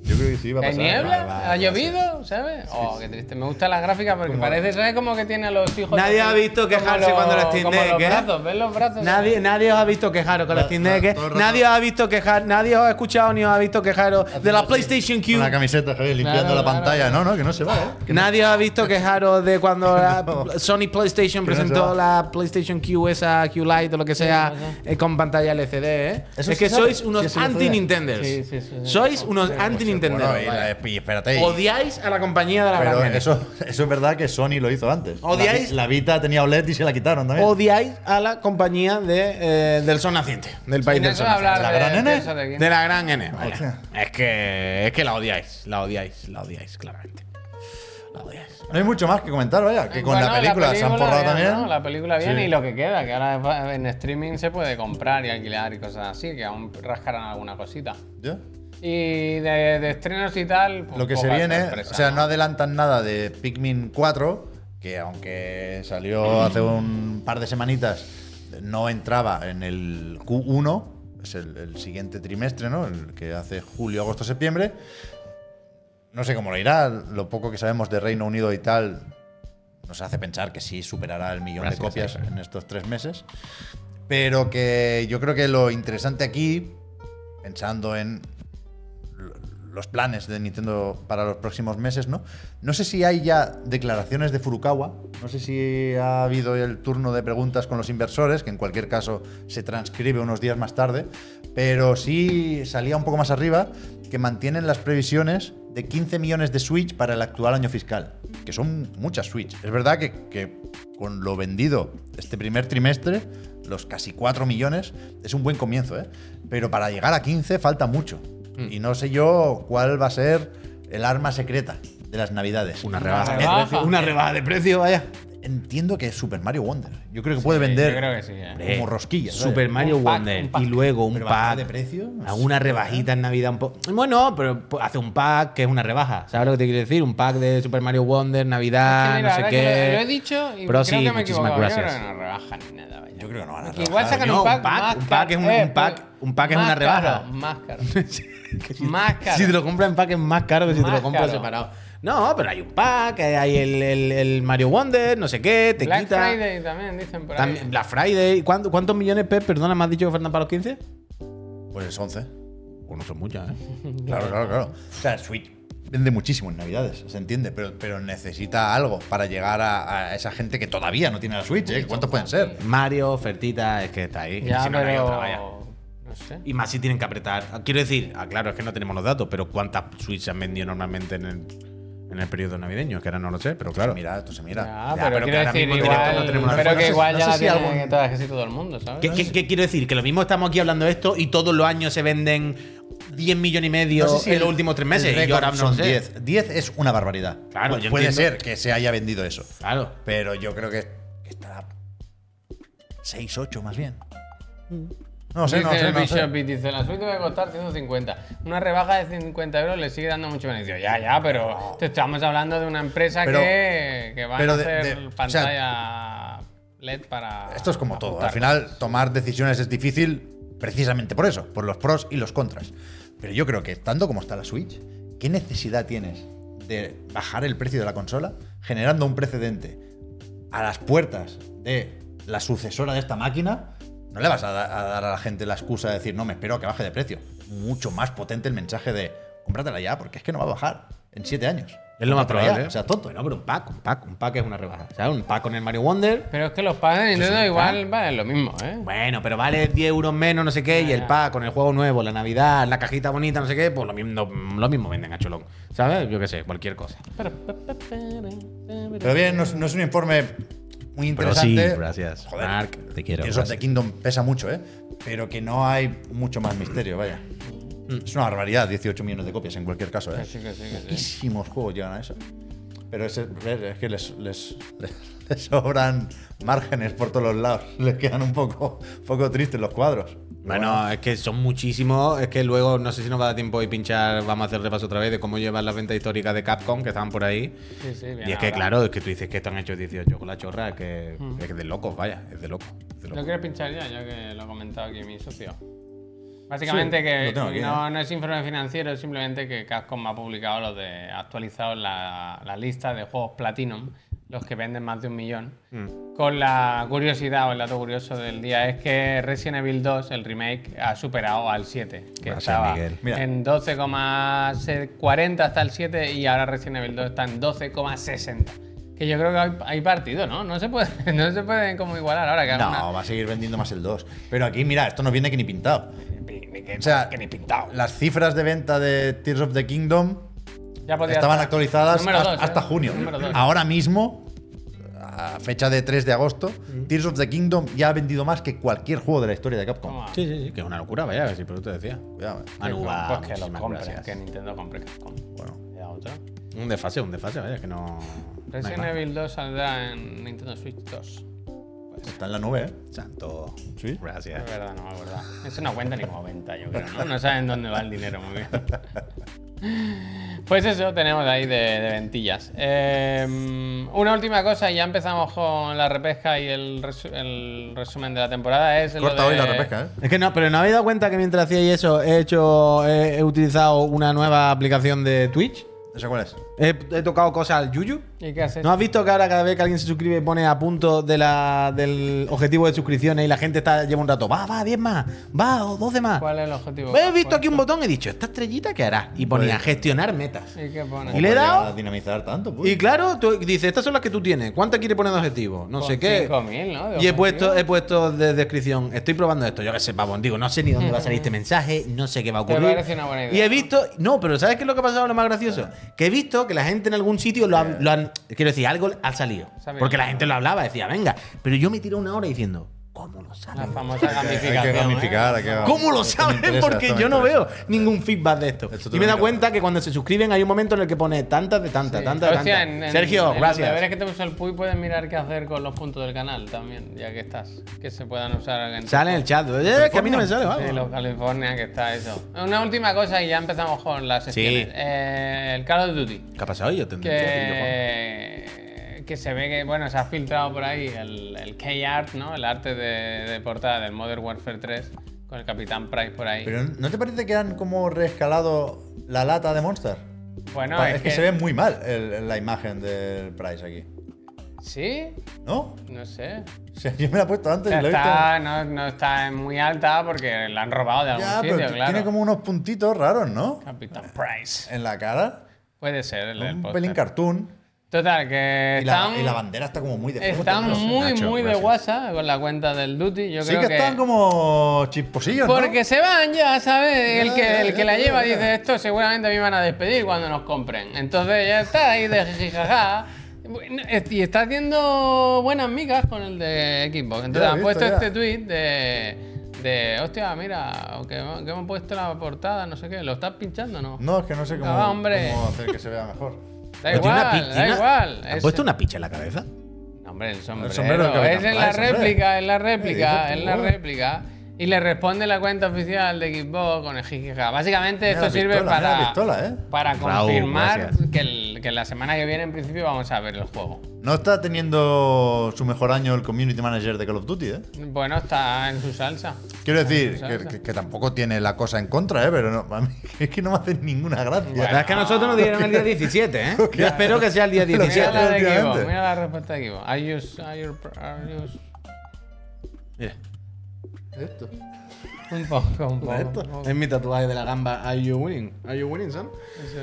Speaker 3: Yo creo que sí va a
Speaker 1: ¿Hay
Speaker 3: pasar.
Speaker 1: niebla?
Speaker 3: Va, va,
Speaker 1: ¿Ha
Speaker 3: va.
Speaker 1: llovido? ¿Sabes? Oh, qué triste. Me gusta la gráfica porque parece, ¿sabes? Como que tiene a los hijos.
Speaker 2: Nadie ha visto quejarse
Speaker 1: como
Speaker 2: cuando
Speaker 1: los-
Speaker 2: las tiende,
Speaker 1: como los
Speaker 2: ¿qué?
Speaker 1: brazos, ¿ves los brazos?
Speaker 2: Nadie, nadie os ha visto quejaros con
Speaker 3: Va-
Speaker 2: las tiendas de
Speaker 3: va- todo el
Speaker 2: que.
Speaker 3: rato.
Speaker 2: ¿eh? Nadie os ha visto quejar, nadie os ha escuchado ni os ha visto quejaros de la PlayStation
Speaker 3: Con la
Speaker 2: Q.
Speaker 3: camiseta, Javier, limpiando
Speaker 1: Claro,
Speaker 3: la
Speaker 1: claro. Ah,
Speaker 3: pantalla. No, no, que no se va, ¿eh?
Speaker 2: Nadie os ha visto quejaros de cuando la
Speaker 3: No.
Speaker 2: Sony PlayStation
Speaker 3: Que no se
Speaker 2: presentó
Speaker 3: va.
Speaker 2: la PlayStation Q, esa Q Lite o lo que sea,
Speaker 1: no
Speaker 2: eh, con pantalla LCD, ¿eh?
Speaker 3: Eso
Speaker 2: es
Speaker 3: sí
Speaker 2: que
Speaker 3: sabe.
Speaker 2: sois
Speaker 3: Sí,
Speaker 2: unos
Speaker 3: eso yo sabía.
Speaker 2: anti-Nintenders.
Speaker 1: Sí, sí, sí, sí.
Speaker 2: Sois unos
Speaker 3: Bueno, y,
Speaker 2: anti-Nintenders.
Speaker 3: la- y espérate. y-
Speaker 2: Odiáis a la compañía de la
Speaker 3: Pero
Speaker 2: gran
Speaker 3: eso, eso es verdad que Sony lo hizo antes.
Speaker 2: ¿Odiáis?
Speaker 3: La, la Vita tenía OLED y se la quitaron también.
Speaker 2: odiáis a la compañía de, eh, del sol naciente, del país
Speaker 1: Sin
Speaker 2: del
Speaker 1: eso
Speaker 2: sol naciente.
Speaker 1: hablar
Speaker 3: ¿La
Speaker 1: de-
Speaker 3: gran nene?
Speaker 1: de eso de quién.
Speaker 2: De la gran N. vaya.
Speaker 3: Hostia.
Speaker 2: Es que es que la odiáis, la odiáis, la odiáis claramente. La odiáis.
Speaker 3: No hay mucho más que comentar, vaya, que con
Speaker 1: Bueno,
Speaker 3: la, película se han forrado
Speaker 1: bien,
Speaker 3: también.
Speaker 1: ¿no? La película bien
Speaker 3: Sí.
Speaker 1: y lo que queda, que ahora va- en streaming se puede comprar y alquilar y cosas así, que aún rascarán alguna cosita.
Speaker 3: Ya.
Speaker 1: Y de, de estrenos y tal, pues,
Speaker 3: Lo que se
Speaker 1: poca
Speaker 3: viene,
Speaker 1: sorpresa,
Speaker 3: o sea, no adelantan nada de Pikmin 4, que aunque salió hace un par de semanitas, no entraba en el Q1, es el, el siguiente trimestre, ¿no? El que hace julio, agosto, septiembre. No sé cómo lo irá, lo poco que sabemos de Reino Unido y tal nos hace pensar que sí superará el millón de
Speaker 2: Gracias,
Speaker 3: copias
Speaker 2: gracias.
Speaker 3: en estos tres meses. Pero que yo creo que lo interesante aquí, pensando en lo- los planes de Nintendo para los próximos meses, ¿no? No sé si hay ya declaraciones de Furukawa, no sé si ha habido el turno de preguntas con los inversores, que en cualquier caso se transcribe unos días más tarde, pero sí salía un poco más arriba que mantienen las previsiones de 15 millones de Switch para el actual año fiscal, que son muchas Switch. Es verdad que, que con lo vendido este primer trimestre, los casi 4 millones, es un buen comienzo, ¿eh? Pero para llegar a 15 falta mucho.
Speaker 2: Mm.
Speaker 3: Y no sé yo cuál va a ser el arma secreta de las navidades.
Speaker 2: Una
Speaker 1: rebaja.
Speaker 2: rebaja.
Speaker 1: de Rebaja. precio.
Speaker 2: Una rebaja de precio, vaya.
Speaker 3: Entiendo que es Super Mario Wonder. Yo creo que puede vender
Speaker 1: yo creo que sí, ¿eh?
Speaker 3: como rosquillas. ¿sabes?
Speaker 2: Super Mario
Speaker 1: Un pack,
Speaker 2: Wonder
Speaker 1: un pack.
Speaker 2: y luego un
Speaker 3: Pero bajar
Speaker 2: pack
Speaker 3: de precio. pues, ¿eh?
Speaker 2: Alguna rebajita en Navidad un poco. Bueno, pero po- hace un pack que es una rebaja. ¿Sabes lo que te quiero decir? Un pack de Super Mario Wonder,
Speaker 1: mira,
Speaker 2: Navidad, Ah, no sé
Speaker 1: ahora
Speaker 2: qué.
Speaker 1: que lo, lo he dicho y
Speaker 2: Pero
Speaker 1: creo
Speaker 2: sí,
Speaker 1: que me he
Speaker 2: muchísimas
Speaker 1: equivocado.
Speaker 2: gracias.
Speaker 1: Yo creo que no rebajan ni nada. vaya.
Speaker 3: Yo creo que no van a
Speaker 1: Que
Speaker 3: rebajar.
Speaker 1: Igual sacan
Speaker 2: No,
Speaker 1: un
Speaker 2: un
Speaker 1: pack.
Speaker 2: pack-
Speaker 1: más
Speaker 2: un pack es un-
Speaker 1: caro. Eh,
Speaker 2: un pack- un pack es
Speaker 1: más
Speaker 2: una rebaja.
Speaker 1: caro, más caro. más caro.
Speaker 2: Si te lo compras en pack es más caro que si te
Speaker 1: Más
Speaker 2: lo compras
Speaker 1: caro.
Speaker 2: separado. No, pero hay un pack, hay el, el- el Mario Wonder, no sé qué, te
Speaker 1: Black
Speaker 2: quita.
Speaker 1: Friday también dicen por ahí.
Speaker 2: También, Black Friday. ¿Cuánto- ¿Cuántos millones, Pep? Perdona, me has dicho que faltan para los 15?
Speaker 3: Pues es 11.
Speaker 2: Pues no son muchas, ¿eh?
Speaker 3: Claro, claro, claro. O sea, Switch vende muchísimo en Navidades, se entiende, pero, pero necesita algo para llegar a, a esa gente que todavía no tiene la Switch, ¿eh? ¿Cuántos pueden ser?
Speaker 2: Mario, ofertita, es que está ahí.
Speaker 1: Ya,
Speaker 2: Si no, no hay
Speaker 1: pero.
Speaker 2: otra, vaya.
Speaker 1: no sé.
Speaker 2: Y más si tienen que apretar. Quiero decir, ah, claro, es que no tenemos los datos, pero ¿cuántas Switch se han vendido normalmente en el, en el periodo navideño? Que ahora no lo sé, pero claro.
Speaker 3: Tú se mira, tú se mira.
Speaker 1: Ya,
Speaker 2: Ya,
Speaker 1: pero, quiero
Speaker 2: pero que ahora
Speaker 1: decir,
Speaker 2: mismo directo
Speaker 1: igual.
Speaker 2: no tenemos nada.
Speaker 1: pero
Speaker 3: No
Speaker 1: que
Speaker 3: sé-
Speaker 1: igual
Speaker 3: no
Speaker 1: ya
Speaker 3: sé
Speaker 1: la
Speaker 3: si
Speaker 1: tiene
Speaker 3: algún-
Speaker 1: toda- casi todo el mundo, ¿sabes?
Speaker 2: ¿Qué, qué- qué quiero decir? Que lo mismo estamos aquí hablando de esto y todos los años se venden 10 millones y medio
Speaker 3: No sé si
Speaker 2: en
Speaker 3: el-
Speaker 2: los últimos tres meses.
Speaker 3: el
Speaker 2: y yo
Speaker 3: récord
Speaker 2: ahora no
Speaker 3: son
Speaker 2: sé.
Speaker 3: 10. 10 es una barbaridad.
Speaker 2: Claro,
Speaker 3: Pu-
Speaker 2: yo
Speaker 3: puede
Speaker 2: entiendo.
Speaker 3: ser que se haya vendido eso,
Speaker 2: Claro.
Speaker 3: pero yo creo que, que estará 6, 8 más bien. No sé,
Speaker 1: Dice
Speaker 3: no sé,
Speaker 1: el
Speaker 3: no sé.
Speaker 1: Bishop y dice, la suite debe costar 150. Una rebaja de 50 euros le sigue dando mucho beneficio. Ya, ya, pero te estamos hablando de una empresa
Speaker 3: Pero-
Speaker 1: que, que van
Speaker 3: pero
Speaker 1: a
Speaker 3: de-
Speaker 1: hacer
Speaker 3: de- o sea,
Speaker 1: pantalla LED para...
Speaker 3: Esto es como todo. Al
Speaker 1: apuntar.
Speaker 3: final, tomar decisiones es difícil precisamente por eso, por los pros y los contras. Pero yo creo que, tanto como está la Switch, ¿qué necesidad tienes de bajar el precio de la consola generando un precedente a las puertas de la sucesora de esta máquina? No le vas a, da- a dar a la gente la excusa de decir, no, me espero a que baje de precio. Mucho más potente el mensaje de, cómpratela ya, porque es que no va a bajar en siete años.
Speaker 2: Es lo más
Speaker 3: Cómpratela
Speaker 2: probable.
Speaker 3: ya,
Speaker 2: ¿eh?
Speaker 3: O sea, tonto.
Speaker 2: Bueno, pero un pack, un pack, un pack es una rebaja. O sea, un pack con el Mario Wonder.
Speaker 1: Pero es que los padres de Nintendo
Speaker 2: sí,
Speaker 1: igual valen lo mismo, ¿eh?
Speaker 2: Bueno, pero vale 10 euros menos, no sé qué, y el pack con el juego nuevo, la Navidad, la cajita bonita, no sé qué, pues lo mismo, lo mismo venden a Cholón. ¿Sabes? Yo qué sé, cualquier cosa.
Speaker 3: Pero bien, no es, no es un informe muy
Speaker 2: Pero
Speaker 3: interesante.
Speaker 2: sí, gracias.
Speaker 3: Joder,
Speaker 2: Mark, te quiero.
Speaker 3: Tears of the
Speaker 2: gracias.
Speaker 3: Kingdom pesa mucho, ¿eh? Pero que no hay mucho más misterio, vaya. Es una barbaridad, 18 millones de copias en cualquier caso, ¿eh?
Speaker 1: Que sí, que sí, que sí.
Speaker 3: Muchísimos juegos llegan a eso. Pero es, es que les, les- les- les sobran márgenes por todos los lados. Les quedan un poco, poco tristes los cuadros.
Speaker 2: Bueno, es que son muchísimos. Es que luego no sé si nos va a dar tiempo y pinchar. Vamos a hacer repaso otra vez de cómo llevan las ventas históricas de Capcom que estaban por ahí.
Speaker 1: Sí, sí, bien
Speaker 2: y es que,
Speaker 1: ahora. Mm.
Speaker 2: claro, es que tú dices que están hechos 18 con la chorra. Es que es de locos, vaya, es de locos. es de
Speaker 1: Lo
Speaker 2: locos.
Speaker 1: quiero pinchar ya, ya que lo ha comentado aquí mi socio. Básicamente que
Speaker 3: lo tengo aquí, ¿eh?
Speaker 1: no, no es informe financiero, es simplemente que Capcom ha publicado los de actualizado la, la lista de juegos Platinum, los que venden más de un millón.
Speaker 3: Mm.
Speaker 1: Con la curiosidad o el dato curioso del día es que Resident Evil 2, el remake, ha superado al 7, que
Speaker 2: Gracias,
Speaker 1: estaba
Speaker 2: Miguel.
Speaker 3: Mira.
Speaker 1: en 12,40 hasta el 7 y ahora Resident Evil 2 está en 12,60. Que yo creo que hay, hay partido, ¿no? No se puede, no se pueden como igualar ahora que haga una-
Speaker 3: No, va a seguir vendiendo más el 2. Pero aquí, mira, esto no viene que ni pintado. O sea, Las cifras de venta de Tears of the Kingdom
Speaker 1: Pues Ya podía
Speaker 3: Estaban
Speaker 1: estar.
Speaker 3: actualizadas
Speaker 1: Número
Speaker 3: hasta,
Speaker 1: dos, ¿eh?
Speaker 3: hasta junio.
Speaker 1: Número dos.
Speaker 3: Ahora mismo, a fecha de 3 de agosto,
Speaker 2: Mm.
Speaker 3: Tears of the Kingdom ya ha vendido más que cualquier juego de la historia de Capcom.
Speaker 1: Toma.
Speaker 2: Sí, sí, sí, que es una locura, vaya, si por eso te decía.
Speaker 3: Cuidado, eh.
Speaker 1: Que
Speaker 2: Anu,
Speaker 1: com-
Speaker 2: va,
Speaker 1: pues que lo
Speaker 2: Ah, muchísimas
Speaker 1: compre,
Speaker 2: gracias.
Speaker 1: que Nintendo compre Capcom.
Speaker 3: Bueno,
Speaker 1: Era otro.
Speaker 2: Un desfase, un desfase, vaya, que no. no hay
Speaker 1: Resident
Speaker 2: más.
Speaker 1: Evil 2 saldrá en Nintendo Switch 2.
Speaker 3: está en la nube, ¿eh?
Speaker 2: Santo.
Speaker 3: Sí.
Speaker 1: Es
Speaker 2: Gracias.
Speaker 1: verdad, no me acuerdo. Eso no cuenta ni como venta, yo creo, ¿no? No saben dónde va el dinero, muy bien. Pues eso tenemos ahí de, de ventillas. Eh, una última cosa, y ya empezamos con la repesca y el, resu- el resumen de la temporada. Es lo
Speaker 3: Corta hoy la
Speaker 1: de-
Speaker 3: repesca, ¿eh?
Speaker 2: Es que no, pero ¿no habéis dado cuenta que mientras hacíais eso he hecho, he, he utilizado una nueva aplicación de Twitch?
Speaker 3: ¿Esa cuál es?
Speaker 2: He, he tocado cosas al Yuyu.
Speaker 1: ¿Y qué haces?
Speaker 2: ¿No has visto que ahora cada vez que alguien se suscribe pone a punto de la, del objetivo de suscripciones y la gente está, lleva un rato, va, va, 10 más, va, o 12 más? Pues
Speaker 1: ¿Cuál es el objetivo?
Speaker 2: He visto aquí un botón y he dicho, ¿esta estrellita qué hará? Y ponía
Speaker 3: Pues-
Speaker 2: gestionar metas.
Speaker 1: ¿Y qué pone?
Speaker 2: ¿Y le he dado?
Speaker 3: Para dinamizar tanto, pues.
Speaker 2: Y claro, tú dices, estas son las que tú tienes. ¿Cuántas quieres poner de objetivo? No
Speaker 1: Pues
Speaker 2: sé
Speaker 1: 5.000,
Speaker 2: qué.
Speaker 1: ¿no? de
Speaker 2: Y he
Speaker 1: objetivo.
Speaker 2: puesto, he puesto de descripción, estoy probando esto, yo qué sé, pavón, digo, no sé ni dónde va a salir este mensaje, no sé qué va a
Speaker 1: Te
Speaker 2: ocurrir.
Speaker 1: parece una buena idea,
Speaker 2: y he
Speaker 1: ¿no?
Speaker 2: visto, no, pero ¿sabes qué es lo que ha pasado lo más gracioso? Que he visto que la gente en algún sitio lo han, lo han- quiero decir, algo ha salido.
Speaker 1: Eh. Se ha mirado.
Speaker 2: Porque la gente lo hablaba, decía, venga, pero yo me tiro una hora diciendo, ¿cómo lo
Speaker 1: La
Speaker 2: saben?
Speaker 1: famosa
Speaker 3: Hay
Speaker 1: gamificación.
Speaker 3: que
Speaker 1: ¿eh?
Speaker 3: gamificar. hay que-
Speaker 2: ¿Cómo lo
Speaker 3: Esto me
Speaker 2: saben?
Speaker 3: interesa,
Speaker 2: Porque
Speaker 3: esto me
Speaker 2: yo no
Speaker 3: interesa.
Speaker 2: veo ningún feedback de esto.
Speaker 3: Esto te
Speaker 2: y
Speaker 3: lo
Speaker 2: me he dado
Speaker 3: miro.
Speaker 2: cuenta que cuando se suscriben hay un momento en el que pone tantas de tantas,
Speaker 1: Sí.
Speaker 2: tantas de
Speaker 1: Hostia,
Speaker 2: tantas.
Speaker 1: en- en-
Speaker 2: Sergio,
Speaker 1: en Los
Speaker 2: gracias.
Speaker 1: deberes que te puso el Puy puedes mirar qué hacer con los puntos del canal también, ya que estás. Que se puedan usar en.
Speaker 2: Sale en el chat. Eh, que a mí no me sale, vamos.
Speaker 1: Sí, los California, que está eso. Una última cosa y ya empezamos con las sesiones. Eh, el Call of Duty.
Speaker 2: ¿Qué ha pasado? Yo tendría
Speaker 1: Que, que se ve que, bueno, se ha filtrado por ahí el, el K-Art, ¿no? El arte de, de portada del Modern Warfare 3 con el Capitán Price por ahí.
Speaker 3: Pero ¿no te parece que han como reescalado la lata de Monster?
Speaker 1: bueno,
Speaker 3: Pa- es, que, se ve muy mal el- la imagen del Price aquí.
Speaker 1: Sí,
Speaker 3: ¿No?
Speaker 1: no sé.
Speaker 3: O sea, yo me la he puesto antes y la Pues he visto.
Speaker 1: Está, no, no está en muy alta porque la han robado de algún
Speaker 3: Ya,
Speaker 1: sitio,
Speaker 3: pero t-
Speaker 1: claro.
Speaker 3: tiene como unos puntitos raros, ¿no?
Speaker 1: Capitán Price.
Speaker 3: En la cara.
Speaker 1: Puede ser el, el
Speaker 3: Un
Speaker 1: póster.
Speaker 3: pelín cartoon.
Speaker 1: Total, que
Speaker 3: Y la,
Speaker 1: están,
Speaker 3: y la bandera está como muy de fuego,
Speaker 1: están
Speaker 3: ¿no?
Speaker 1: muy,
Speaker 2: Nacho,
Speaker 1: muy de
Speaker 2: gracias.
Speaker 1: guasa con la cuenta del Duty. Yo
Speaker 3: Sí
Speaker 1: creo
Speaker 3: que están como chisposillos, ¿no?
Speaker 1: Porque se van ya, ¿sabes? El
Speaker 3: Ya,
Speaker 1: que,
Speaker 3: ya,
Speaker 1: el que
Speaker 3: ya,
Speaker 1: la
Speaker 3: ya,
Speaker 1: lleva
Speaker 3: ya.
Speaker 1: dice esto, seguramente a mí me van a despedir cuando nos compren. Entonces ya está ahí de jijijaja. Bueno, es- Y está haciendo buenas migas con el de Xbox.
Speaker 3: Ya lo
Speaker 1: Entonces
Speaker 3: he
Speaker 1: han
Speaker 3: visto,
Speaker 1: puesto
Speaker 3: ya.
Speaker 1: este tweet de, de hostia, mira, que, hemos- que hemos puesto la portada, no sé qué, ¿lo estás pinchando o no?
Speaker 3: No, es que no sé cómo,
Speaker 1: Ah, hombre.
Speaker 3: cómo hacer que se vea mejor.
Speaker 1: Da
Speaker 2: Pero tiene una
Speaker 1: igual,
Speaker 2: pi-
Speaker 1: da
Speaker 2: tiene una-
Speaker 1: igual.
Speaker 2: ¿Has
Speaker 1: Es-
Speaker 2: puesto una picha en la cabeza?
Speaker 1: No, Hombre, el sombrero.
Speaker 3: sombrero del Capitán
Speaker 1: es en la
Speaker 3: Price, hombre.
Speaker 1: réplica, en la
Speaker 3: ¿Qué
Speaker 1: réplica,
Speaker 3: dices
Speaker 1: en
Speaker 3: tú?
Speaker 1: la réplica. Y le responde la cuenta oficial de Xbox con el jijija. Básicamente esto
Speaker 3: la
Speaker 1: sirve
Speaker 3: pistola, mira
Speaker 1: para,
Speaker 3: la pistola, ¿eh?
Speaker 1: para
Speaker 2: Raúl,
Speaker 1: confirmar
Speaker 2: gracias.
Speaker 1: que, el- que la semana que viene en principio vamos a ver el juego.
Speaker 3: No está teniendo su mejor año el community manager de Call of Duty, ¿eh?
Speaker 1: Bueno, está en su salsa.
Speaker 3: Quiero decir
Speaker 1: Exacto.
Speaker 3: que, que- que tampoco tiene la cosa en contra, ¿eh? Pero no, a mí es que no me hace ninguna gracia.
Speaker 2: La verdad es que a nosotros nos dieron el día 17, ¿eh? Yo espero que sea el día
Speaker 3: Lo que Sí,
Speaker 1: Mira
Speaker 2: 17.
Speaker 1: la de Xbox,
Speaker 3: efectivamente.
Speaker 1: mira la respuesta de Xbox. Are you- are you- are you-
Speaker 2: Mira,
Speaker 3: Esto.
Speaker 1: Un poco, un poco. un poco.
Speaker 2: es mi tatuaje de la gamba. Are you winning? Are you winning, son?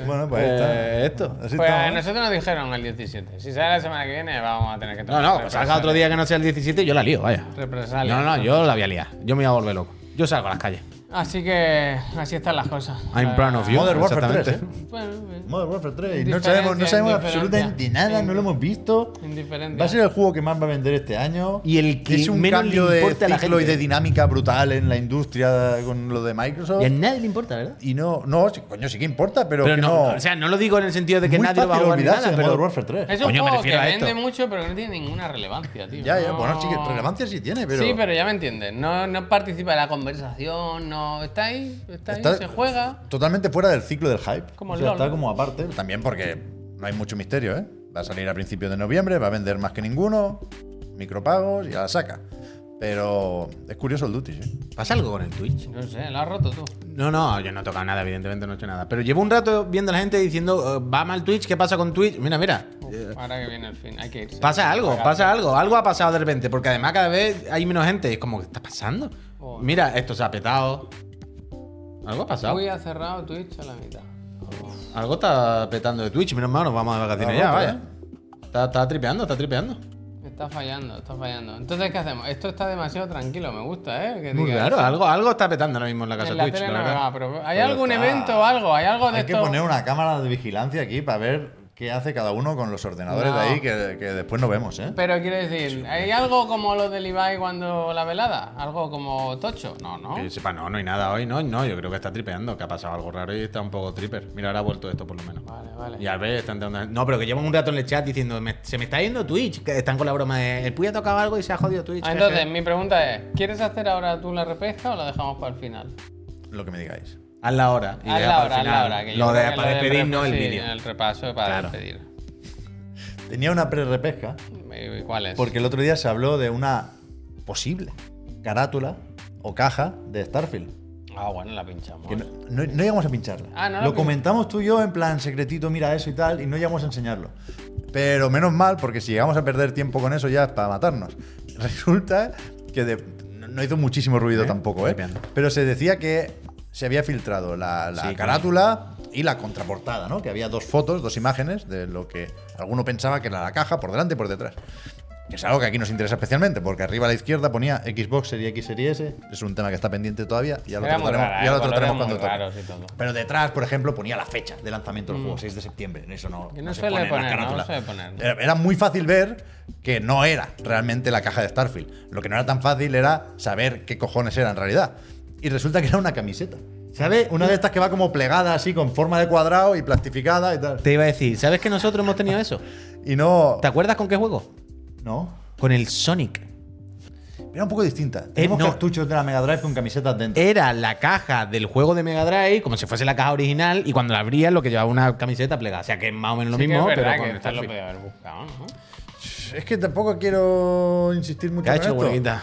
Speaker 3: Bueno, pues ahí
Speaker 2: Eh,
Speaker 3: está.
Speaker 2: esto.
Speaker 3: Así
Speaker 1: Pues a
Speaker 3: estamos. ¿eh?
Speaker 1: nosotros nos dijeron el 17. Si sale la semana que viene vamos a tener que
Speaker 2: No,
Speaker 1: tomar
Speaker 2: no, que salga otro día que no sea el 17 yo la lío, vaya.
Speaker 1: represalias.
Speaker 2: No, no, yo la voy a liar. Yo me voy a volver loco. Yo salgo a las calles.
Speaker 1: Así que así están las cosas.
Speaker 2: I'm proud of you.
Speaker 3: Modern Warfare 3,
Speaker 2: exactamente.
Speaker 3: ¿eh?
Speaker 1: Bueno,
Speaker 3: Modern Warfare 3. No
Speaker 1: Indiferencia,
Speaker 3: sabemos, no sabemos
Speaker 1: indiferencia.
Speaker 3: absolutamente nada, no lo hemos visto.
Speaker 1: indiferente.
Speaker 3: Va a ser el juego que más va a vender este año.
Speaker 2: Y el que
Speaker 3: es un
Speaker 2: menos le
Speaker 3: cambio de
Speaker 2: importa a la
Speaker 3: ciclo y
Speaker 2: gente.
Speaker 3: de dinámica brutal en la industria con lo de Microsoft.
Speaker 2: Y a nadie le importa, ¿verdad?
Speaker 3: Y no, no, sí, coño, sí que importa, pero,
Speaker 2: Pero
Speaker 3: que
Speaker 2: no,
Speaker 3: no.
Speaker 2: o sea, no lo digo en el sentido de que
Speaker 3: Muy
Speaker 2: nadie lo va a
Speaker 3: fácil
Speaker 2: jugar ni
Speaker 3: olvidarse
Speaker 2: nada,
Speaker 3: de
Speaker 2: pero
Speaker 3: Modern Warfare 3.
Speaker 1: es un
Speaker 2: Coño, me
Speaker 1: juego que
Speaker 2: refiero a
Speaker 1: vende
Speaker 2: esto.
Speaker 1: mucho, pero que no tiene ninguna relevancia, tío.
Speaker 3: Ya, ya,
Speaker 1: No-
Speaker 3: bueno, sí que relevancia sí tiene, pero.
Speaker 1: Sí, pero ya me entiendes. No, no participa en la conversación, no. Está ahí, está ahí,
Speaker 3: Está-
Speaker 1: se juega.
Speaker 3: Totalmente fuera del ciclo del hype.
Speaker 1: Como
Speaker 3: O
Speaker 1: el
Speaker 3: sea,
Speaker 1: LOL,
Speaker 3: está
Speaker 1: ¿no?
Speaker 3: como aparte. También porque no hay mucho misterio, ¿eh? Va a salir a principios de noviembre, va a vender más que ninguno, micropagos y a la saca. Pero es curioso el Duty, ¿eh? ¿sí?
Speaker 2: ¿Pasa algo con el Twitch?
Speaker 1: No sé, lo has roto tú.
Speaker 2: No, no, yo no he tocado nada, evidentemente no he hecho nada. Pero llevo un rato viendo a la gente diciendo, eh, va mal Twitch, ¿qué pasa con Twitch? Mira, mira,
Speaker 1: Uf, ahora que viene el fin, hay que irse.
Speaker 2: Pasa algo, pasa algo. Algo ha pasado de repente, porque además cada vez hay menos gente. Y es como, ¿qué está pasando?
Speaker 1: Joder.
Speaker 2: Mira, esto se ha petado. Algo ha pasado.
Speaker 1: Uy, ha cerrado Twitch a la mitad.
Speaker 2: Algo está petando de Twitch. Menos mal, nos vamos de vacaciones
Speaker 3: Está
Speaker 2: ya,
Speaker 3: roto,
Speaker 2: vaya. Está, está tripeando, está tripeando.
Speaker 1: Está fallando, está fallando. Entonces, ¿qué hacemos? Esto está demasiado tranquilo, me gusta, ¿eh? Que
Speaker 2: Muy
Speaker 1: diga
Speaker 2: claro, algo, algo está petando ahora mismo en la casa
Speaker 1: En
Speaker 2: de
Speaker 1: la
Speaker 2: Twitch,
Speaker 1: tele
Speaker 2: la
Speaker 1: no me
Speaker 2: verdad.
Speaker 1: va, pero ¿hay
Speaker 3: Pero
Speaker 1: algún
Speaker 3: está-
Speaker 1: evento o algo? ¿Hay algo de
Speaker 3: Hay que
Speaker 1: esto?
Speaker 3: poner una cámara de vigilancia aquí para ver qué hace cada uno con los ordenadores
Speaker 1: No.
Speaker 3: de ahí que, que después no vemos, ¿eh?
Speaker 1: Pero quiero decir, ¿hay algo como lo del Ibai cuando la velada? ¿Algo como tocho? No, no.
Speaker 2: Que yo sepa, no, no hay nada hoy, no, no. Yo creo que está tripeando, que ha pasado algo raro y está un poco triper. Mira, ahora ha vuelto esto por lo menos.
Speaker 1: Vale, vale.
Speaker 2: Y al ver, están dando. No, pero que llevan un rato en el chat diciendo, "Me- se me está yendo Twitch. Que están con la broma de, el Puy ha tocado algo y se ha jodido Twitch.
Speaker 1: Ah,
Speaker 2: jeje".
Speaker 1: Entonces, mi pregunta es, ¿quieres hacer ahora tú la repesca o la dejamos para el final?
Speaker 3: Lo que me digáis.
Speaker 2: Haz la hora. y
Speaker 1: Haz
Speaker 2: ya
Speaker 1: la
Speaker 2: para
Speaker 1: hora, haz
Speaker 2: el
Speaker 1: la
Speaker 2: final.
Speaker 1: hora. que yo
Speaker 2: Lo
Speaker 1: creo
Speaker 2: de
Speaker 1: que
Speaker 2: para
Speaker 1: del
Speaker 2: despedir, no el
Speaker 1: repaso- sí,
Speaker 2: vídeo.
Speaker 1: el repaso para
Speaker 2: Claro.
Speaker 1: despedir.
Speaker 3: Tenía una pre-repesca
Speaker 1: ¿Y ¿Cuál es?
Speaker 3: porque el otro día se habló de una posible carátula o caja de Starfield.
Speaker 1: Ah, bueno, la pinchamos.
Speaker 2: ¿eh?
Speaker 3: Que no, no- no llegamos a pincharla.
Speaker 1: Ah, no la
Speaker 3: lo
Speaker 1: pin-
Speaker 3: comentamos tú y yo en plan secretito, mira eso y tal, y no llegamos a enseñarlo. Pero menos mal, porque si llegamos a perder tiempo con eso ya es para matarnos. Resulta que de- no- no hizo muchísimo ruido tampoco, ¿eh?
Speaker 2: Limpiando.
Speaker 3: Pero se decía que se había filtrado la, la
Speaker 2: Sí, claro.
Speaker 3: carátula y la contraportada, ¿no? Que había dos fotos, dos imágenes de lo que alguno pensaba que era la caja, por delante y por detrás. Que es algo que aquí nos interesa especialmente, porque arriba a la izquierda ponía Xbox Serie X, Serie S. Es un tema que está pendiente todavía. Ya lo
Speaker 1: Era muy
Speaker 3: trataremos,
Speaker 1: rara, ¿eh?
Speaker 3: ya lo
Speaker 1: Colores
Speaker 3: trataremos
Speaker 1: muy
Speaker 3: cuando toque.
Speaker 1: raros y todo.
Speaker 3: Pero detrás, por ejemplo, ponía la fecha de lanzamiento del juego, 6 de septiembre. En Eso no,
Speaker 1: Que no
Speaker 3: se
Speaker 1: suele
Speaker 3: pone en la
Speaker 1: poner, no
Speaker 3: carátula.
Speaker 1: suele poner.
Speaker 3: Era, era muy fácil ver que no era realmente la caja de Starfield. Lo que no era tan fácil era saber qué cojones era en realidad. Y resulta que era una camiseta. ¿Sabes? Una de estas que va como plegada así, con forma de cuadrado y plastificada y tal.
Speaker 2: Te iba a decir, ¿sabes que nosotros hemos tenido eso?
Speaker 3: Y no.
Speaker 2: ¿Te acuerdas con qué juego?
Speaker 3: No.
Speaker 2: Con el Sonic.
Speaker 3: Era un poco distinta. Tenemos
Speaker 2: no.
Speaker 3: cartuchos de la Mega Drive con camisetas dentro.
Speaker 2: Era la caja del juego de Mega Drive, como si fuese la caja original, y cuando la abrías lo que llevaba una camiseta plegada. O sea que es más o menos lo
Speaker 1: Sí que
Speaker 2: mismo,
Speaker 1: es verdad
Speaker 2: pero con
Speaker 1: que esto lo
Speaker 2: Starfield.
Speaker 1: podía haber buscado, ¿no?
Speaker 3: Eh, Es que tampoco quiero insistir mucho
Speaker 2: ¿Qué ha
Speaker 3: en
Speaker 2: hecho,
Speaker 3: esto.
Speaker 2: buenita?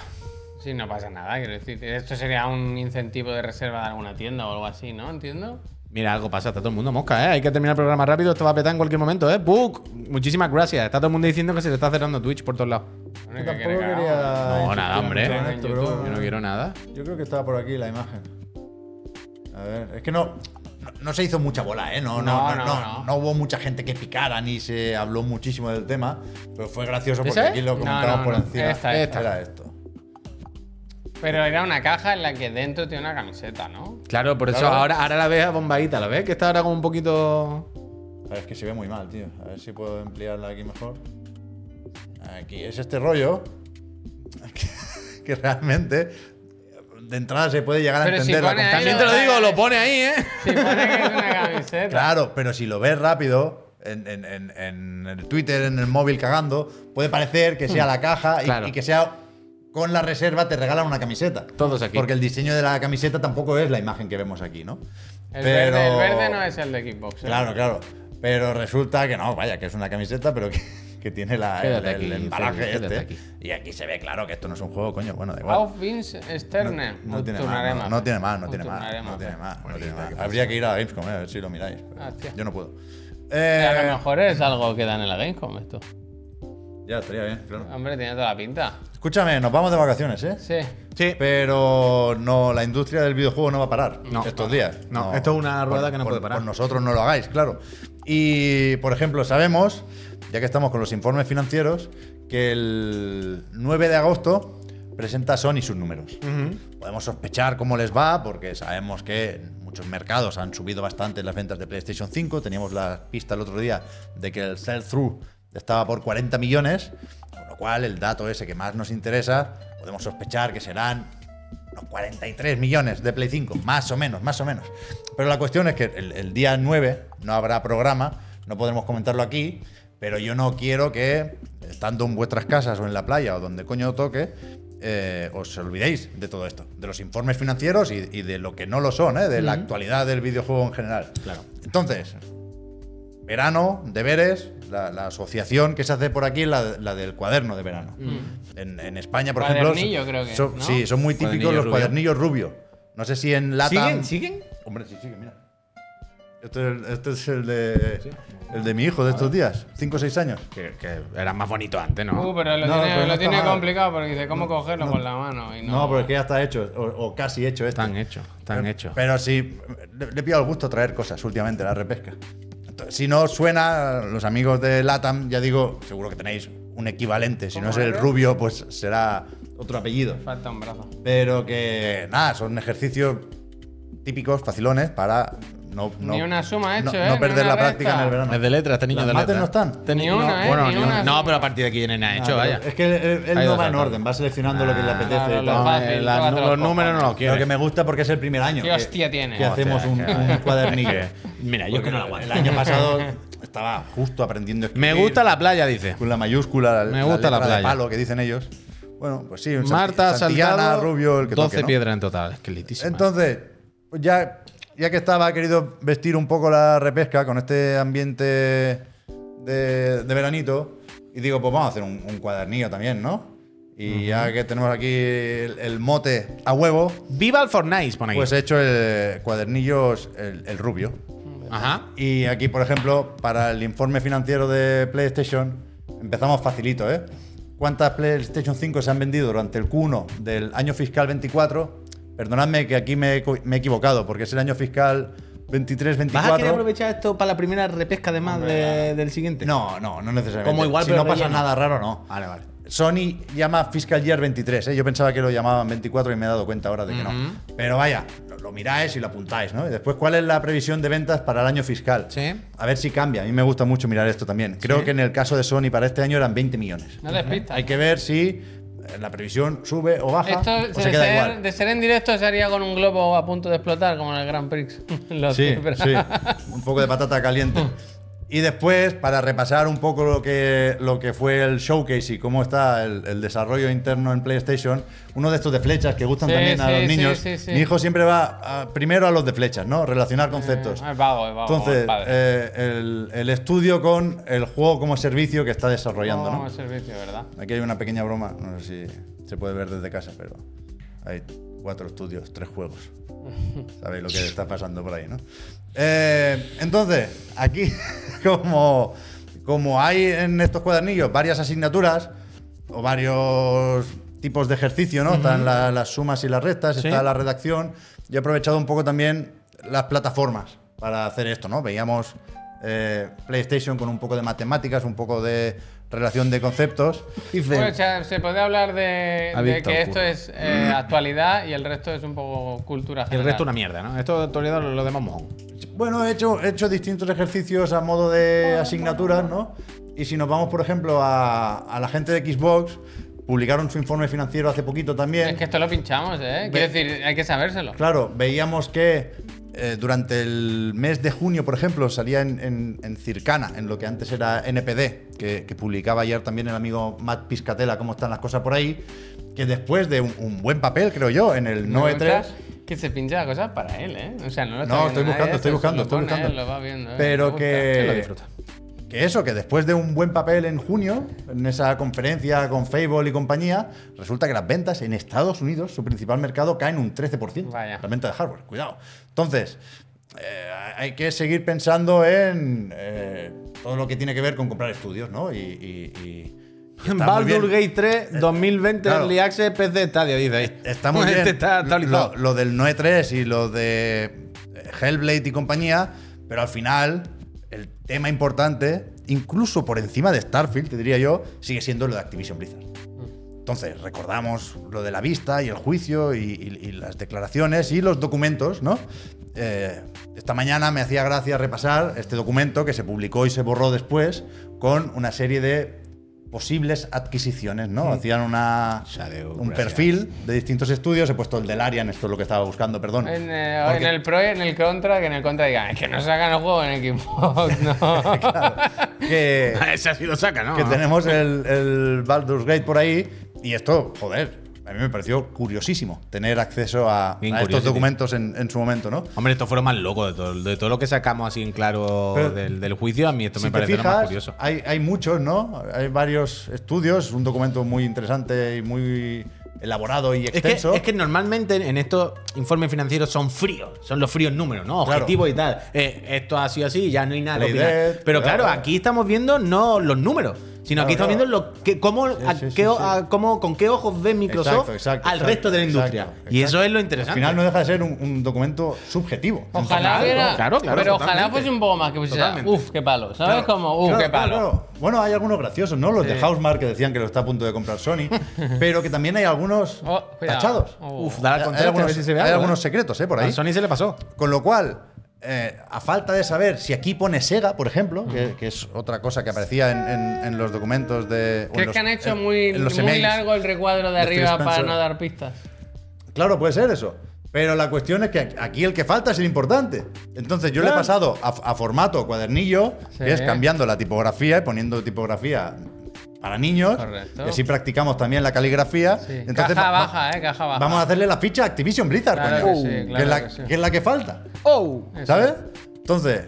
Speaker 1: Sí, no pasa nada, quiero decir. Esto sería un incentivo de reserva de alguna tienda o algo así, ¿no? ¿Entiendo?
Speaker 2: Mira, algo pasa, está todo el mundo mosca, ¿eh? Hay que terminar el programa rápido, esto va a petar en cualquier momento, ¿eh? Book, muchísimas gracias. Está todo el mundo diciendo que se le está cerrando Twitch por todos lados.
Speaker 1: Bueno,
Speaker 3: Yo
Speaker 1: ¿qué
Speaker 3: tampoco
Speaker 1: quiere que
Speaker 3: quería.
Speaker 1: hagamos?
Speaker 2: No, nada,
Speaker 3: insistir
Speaker 2: hombre.
Speaker 3: mucho en esto, pero
Speaker 1: Yo
Speaker 2: Yo
Speaker 3: bueno.
Speaker 2: no quiero nada.
Speaker 3: Yo creo que estaba por aquí la imagen. A ver, es que no, no, no se hizo mucha bola, ¿eh? No, no, no, no, no. hubo mucha gente que picara ni se habló muchísimo del tema. Pero fue gracioso porque
Speaker 2: ¿Ese?
Speaker 3: aquí lo
Speaker 1: No,
Speaker 3: comentamos
Speaker 1: no,
Speaker 3: por
Speaker 1: no.
Speaker 3: encima.
Speaker 1: Esta, esta.
Speaker 3: Era esto.
Speaker 1: Pero era una caja en la que dentro tiene una camiseta, ¿no?
Speaker 2: Claro, por eso
Speaker 3: Claro.
Speaker 2: ahora, ahora la ves a bombadita, ¿la ves? Que está ahora como un poquito.
Speaker 3: A ver, es que se ve muy mal, tío. A ver si puedo emplearla aquí mejor. Aquí es este rollo que, que realmente de entrada se puede llegar a
Speaker 1: Pero si
Speaker 3: entender la
Speaker 1: pone ahí
Speaker 3: compañía.
Speaker 2: También te lo digo, lo pone ahí, ¿eh?
Speaker 1: Si pone que es una camiseta.
Speaker 3: Claro, pero si lo ves rápido en, en- en- en el Twitter, en el móvil cagando, puede parecer que
Speaker 1: Hmm.
Speaker 3: sea la caja y-
Speaker 2: Claro.
Speaker 3: y, que sea con la reserva te regalan una camiseta.
Speaker 2: Todos aquí.
Speaker 3: Porque el diseño de la camiseta tampoco es la imagen que vemos aquí, ¿no?
Speaker 1: El, verde, el verde no es el de Xbox. ¿eh?
Speaker 3: Claro, claro. Pero resulta que no, vaya, que es una camiseta, pero que, que tiene la, el,
Speaker 2: Quédate
Speaker 3: el
Speaker 2: aquí,
Speaker 3: embalaje
Speaker 2: Félix,
Speaker 3: este.
Speaker 2: quédate aquí.
Speaker 3: Y aquí se ve claro que esto no es un juego, coño. Bueno, da igual.
Speaker 1: Auf Vince Sterne.
Speaker 3: No, no tiene más, no, no tiene más, no tiene más, no tiene más, no tiene más. Habría que ir a Gamescom, eh, a ver si lo miráis. pero
Speaker 1: Ah, hostia.
Speaker 3: yo no puedo.
Speaker 1: a
Speaker 3: Eh,
Speaker 1: lo mejor es algo que dan en la Gamescom esto.
Speaker 3: Ya, estaría bien, claro.
Speaker 1: Hombre, tiene toda la pinta.
Speaker 3: Escúchame, nos vamos de vacaciones, ¿eh?
Speaker 1: Sí.
Speaker 2: Sí.
Speaker 3: Pero no, la industria del videojuego no va a parar
Speaker 2: No.
Speaker 3: estos días.
Speaker 2: No, esto es una rueda que no puede parar.
Speaker 3: Por nosotros no lo hagáis, claro. Y, por ejemplo, sabemos, ya que estamos con los informes financieros, que el 9 de agosto presenta Sony sus números. Podemos sospechar cómo les va, porque sabemos que en muchos mercados han subido bastante las ventas de PlayStation 5. Teníamos la pista el otro día de que el sell-through estaba por 40 millones, con lo cual el dato ese que más nos interesa, podemos sospechar que serán unos 43 millones de Play 5, más o menos, más o menos. Pero la cuestión es que el, el día 9 no habrá programa, no podremos comentarlo aquí, pero yo no quiero que, estando en vuestras casas o en la playa o donde coño toque, eh, os olvidéis de todo esto, de los informes financieros y, y de lo que no lo son, ¿eh? de la actualidad del videojuego en general. Claro. Entonces, verano, deberes, la, la asociación que se hace por aquí es la, la del cuaderno de verano. En, en España, por ejemplo.
Speaker 1: Mm. Cuadernillo, creo que,
Speaker 3: son-
Speaker 1: ¿no?
Speaker 3: Sí, son muy típicos
Speaker 2: Cuadernillo
Speaker 3: los
Speaker 2: rubio.
Speaker 3: cuadernillos rubio. No sé si en lata.
Speaker 2: ¿Siguen?
Speaker 3: Hombre, sí, siguen, mira. Este es, el- este es el de. El de mi hijo de estos días, 5 o 6 años.
Speaker 2: Que, que era más bonito antes, ¿no?
Speaker 1: Uh, pero lo
Speaker 3: No,
Speaker 1: tiene,
Speaker 3: pero no
Speaker 1: lo
Speaker 3: está
Speaker 1: tiene
Speaker 3: mal.
Speaker 1: complicado porque dice cómo cogerlo con la mano. Y no,
Speaker 3: No, pero es que ya está hecho, o, o casi hecho este.
Speaker 2: Están hechos, están hechos.
Speaker 3: Pero sí, le, le he pillado el gusto traer cosas últimamente, la repesca. Entonces, si no os suena, los amigos de LATAM, ya digo, seguro que tenéis un equivalente. Si no es
Speaker 1: ¿Cómo
Speaker 3: el
Speaker 1: eres?
Speaker 3: rubio, pues será otro apellido.
Speaker 1: Falta un brazo.
Speaker 3: Pero que nada, son ejercicios típicos, facilones, para no, no-
Speaker 1: Ni una suma he
Speaker 3: no-
Speaker 1: hecho,
Speaker 3: no
Speaker 1: ¿eh? Ni
Speaker 3: perder
Speaker 1: una
Speaker 3: la práctica en
Speaker 1: recta.
Speaker 3: el verano.
Speaker 2: Es de letras, este niño
Speaker 3: Las
Speaker 2: de
Speaker 3: mates
Speaker 2: letras.
Speaker 3: no están.
Speaker 2: Este
Speaker 1: Ni
Speaker 2: niño-
Speaker 1: una, ¿eh?
Speaker 2: Bueno,
Speaker 1: Ni
Speaker 2: ni
Speaker 1: una,
Speaker 2: una.
Speaker 1: sí.
Speaker 2: No, pero a partir de aquí vienen a
Speaker 3: Ah,
Speaker 2: hecho,
Speaker 3: pero
Speaker 2: vaya.
Speaker 3: Es que él- él, él
Speaker 2: Ahí lo
Speaker 3: no va en
Speaker 2: saltamos.
Speaker 3: orden, va seleccionando lo que le
Speaker 2: Ah,
Speaker 3: apetece.
Speaker 1: claro,
Speaker 3: y
Speaker 1: lo
Speaker 3: tal.
Speaker 1: fácil,
Speaker 2: eh,
Speaker 1: tú
Speaker 2: la-
Speaker 1: vas a
Speaker 2: no-
Speaker 1: los
Speaker 2: los números
Speaker 1: cojones.
Speaker 2: no los
Speaker 3: Lo que
Speaker 2: quiero.
Speaker 3: me gusta porque es el primer año.
Speaker 1: ¿Qué
Speaker 3: que-
Speaker 1: hostia tiene?
Speaker 3: Que
Speaker 1: Hostia,
Speaker 3: hacemos un,
Speaker 2: que-
Speaker 3: un cuadernillo.
Speaker 2: Mira, yo es que no lo aguanto.
Speaker 3: El año pasado estaba justo aprendiendo a
Speaker 2: Me
Speaker 3: escribir.
Speaker 2: gusta la playa, dice.
Speaker 3: Con la mayúscula, la,
Speaker 2: Me gusta la
Speaker 3: letra de
Speaker 2: playa.
Speaker 3: palo que dicen ellos. Bueno, pues sí, un
Speaker 2: Marta
Speaker 3: Marta Santillana,
Speaker 2: Salgado,
Speaker 3: Rubio, el que
Speaker 2: 12
Speaker 3: toque, ¿no?
Speaker 2: piedras en total. Es que es litísima.
Speaker 3: Entonces, pues ya, ya que estaba, ha querido vestir un poco la repesca con este ambiente de, de veranito. Y digo, pues vamos a hacer un, un cuadernillo también, ¿no? Y ya que tenemos aquí el, el mote a huevo,
Speaker 2: Viva el Fortnite, pone aquí.
Speaker 3: pues he hecho el cuadernillos el, el rubio.
Speaker 2: Ajá.
Speaker 3: Y aquí, por ejemplo, para el informe financiero de PlayStation, empezamos facilito, ¿eh? ¿Cuántas PlayStation 5 se han vendido durante el Q1 del año fiscal 24? Perdonadme que aquí me he, co- me he equivocado, porque es el año fiscal 23-24.
Speaker 2: ¿Vas a querer aprovechar esto para la primera repesca además de- del siguiente?
Speaker 3: No, no, no necesariamente.
Speaker 2: Como igual,
Speaker 3: si
Speaker 2: pero
Speaker 3: no pasa
Speaker 2: relleno.
Speaker 3: nada raro, no.
Speaker 2: Vale, vale.
Speaker 3: Sony llama Fiscal Year 23, ¿eh? yo pensaba que lo llamaban 24 y me he dado cuenta ahora de que no. Pero vaya, lo, lo miráis y lo apuntáis, ¿no? Y después, ¿cuál es la previsión de ventas para el año fiscal?
Speaker 2: Sí.
Speaker 3: A ver si cambia, a mí me gusta mucho mirar esto también. Creo que en el caso de Sony para este año eran 20 millones.
Speaker 1: No despistas.
Speaker 3: Hay que ver si eh, la previsión sube o baja
Speaker 1: Esto
Speaker 3: o
Speaker 1: de
Speaker 3: Pues se queda
Speaker 1: ser-
Speaker 3: igual.
Speaker 1: de ser en directo se haría con un globo a punto de explotar, como en el Grand Prix. Lo
Speaker 3: Sí,
Speaker 1: siempre.
Speaker 3: sí. Un poco de patata caliente. Y después, para repasar un poco lo que, lo que fue el showcase y cómo está el, el desarrollo interno en PlayStation, uno de estos de flechas que gustan
Speaker 1: Sí,
Speaker 3: también a
Speaker 1: sí,
Speaker 3: los
Speaker 1: sí,
Speaker 3: niños.
Speaker 1: sí, sí.
Speaker 3: Mi hijo siempre va a- primero a los de flechas, ¿no? Relacionar conceptos.
Speaker 1: Es vago, es vago. como
Speaker 3: Entonces,
Speaker 1: el padre.
Speaker 3: eh, el, el estudio con el juego como servicio que está desarrollando,
Speaker 1: Como
Speaker 3: ¿no?
Speaker 1: servicio, ¿verdad?
Speaker 3: Aquí hay una pequeña broma, no sé si se puede ver desde casa, pero hay cuatro estudios, tres juegos. Sabéis lo que está pasando por ahí, ¿no? Eh, entonces, aquí, como, como hay en estos cuadernillos varias asignaturas o varios tipos de ejercicio, ¿no? Están la- las sumas y las rectas,
Speaker 2: Sí.
Speaker 3: está la redacción. Yo he aprovechado un poco también las plataformas para hacer esto, ¿no? Veíamos eh, PlayStation con un poco de matemáticas, un poco de relación de conceptos.
Speaker 1: Bueno, o sea, Pues se puede hablar de,
Speaker 2: Ha
Speaker 1: de
Speaker 2: visto
Speaker 1: que
Speaker 2: el
Speaker 1: esto
Speaker 2: culo.
Speaker 1: es eh, actualidad y el resto es un poco cultura
Speaker 2: Y el
Speaker 1: general.
Speaker 2: resto una mierda, ¿no? Esto Toledo lo, lo demos mojón.
Speaker 3: Bueno, he hecho, he hecho distintos ejercicios a modo de asignaturas, ¿no? Y si nos vamos, por ejemplo, a, a la gente de Xbox, publicaron su informe financiero hace poquito también.
Speaker 1: Es que esto lo pinchamos, ¿eh? Quiero decir, hay que sabérselo.
Speaker 3: Claro, veíamos que eh, durante el mes de junio, por ejemplo, salía en, en- en Circana, en lo que antes era NPD, que, que publicaba ayer también el amigo Matt Piscatela, cómo están las cosas por ahí, que después de un, un buen papel, creo yo, en el
Speaker 1: Me
Speaker 3: NOE
Speaker 1: gusta
Speaker 3: 3,
Speaker 1: Que se pincha la cosa para él, ¿eh? O sea, no lo está
Speaker 3: No,
Speaker 1: viendo
Speaker 3: estoy buscando,
Speaker 1: nadie,
Speaker 3: estoy
Speaker 1: eso se
Speaker 3: buscando,
Speaker 1: lo
Speaker 3: estoy
Speaker 1: pone,
Speaker 3: buscando.
Speaker 1: él lo va viendo, ¿eh? Me
Speaker 3: pero
Speaker 1: gusta.
Speaker 3: que,
Speaker 2: lo disfruta.
Speaker 3: que eso, que después de un buen papel en junio, en esa conferencia con Fable y compañía, resulta que las ventas en Estados Unidos, su principal mercado, caen un 13%.
Speaker 1: Vaya.
Speaker 3: Las ventas de hardware, cuidado. Entonces, eh, hay que seguir pensando en eh, todo lo que tiene que ver con comprar estudios, ¿no? Y, y- y- y está muy
Speaker 2: Baldur
Speaker 3: bien. Eh,
Speaker 2: Gate 3 2020
Speaker 3: claro.
Speaker 2: Early Access PC Stadia, dice ahí.
Speaker 3: Está muy
Speaker 2: Este
Speaker 3: bien.
Speaker 2: está actualizado.
Speaker 3: Lo, lo del Noe 3 y lo de eh, Hellblade y compañía, pero al final el tema importante, incluso por encima de Starfield, te diría yo, sigue siendo lo de Activision Blizzard. Entonces, recordamos lo de la vista y el juicio y, y- y las declaraciones y los documentos, ¿no? Eh, esta mañana me hacía gracia repasar este documento que se publicó y se borró después con una serie de posibles adquisiciones, ¿no? Hacían una, un
Speaker 2: Shadowgracia.
Speaker 3: perfil de distintos estudios. He puesto el del Arian, esto es lo que estaba buscando, perdón.
Speaker 1: En, eh,
Speaker 3: Porque-
Speaker 1: en el Pro y en el Contra, que en el Contra digan, es que no sacan el juego en Xbox, no.
Speaker 3: que,
Speaker 2: Ese ha sido saca, ¿no?
Speaker 3: que tenemos el, el Baldur's Gate por ahí. Y esto, joder, a mí me pareció curiosísimo tener acceso a, a
Speaker 2: Bien
Speaker 3: estos
Speaker 2: curioso,
Speaker 3: documentos en, en su momento, ¿no?
Speaker 2: Hombre, esto fue lo más loco de todo, de todo lo que sacamos así en claro
Speaker 3: Pero-
Speaker 2: del, del juicio. A mí esto
Speaker 3: Si
Speaker 2: me
Speaker 3: te
Speaker 2: parece lo más
Speaker 3: fijas,
Speaker 2: curioso.
Speaker 3: hay, hay muchos, ¿no? Hay varios estudios, un documento muy interesante y muy elaborado y
Speaker 2: Es que,
Speaker 3: extenso.
Speaker 2: es que normalmente en estos informes financieros son fríos, son los fríos números, ¿no?
Speaker 3: Claro.
Speaker 2: Objetivos y tal. Eh, esto ha sido así, ya no hay nada que
Speaker 3: La
Speaker 2: opinar.
Speaker 3: idea,
Speaker 2: Pero claro,
Speaker 3: claro.
Speaker 2: aquí estamos viendo no los números, sino aquí
Speaker 3: Claro,
Speaker 2: estamos
Speaker 3: claro.
Speaker 2: viendo lo que, cómo, a
Speaker 3: sí, sí,
Speaker 2: qué o-
Speaker 3: sí.
Speaker 2: a cómo- con qué ojos ve Microsoft
Speaker 3: Exacto, exacto,
Speaker 2: al
Speaker 3: exacto,
Speaker 2: resto de la industria.
Speaker 3: exacto,
Speaker 2: Y
Speaker 3: exacto.
Speaker 2: eso es lo
Speaker 3: Al
Speaker 2: interesante.
Speaker 3: final no deja de ser un, un documento subjetivo.
Speaker 1: Ojalá
Speaker 2: Claro,
Speaker 1: hubiera.
Speaker 2: claro, claro,
Speaker 1: pero ojalá
Speaker 2: totalmente.
Speaker 1: fuese un poco más que pusiera.
Speaker 2: Totalmente.
Speaker 1: Uf, qué palo. ¿Sabes?
Speaker 3: Claro,
Speaker 1: Como, uf,
Speaker 3: claro,
Speaker 1: qué
Speaker 3: claro,
Speaker 1: palo.
Speaker 3: claro. Bueno, hay algunos graciosos, ¿no? Los de Housemar que decían que lo está a punto de comprar Sony, pero que también hay algunos
Speaker 1: Oh, cuidado.
Speaker 3: tachados.
Speaker 1: Oh.
Speaker 2: Uf, da
Speaker 3: Hay-
Speaker 2: la
Speaker 3: hay
Speaker 2: contraste, a
Speaker 3: algunos,
Speaker 2: ver si se ve
Speaker 3: hay
Speaker 2: algo,
Speaker 3: algunos
Speaker 2: ¿eh?
Speaker 3: secretos, ¿eh? Por
Speaker 2: A
Speaker 3: ahí.
Speaker 2: Sony se le pasó.
Speaker 3: Con lo cual, eh, a falta de saber si aquí pone Sega, por ejemplo, que, que es otra cosa que aparecía en, en- en los documentos de. o en
Speaker 1: ¿Crees
Speaker 3: los-
Speaker 1: que han hecho
Speaker 3: en-
Speaker 1: muy,
Speaker 3: en los
Speaker 1: muy
Speaker 3: emails.
Speaker 1: largo el recuadro de
Speaker 3: de Phil
Speaker 1: arriba para
Speaker 3: Spencer.
Speaker 1: no dar pistas?
Speaker 3: Claro, puede ser eso. Pero la cuestión es que aquí el que falta es el importante. Entonces yo le he
Speaker 2: Claro.
Speaker 3: pasado a, a formato cuadernillo,
Speaker 1: Sí.
Speaker 3: que es cambiando la tipografía y poniendo tipografía para niños.
Speaker 1: Correcto.
Speaker 3: Y así practicamos también la caligrafía.
Speaker 1: Sí.
Speaker 3: Entonces,
Speaker 1: caja
Speaker 3: va- va-
Speaker 1: baja, ¿eh? Caja baja.
Speaker 3: Vamos a hacerle la ficha a Activision Blizzard,
Speaker 1: Claro
Speaker 3: coño,
Speaker 1: que sí,
Speaker 3: que,
Speaker 1: claro
Speaker 3: es la,
Speaker 1: que sí.
Speaker 3: que es la que falta.
Speaker 2: ¡Oh!
Speaker 1: Eso
Speaker 3: ¿Sabes? Entonces,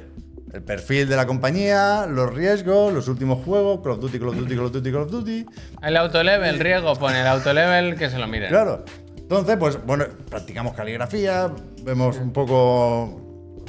Speaker 3: El perfil de la compañía, los riesgos, los últimos juegos, Call of Duty, Call of Duty, Call of Duty, Call of Duty.
Speaker 1: El autolevel, riego, pone el autolevel que se lo miren.
Speaker 3: Claro. Entonces, pues bueno, practicamos caligrafía, vemos un poco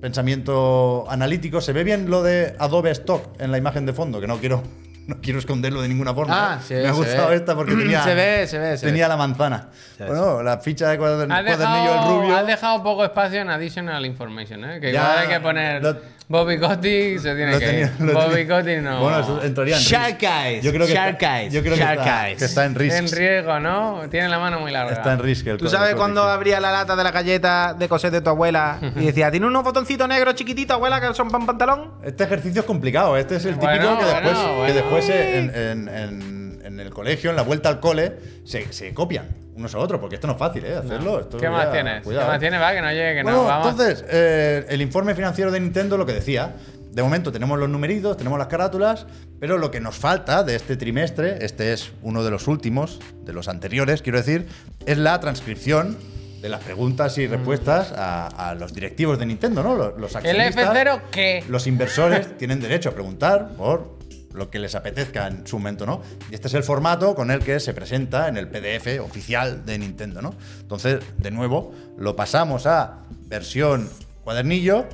Speaker 3: pensamiento analítico. Se ve bien lo de Adobe Stock en la imagen de fondo, que no quiero, no quiero esconderlo de ninguna forma.
Speaker 2: Ah, sí,
Speaker 3: Me ha
Speaker 2: se
Speaker 3: gustado
Speaker 2: ve.
Speaker 3: esta porque tenía,
Speaker 2: Se ve, se ve, se
Speaker 3: tenía la manzana.
Speaker 2: Se ve,
Speaker 3: bueno, la ficha de cuadern-
Speaker 1: Has
Speaker 3: cuadernillo el
Speaker 1: dejado,
Speaker 3: rubio.
Speaker 1: has dejado poco espacio en additional information, ¿eh? Que
Speaker 3: Ya,
Speaker 1: igual hay que poner
Speaker 3: lo-
Speaker 1: Bobby Kotick, se tiene
Speaker 3: Lo
Speaker 1: que
Speaker 3: tenía-
Speaker 1: ir.
Speaker 3: lo
Speaker 1: Bobby
Speaker 3: tenía-
Speaker 1: Kotick no.
Speaker 3: Bueno, eso entraría en
Speaker 2: Shark
Speaker 3: risk.
Speaker 2: Eyes,
Speaker 3: Yo creo que
Speaker 2: Shark
Speaker 3: está,
Speaker 2: Eyes,
Speaker 3: yo creo que
Speaker 2: Shark
Speaker 3: está,
Speaker 2: Eyes.
Speaker 3: que está en risk.
Speaker 1: en riego, ¿no? Tiene la mano muy larga.
Speaker 3: Está en risk el
Speaker 2: ¿Tú
Speaker 3: código
Speaker 2: sabes cuando
Speaker 3: correctivo.
Speaker 2: abría la lata de la galleta de coser de tu abuela y decía, tiene unos botoncitos negros chiquititos, abuela, que son pan pantalón?
Speaker 3: Este ejercicio es complicado. Este es el típico
Speaker 1: Bueno,
Speaker 3: que después,
Speaker 1: bueno,
Speaker 3: que
Speaker 1: bueno.
Speaker 3: después se- en, en- en- en el colegio, en la vuelta al cole, se, se copian unos a otros, porque esto no es fácil, ¿eh? Hacerlo. Esto,
Speaker 1: ¿Qué más
Speaker 3: ya,
Speaker 1: tienes?
Speaker 3: cuidado. ¿eh?
Speaker 1: ¿Qué más tienes? Va, que no llegue, que
Speaker 3: Bueno,
Speaker 1: no. Vamos.
Speaker 3: entonces, eh, el informe financiero de Nintendo lo que decía. De momento tenemos los numeritos, tenemos las carátulas, pero lo que nos falta de este trimestre, este es uno de los últimos, de los anteriores, quiero decir, es la transcripción de las preguntas
Speaker 1: Mm.
Speaker 3: y respuestas a, a los directivos de Nintendo, ¿no? Los, los
Speaker 1: ¿El
Speaker 3: accionistas.
Speaker 1: F0 qué?
Speaker 3: Los inversores tienen derecho a preguntar por lo que les apetezca en su momento, ¿no? Y este es el formato con el que se presenta en el PDF oficial de Nintendo, ¿no? Entonces, de nuevo, lo pasamos a versión cuadernillo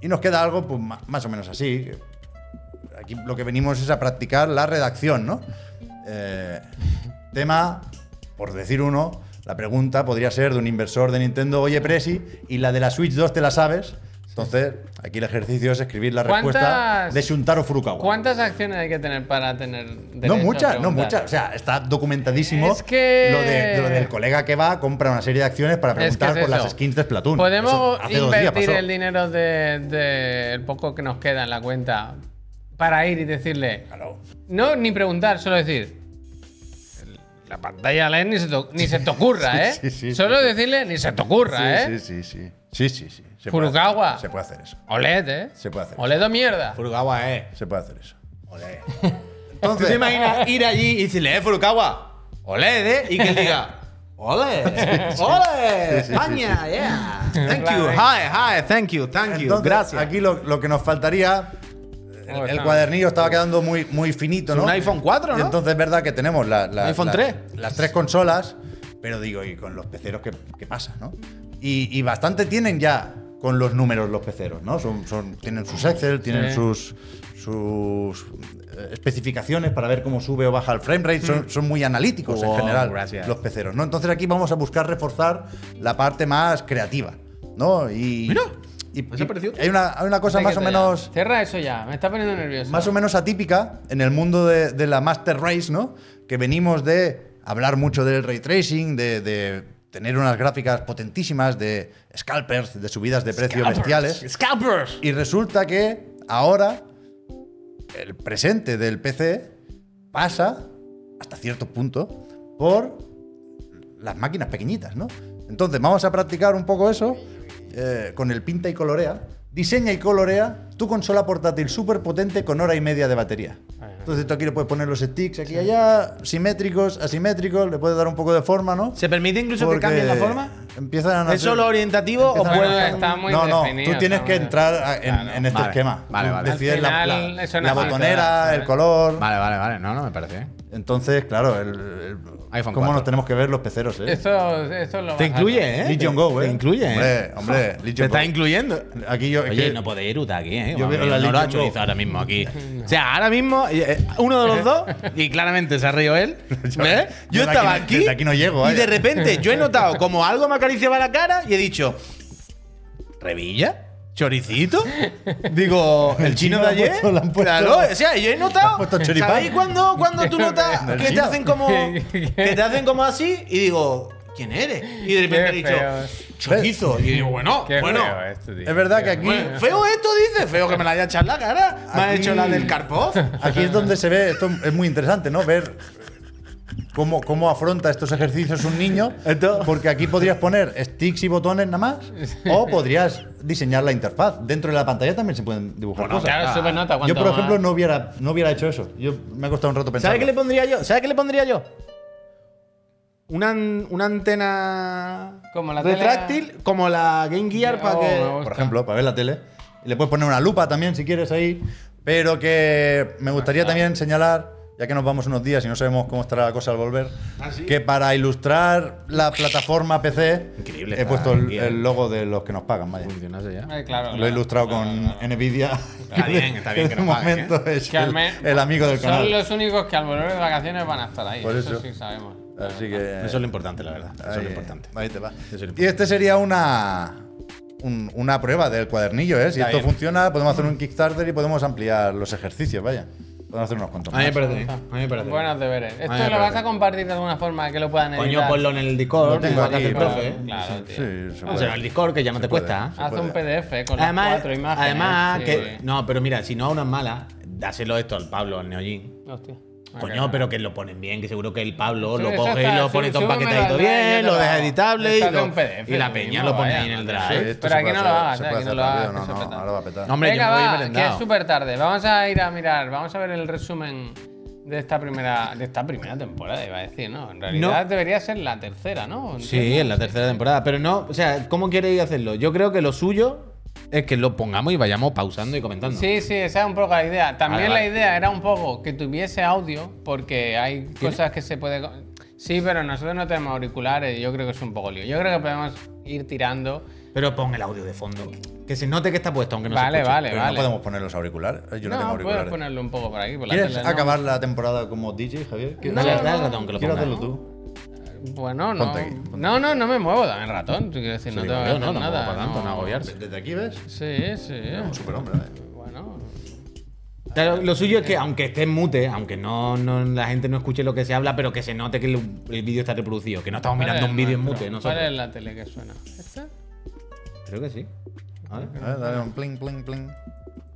Speaker 3: y nos queda algo pues, ma- más o menos así. Aquí lo que venimos es a practicar la redacción, ¿no? Eh, tema, por decir uno, la pregunta podría ser de un inversor de Nintendo, oye Presi, y la de la Switch 2 te la sabes. Entonces, aquí el ejercicio es escribir la respuesta
Speaker 1: ¿Cuántas-
Speaker 3: de Shuntaro Furukawa.
Speaker 1: ¿Cuántas acciones hay que tener para tener derecho
Speaker 3: No
Speaker 1: a
Speaker 3: muchas, no
Speaker 1: preguntar?
Speaker 3: muchas. O sea, está documentadísimo
Speaker 1: Es que-
Speaker 3: lo, de- lo del colega que va, compra una serie de acciones para
Speaker 1: Es que es
Speaker 3: preguntar por
Speaker 1: eso.
Speaker 3: las skins de Splatoon.
Speaker 1: Podemos
Speaker 3: Eso hace dos días
Speaker 1: invertir
Speaker 3: pasó.
Speaker 1: el dinero del de, el poco que nos queda en la cuenta para ir y decirle,
Speaker 3: Claro.
Speaker 1: no ni preguntar, solo decir, la pantalla LED ni se, to- ni se te ocurra, ¿eh?
Speaker 3: Sí, sí, sí,
Speaker 1: solo
Speaker 3: sí.
Speaker 1: decirle, ni se te ocurra, ¿eh?
Speaker 3: Sí, sí, sí. Sí, sí, sí. Se puede
Speaker 1: Furukawa.
Speaker 3: hacer- Se puede hacer eso.
Speaker 1: OLED, ¿eh?
Speaker 3: Se puede hacer. Pues
Speaker 1: OLED o mierda.
Speaker 2: Furukawa, eh.
Speaker 3: Se puede hacer eso. Ole.
Speaker 2: ¿Tú te
Speaker 3: Entonces,
Speaker 2: imaginas ir allí y decirle, eh, Furukawa, ole, eh? Y que él diga, ole, ole, España, yeah. Thank you, hi, hi, thank you, thank you,
Speaker 3: Entonces,
Speaker 2: gracias.
Speaker 3: Aquí lo, lo que nos faltaría.
Speaker 1: Oh,
Speaker 3: El, el
Speaker 1: está.
Speaker 3: cuadernillo estaba quedando muy, muy finito,
Speaker 2: Es
Speaker 3: ¿no?
Speaker 2: un iPhone 4,
Speaker 3: Y
Speaker 2: ¿no?
Speaker 3: entonces es verdad que tenemos la- la-
Speaker 2: Un iPhone
Speaker 3: la-
Speaker 2: 3.
Speaker 3: las tres consolas, pero digo, ¿y con los peceros qué, qué pasa, no? Y, y bastante tienen ya con los números los peceros, ¿no? Son, son- tienen sus Excel, tienen
Speaker 1: Sí.
Speaker 3: sus, sus eh, especificaciones para ver cómo sube o baja el frame rate.
Speaker 1: Mm.
Speaker 3: Son, son muy analíticos
Speaker 2: Wow,
Speaker 3: en general
Speaker 2: gracias.
Speaker 3: los peceros, ¿no? Entonces aquí vamos a buscar reforzar la parte más creativa, ¿no? Y,
Speaker 2: Mira,
Speaker 3: y-
Speaker 2: pues ha aparecido.
Speaker 3: hay una, hay una cosa más o
Speaker 1: Déjate ya.
Speaker 3: menos
Speaker 1: Cierra eso ya, me está poniendo nervioso.
Speaker 3: más o menos atípica en el mundo de, de la Master Race, ¿no? Que venimos de hablar mucho del ray tracing, de, de tener unas gráficas potentísimas, de scalpers, de subidas de precio bestiales.
Speaker 2: Scalpers.
Speaker 3: Y resulta que ahora el presente del PC pasa, hasta cierto punto, por las máquinas pequeñitas, ¿no? Entonces vamos a practicar un poco eso eh, con el pinta y colorea. Diseña y colorea tu consola portátil súper potente con hora y media de batería. Entonces tú aquí le puedes poner los sticks aquí y allá, simétricos, asimétricos, le puedes dar un poco de forma, ¿no?
Speaker 2: ¿Se permite incluso que
Speaker 3: Porque
Speaker 2: cambien la forma?
Speaker 3: Empiezan a
Speaker 2: ¿Es solo
Speaker 3: hacer-
Speaker 2: orientativo o
Speaker 3: Empiezan a
Speaker 1: Bueno,
Speaker 2: puede
Speaker 3: hacer-
Speaker 1: está muy
Speaker 3: no, no,
Speaker 1: definido,
Speaker 3: tú tienes
Speaker 1: está
Speaker 3: que
Speaker 1: muy-
Speaker 3: entrar a- en,
Speaker 1: Claro.
Speaker 3: en este
Speaker 2: Vale,
Speaker 3: esquema.
Speaker 2: vale,
Speaker 3: Tú
Speaker 2: vale.
Speaker 3: Decides
Speaker 1: Al
Speaker 3: la-
Speaker 1: final,
Speaker 3: la,
Speaker 1: eso no
Speaker 3: la
Speaker 1: es fácil,
Speaker 3: botonera,
Speaker 1: ¿sabes?
Speaker 3: el color.
Speaker 2: Vale, vale, vale. No, no me parece.
Speaker 3: Entonces, claro, el, el-
Speaker 2: iPhone
Speaker 3: cómo
Speaker 2: 4.
Speaker 3: nos tenemos que ver los peceros, ¿eh?
Speaker 1: Esto, esto lo
Speaker 2: Te
Speaker 1: vas a-
Speaker 2: incluye, eh.
Speaker 3: Legion
Speaker 2: Te-
Speaker 3: Go, ¿eh?
Speaker 2: Te incluye, eh.
Speaker 3: Hombre, hombre,
Speaker 2: Te
Speaker 3: Legion
Speaker 2: está
Speaker 3: Go.
Speaker 2: incluyendo.
Speaker 3: Aquí yo. es
Speaker 2: Oye,
Speaker 3: que-
Speaker 2: no podéis eruta aquí, ¿eh?
Speaker 3: Yo
Speaker 2: Vamos,
Speaker 3: veo la
Speaker 2: no lo ha
Speaker 3: Legion
Speaker 2: chorizado
Speaker 3: Go.
Speaker 2: ahora mismo aquí. O sea, ahora mismo, eh, eh, uno de los dos, y claramente se ha reído él.
Speaker 3: Yo-
Speaker 2: ¿eh? Yo,
Speaker 3: yo de
Speaker 2: estaba
Speaker 3: aquí no-
Speaker 2: aquí.
Speaker 3: desde aquí no llego,
Speaker 2: Y de
Speaker 3: vaya.
Speaker 2: repente yo he notado como algo me acariciaba la cara y he dicho. ¿Revilla? ¿Choricito? Digo, el chino
Speaker 3: chino
Speaker 2: de
Speaker 3: le han
Speaker 2: ayer.
Speaker 3: puesto- le han puesto-
Speaker 2: claro, o sea, yo he
Speaker 3: han
Speaker 2: notado.
Speaker 3: puesto choripán.
Speaker 2: ¿Sabéis cuando, cuando tú notas
Speaker 3: El
Speaker 2: que te
Speaker 3: chino.
Speaker 2: hacen como. que te hacen como así? Y digo, ¿quién eres? Y de repente he
Speaker 1: Qué
Speaker 2: dicho,
Speaker 1: feo.
Speaker 2: chorizo. Y digo, bueno,
Speaker 1: Qué
Speaker 2: bueno.
Speaker 1: feo eh. esto, tío.
Speaker 3: Es verdad
Speaker 1: Qué
Speaker 3: que aquí-
Speaker 1: bueno.
Speaker 2: Feo esto, dice. Feo que me la haya echado en la cara. Me ha
Speaker 3: Aquí-
Speaker 2: hecho la del Karpov.
Speaker 3: Aquí es donde se ve, esto es muy interesante, ¿no? Ver cómo, cómo afronta estos ejercicios un niño.
Speaker 2: Esto-
Speaker 3: Porque aquí podrías poner sticks y botones nada más. O podrías diseñar la interfaz. Dentro de la pantalla también se pueden dibujar
Speaker 1: Bueno,
Speaker 3: cosas.
Speaker 1: claro, sube nota
Speaker 3: yo,
Speaker 1: cuanto
Speaker 3: por ejemplo,
Speaker 1: más.
Speaker 3: no hubiera, no hubiera hecho eso. Yo me ha costado un rato pensar.
Speaker 2: ¿Sabes qué le pondría yo? ¿Sabes qué le pondría yo? Una, an- una antena
Speaker 1: Como la
Speaker 2: retráctil, como la Game Gear para
Speaker 1: Oh,
Speaker 2: que.
Speaker 1: me gusta.
Speaker 3: Por ejemplo, para ver la tele. Y le puedes poner una lupa también si quieres ahí. Pero que me gustaría también señalar, ya que nos vamos unos días y no sabemos cómo estará la cosa al volver, que para ilustrar la plataforma PC
Speaker 2: Increíble,
Speaker 3: he
Speaker 2: está
Speaker 3: puesto el,
Speaker 2: bien.
Speaker 3: el logo de los que nos pagan, vaya.
Speaker 2: Funcionase ya.
Speaker 1: Ay, claro,
Speaker 3: Lo he
Speaker 1: claro.
Speaker 3: ilustrado con Nvidia.
Speaker 2: Está bien, está bien que ¿eh?
Speaker 3: en un
Speaker 2: nos paguen,
Speaker 3: momento es
Speaker 1: Que al
Speaker 3: el,
Speaker 1: men-
Speaker 3: el amigo del
Speaker 1: Son
Speaker 3: canal.
Speaker 1: los únicos que al volver de vacaciones van a estar ahí.
Speaker 3: Por
Speaker 1: eso.
Speaker 3: eso.
Speaker 1: sí sabemos.
Speaker 3: Así que
Speaker 2: Eso es lo importante, la verdad. Eso es
Speaker 3: Ahí,
Speaker 2: lo importante.
Speaker 3: ahí te va.
Speaker 2: es lo
Speaker 3: Y este sería una un- una prueba del cuadernillo, ¿eh? Si
Speaker 2: Está
Speaker 3: esto
Speaker 2: bien.
Speaker 3: funciona, podemos hacer un Kickstarter y podemos ampliar los ejercicios, vaya. Podemos hacer unos cuantos
Speaker 2: A mí me
Speaker 3: más.
Speaker 2: parece bien. A mí me parece bien.
Speaker 1: Buenos deberes. ¿Esto
Speaker 2: me
Speaker 1: lo vas
Speaker 2: parece.
Speaker 1: a compartir de alguna forma que lo puedan editar?
Speaker 2: Coño, ponlo en el Discord.
Speaker 3: Lo tengo
Speaker 2: igual que
Speaker 3: aquí,
Speaker 2: hace el
Speaker 3: pero-
Speaker 2: profe.
Speaker 1: Claro, claro, tío.
Speaker 3: Sí, se
Speaker 2: Vamos
Speaker 3: puede.
Speaker 2: a ver el Discord, que ya no
Speaker 3: Se
Speaker 2: te
Speaker 3: puede.
Speaker 2: cuesta.
Speaker 3: Se
Speaker 1: Haz
Speaker 3: puede.
Speaker 1: un PDF con las
Speaker 2: Además,
Speaker 1: cuatro imágenes.
Speaker 2: además
Speaker 1: sí.
Speaker 2: que. No, pero mira, si no a unas malas, dáselo esto al Pablo, al Neojin.
Speaker 1: Hostia.
Speaker 2: Coño, pero que lo ponen bien, que seguro que el Pablo
Speaker 1: Sí,
Speaker 2: lo
Speaker 1: eso
Speaker 2: coge
Speaker 1: está,
Speaker 2: y lo
Speaker 1: sí,
Speaker 2: pone todo un
Speaker 1: súbemelo
Speaker 2: paquetadito
Speaker 1: al drive,
Speaker 2: bien,
Speaker 1: yo
Speaker 2: lo
Speaker 1: te lo
Speaker 2: deja
Speaker 1: hago.
Speaker 2: editable y,
Speaker 1: Esto es
Speaker 2: lo-
Speaker 1: un PDF,
Speaker 2: y la
Speaker 1: tú
Speaker 2: peña
Speaker 1: mismo,
Speaker 2: lo pone
Speaker 1: vaya,
Speaker 2: ahí en el
Speaker 1: no
Speaker 3: Sí,
Speaker 2: drive.
Speaker 3: esto
Speaker 1: Pero
Speaker 3: se
Speaker 1: aquí
Speaker 3: puede
Speaker 1: ¿eh? no lo
Speaker 3: hacer,
Speaker 1: hagas,
Speaker 3: se
Speaker 1: eh,
Speaker 3: puede
Speaker 1: aquí no
Speaker 3: hacer
Speaker 1: lo hagas,
Speaker 3: rápido,
Speaker 1: que
Speaker 3: no,
Speaker 1: eso
Speaker 3: no,
Speaker 1: peta.
Speaker 3: ahora va a petar.
Speaker 2: No, hombre,
Speaker 1: Venga,
Speaker 2: yo me voy
Speaker 1: va, que es
Speaker 2: merendado.
Speaker 1: súper tarde. Vamos a ir a mirar, vamos a ver el resumen de esta primera, de esta primera temporada, iba a decir, ¿no? En realidad debería ser la tercera, ¿no?
Speaker 2: Sí, en la tercera temporada. Pero no, o sea, ¿cómo queréis hacerlo? Yo creo que lo suyo es que lo pongamos y vayamos pausando y comentando.
Speaker 1: Sí, sí, esa es un poco la idea. También
Speaker 2: Vale,
Speaker 1: la
Speaker 2: vale.
Speaker 1: idea era un poco que tuviese audio, porque hay cosas que se puede. co- Sí, pero nosotros no tenemos auriculares y yo creo que es un poco lío. Yo creo que podemos ir tirando.
Speaker 2: Pero pon el audio de fondo. Que se note que está puesto, aunque no
Speaker 1: vale,
Speaker 2: se escuche.
Speaker 1: vale,
Speaker 3: Pero
Speaker 1: vale.
Speaker 3: no podemos poner los auriculares. Eh, Yo no, tengo
Speaker 1: puedes
Speaker 3: auriculares.
Speaker 1: ponerlo un poco por aquí, por la
Speaker 3: ¿Quieres
Speaker 1: tele, ¿no?
Speaker 3: acabar la temporada como DJ, Javier? ¿Quieres-
Speaker 1: No,
Speaker 2: Dale, dale
Speaker 1: no,
Speaker 2: al ratón que lo
Speaker 3: Quiero
Speaker 2: ponga.
Speaker 3: hacerlo tú.
Speaker 1: Bueno, no.
Speaker 3: Ponte aquí, ponte
Speaker 1: no, no, no me muevo, dame el ratón. Tú quieres decir, no
Speaker 2: Sí,
Speaker 1: te
Speaker 2: digo
Speaker 1: voy a
Speaker 2: yo,
Speaker 1: hacer
Speaker 2: no, tampoco
Speaker 1: nada.
Speaker 2: para tanto, no agobiarse.
Speaker 3: Desde aquí ves,
Speaker 1: Sí, sí.
Speaker 3: un superhombre. ¿eh?
Speaker 1: Bueno.
Speaker 2: Claro, lo suyo es que aunque esté en mute, aunque no, no- la gente no escuche lo que se habla, pero que se note que el, el vídeo está reproducido, que no estamos
Speaker 1: ¿cuál
Speaker 2: mirando
Speaker 1: es
Speaker 2: un vídeo en
Speaker 1: nuestro?
Speaker 2: mute
Speaker 1: ¿Cuál
Speaker 2: nosotros.
Speaker 1: es la tele que suena? ¿Esta?
Speaker 2: Creo que sí. A ver.
Speaker 3: A ver, dale un pling, pling, pling.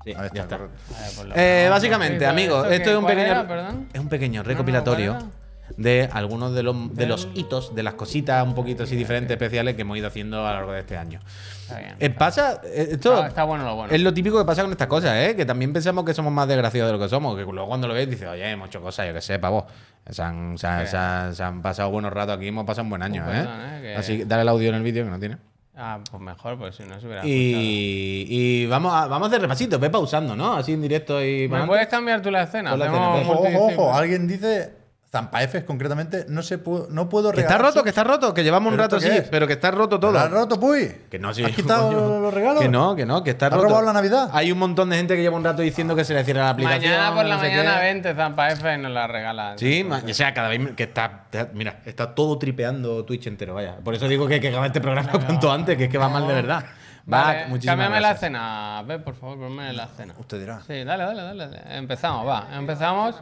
Speaker 2: Sí,
Speaker 3: Ahí está,
Speaker 2: ya está.
Speaker 3: correcto.
Speaker 1: A ver, por lo
Speaker 2: Eh,
Speaker 1: menos.
Speaker 2: básicamente,
Speaker 1: ¿Esto-
Speaker 2: amigos,
Speaker 1: esto
Speaker 2: esto
Speaker 1: qué-
Speaker 2: es un
Speaker 1: cuál
Speaker 2: pequeño,
Speaker 1: era, perdón?
Speaker 2: es un pequeño recopilatorio
Speaker 1: ¿cuál
Speaker 2: de algunos de los, de los hitos, de las cositas un poquito así diferentes, especiales que hemos ido haciendo a lo largo de este año.
Speaker 1: Está bien.
Speaker 2: Eh, pasa, eh, esto
Speaker 1: Ah, Está- está bueno lo bueno.
Speaker 2: es lo típico que pasa con estas cosas, ¿eh? que también pensamos que somos más desgraciados de lo que somos, que luego cuando lo ves dices, oye, hemos hecho cosas, yo que sé, pavo. Se han, se han- se han- se han pasado buenos ratos aquí, hemos pasado un buen año.
Speaker 1: Pues
Speaker 2: ¿eh?
Speaker 1: perdón, ¿eh? Que-
Speaker 2: Así que dale el audio en el vídeo que no tiene.
Speaker 1: Ah, pues mejor, pues si no se hubiera escuchado.
Speaker 2: Y, y vamos, a, vamos de repasito, ve pausando, ¿no? Así en directo y...
Speaker 1: ¿Me
Speaker 2: pa'lante.
Speaker 1: puedes cambiar tú la escena?
Speaker 2: Pon la
Speaker 1: Hacemos
Speaker 2: escena,
Speaker 3: Ojo, ojo,
Speaker 1: multidisciplina.
Speaker 3: ojo. Alguien dice, Zampaefes concretamente, no, se pu- no puedo
Speaker 2: Que está
Speaker 3: regalar
Speaker 2: roto,
Speaker 3: su-
Speaker 2: que está roto, que llevamos un
Speaker 3: ¿Pero
Speaker 2: rato
Speaker 3: esto
Speaker 2: así,
Speaker 3: qué es?
Speaker 2: pero que está roto todo.
Speaker 3: ¿Lo has roto, Puy?
Speaker 2: Que no, sí.
Speaker 3: ¿Has quitado
Speaker 2: coño.
Speaker 3: los regalos?
Speaker 2: Que no, que no, que está
Speaker 3: ¿Has
Speaker 2: roto.
Speaker 3: robado la Navidad?
Speaker 2: Hay un montón de gente que lleva un rato diciendo que se le cierra la aplicación.
Speaker 1: Mañana por la
Speaker 2: no sé
Speaker 1: mañana
Speaker 2: qué.
Speaker 1: vente, Zampa F, y nos la regalas.
Speaker 2: Sí, ma- o sea, cada vez me- que está, está- Mira, está todo tripeando Twitch entero, vaya. Por eso digo que hay que acabar este programa cuanto antes, que es que va mal de verdad. Va,
Speaker 1: Vale,
Speaker 2: muchísimas
Speaker 1: cámbiame la
Speaker 2: gracias.
Speaker 1: escena. Ve, por favor, ponme la escena.
Speaker 3: Usted dirá.
Speaker 1: Sí, dale, dale, dale, dale. Empezamos, va. Empezamos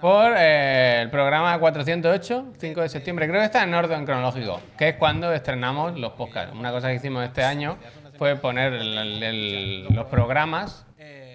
Speaker 1: por eh, el programa 408, 5 de septiembre. Creo que está en orden cronológico, que es cuando estrenamos los podcasts. Una cosa que hicimos este año fue poner el- el- el- los programas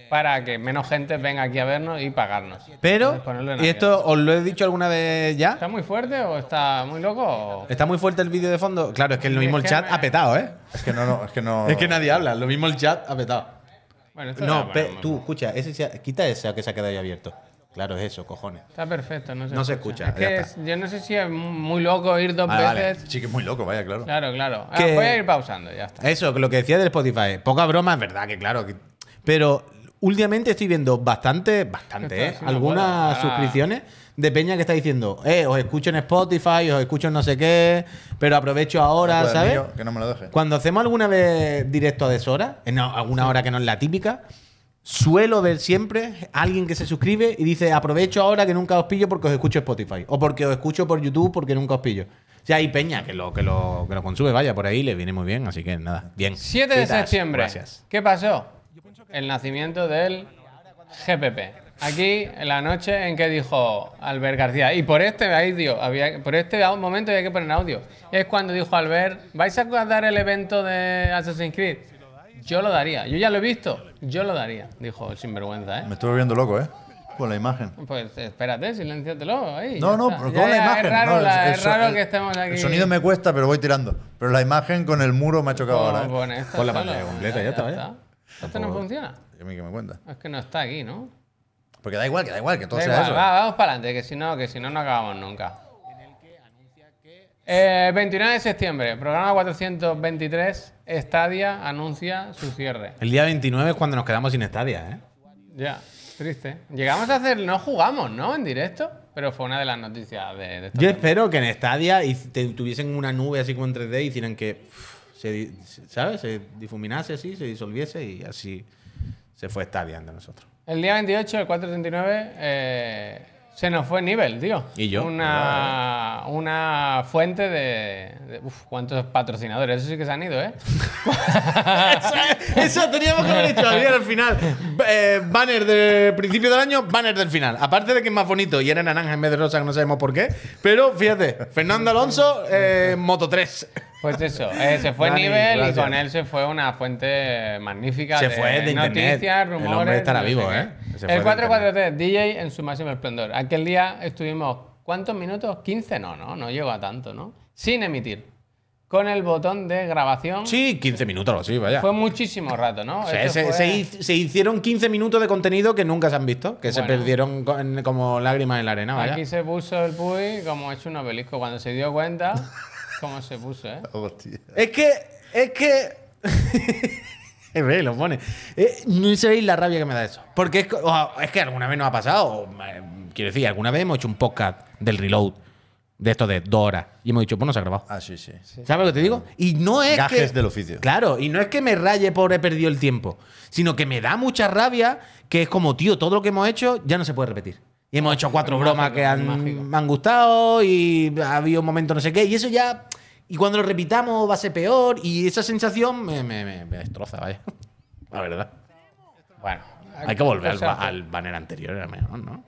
Speaker 1: para que menos gente venga aquí a vernos y pagarnos.
Speaker 2: Pero,
Speaker 1: Ponerlo en
Speaker 2: y
Speaker 1: abierto.
Speaker 2: esto os lo he dicho alguna vez ya.
Speaker 1: ¿Está muy fuerte o está muy loco? o-
Speaker 2: Está muy fuerte el vídeo de fondo. Claro, es que lo mismo el
Speaker 1: que
Speaker 2: chat
Speaker 1: me- Oh.
Speaker 2: ha petado, ¿eh?
Speaker 3: Es que no, no, es que no.
Speaker 2: Es que nadie habla, lo mismo el chat ha petado.
Speaker 1: Ah, Bueno, esto
Speaker 2: No,
Speaker 1: da
Speaker 2: pe-
Speaker 1: para-
Speaker 2: tú, escucha, ese se ha- quita ese que se ha quedado ahí abierto. Claro, es eso, cojones.
Speaker 1: Está perfecto, no se
Speaker 2: No se escucha, ya
Speaker 1: Es que es- yo no sé si es muy loco ir dos
Speaker 2: Vale, vale.
Speaker 1: veces.
Speaker 3: Sí, que es muy loco, vaya, claro.
Speaker 1: Claro, claro. Ah,
Speaker 2: Que-
Speaker 1: voy a ir pausando, ya está.
Speaker 2: Eso, que lo que decía del Spotify, poca broma, es verdad que claro. que- pero últimamente estoy viendo bastante, bastante,
Speaker 1: Esto
Speaker 2: ¿eh?
Speaker 1: es una
Speaker 2: Algunas
Speaker 1: bola.
Speaker 2: suscripciones de Peña que está diciendo, eh, os escucho en Spotify, os escucho en no sé qué, pero aprovecho ahora,
Speaker 3: Joder,
Speaker 2: ¿sabes?
Speaker 3: mío, que no me lo deje.
Speaker 2: Cuando hacemos alguna vez directo a deshora, en a- alguna hora que no es la típica, suelo ver siempre a alguien que se suscribe y dice, aprovecho ahora que nunca os pillo porque os escucho Spotify. O porque os escucho por YouTube porque nunca os pillo. O sea, hay peña que lo, que lo, que lo consume, vaya, por ahí le viene muy bien, así que nada, bien.
Speaker 1: 7 de
Speaker 2: Citas,
Speaker 1: septiembre.
Speaker 2: Gracias.
Speaker 1: ¿Qué pasó? El nacimiento del GPP. Aquí, en la noche en que dijo Albert García, y por este audio, había, por este au- momento había que poner audio. Es cuando dijo Albert, ¿vais a dar el evento de Assassin's Creed? Yo lo daría. Yo ya lo he visto. Yo lo daría, dijo el sinvergüenza, ¿eh?
Speaker 3: Me estoy volviendo loco, ¿eh? Con la imagen.
Speaker 1: Pues espérate, silenciatelo ahí.
Speaker 3: No,
Speaker 1: ya
Speaker 3: no,
Speaker 1: está.
Speaker 3: pero
Speaker 1: Ya,
Speaker 3: con la
Speaker 1: ya,
Speaker 3: imagen.
Speaker 1: Es raro,
Speaker 3: no, el-
Speaker 1: la-
Speaker 3: el
Speaker 1: es
Speaker 3: so-
Speaker 1: raro
Speaker 3: el-
Speaker 1: que estemos aquí.
Speaker 3: El sonido me cuesta, pero voy tirando. Pero la imagen con el muro me ha chocado ahora. ¿eh?
Speaker 1: Con esta
Speaker 2: Pon la
Speaker 1: solo,
Speaker 2: pantalla completa, ya está, vaya.
Speaker 1: Esto no
Speaker 2: Joder.
Speaker 1: funciona.
Speaker 3: Y a mí que me cuenta.
Speaker 1: Es que no está aquí, ¿no?
Speaker 3: Porque da igual, que da igual, que todo
Speaker 1: Da
Speaker 3: sea
Speaker 1: igual,
Speaker 3: eso.
Speaker 1: va, vamos para adelante, que si no, que si no, no acabamos nunca. Eh, 29 de septiembre, programa 423, Stadia anuncia su cierre.
Speaker 2: El día 29 es cuando nos quedamos sin Stadia, ¿eh?
Speaker 1: Ya, triste. Llegamos a hacer, no jugamos, ¿no? En directo, pero fue una de las noticias de, de esta
Speaker 2: Yo
Speaker 1: semana.
Speaker 2: espero que en Stadia y te- tuviesen una nube así como en 3D y hicieran que, uf, se, di- se- ¿sabes? Se difuminase así, se disolviese y así se fue Stadia de nosotros.
Speaker 1: El día 28, el 439, eh, se nos fue nivel, tío.
Speaker 2: ¿Y yo?
Speaker 1: Una, una fuente de, de- Uf, cuántos patrocinadores. Eso sí que se han ido, ¿eh?
Speaker 2: Eso teníamos que haber hecho Javier, al final. Eh, banner de principio del año, banner del final. Aparte de que es más bonito y era naranja en vez de rosa, que no sabemos por qué. Pero fíjate, Fernando Alonso, eh, Moto 3.
Speaker 1: Pues eso, eh, se fue
Speaker 2: Dani,
Speaker 1: nivel
Speaker 2: gracias.
Speaker 1: y con él se fue una fuente magnífica
Speaker 2: Se
Speaker 1: de,
Speaker 2: fue de internet.
Speaker 1: noticias,
Speaker 2: El
Speaker 1: rumores.
Speaker 2: hombre estará
Speaker 1: no sé
Speaker 2: vivo,
Speaker 1: qué.
Speaker 2: ¿eh? Se fue de
Speaker 1: El 443, DJ en su máximo esplendor. Aquel día estuvimos, ¿cuántos minutos? 15, no, no, no llegó a tanto, ¿no? Sin emitir. Con el botón de grabación.
Speaker 2: Sí, 15 minutos o así, vaya.
Speaker 1: Fue muchísimo rato, ¿no?
Speaker 2: O sea,
Speaker 1: Eso
Speaker 2: se,
Speaker 1: fue-
Speaker 2: se hi- se hicieron 15 minutos de contenido que nunca se han visto, que se
Speaker 1: Bueno.
Speaker 2: perdieron co- en- como lágrimas en la arena, vaya.
Speaker 1: Aquí se puso el Puy como hecho un obelisco. Cuando se dio cuenta, cómo se puso, ¿eh?
Speaker 3: Hostia.
Speaker 2: Es que. Es que. Es verdad, lo pone. Eh, no sabéis la rabia que me da eso. Porque es, co- o- es que alguna vez nos ha pasado. o, eh, Quiero decir, alguna vez hemos hecho un podcast del reload de esto de dos horas y hemos dicho, pues no se ha grabado.
Speaker 3: Ah, sí, sí.
Speaker 2: ¿Sabes lo que te digo? Y no es
Speaker 3: Gajes
Speaker 2: que,
Speaker 3: del oficio.
Speaker 2: Claro, y no es que me raye por he perdido el tiempo, sino que me da mucha rabia que es como, tío, todo lo que hemos hecho ya no se puede repetir. Y hemos hecho cuatro
Speaker 1: es
Speaker 2: bromas
Speaker 1: mágico,
Speaker 2: que
Speaker 1: es mágico.
Speaker 2: han, me han gustado y ha habido un momento no sé qué, y eso ya... Y cuando lo repitamos va a ser peor y esa sensación me, me- me- me destroza, vaya. La verdad.
Speaker 1: Bueno.
Speaker 2: Hay que volver al,
Speaker 1: cosas-
Speaker 2: ba- al banner anterior, a lo mejor, ¿no?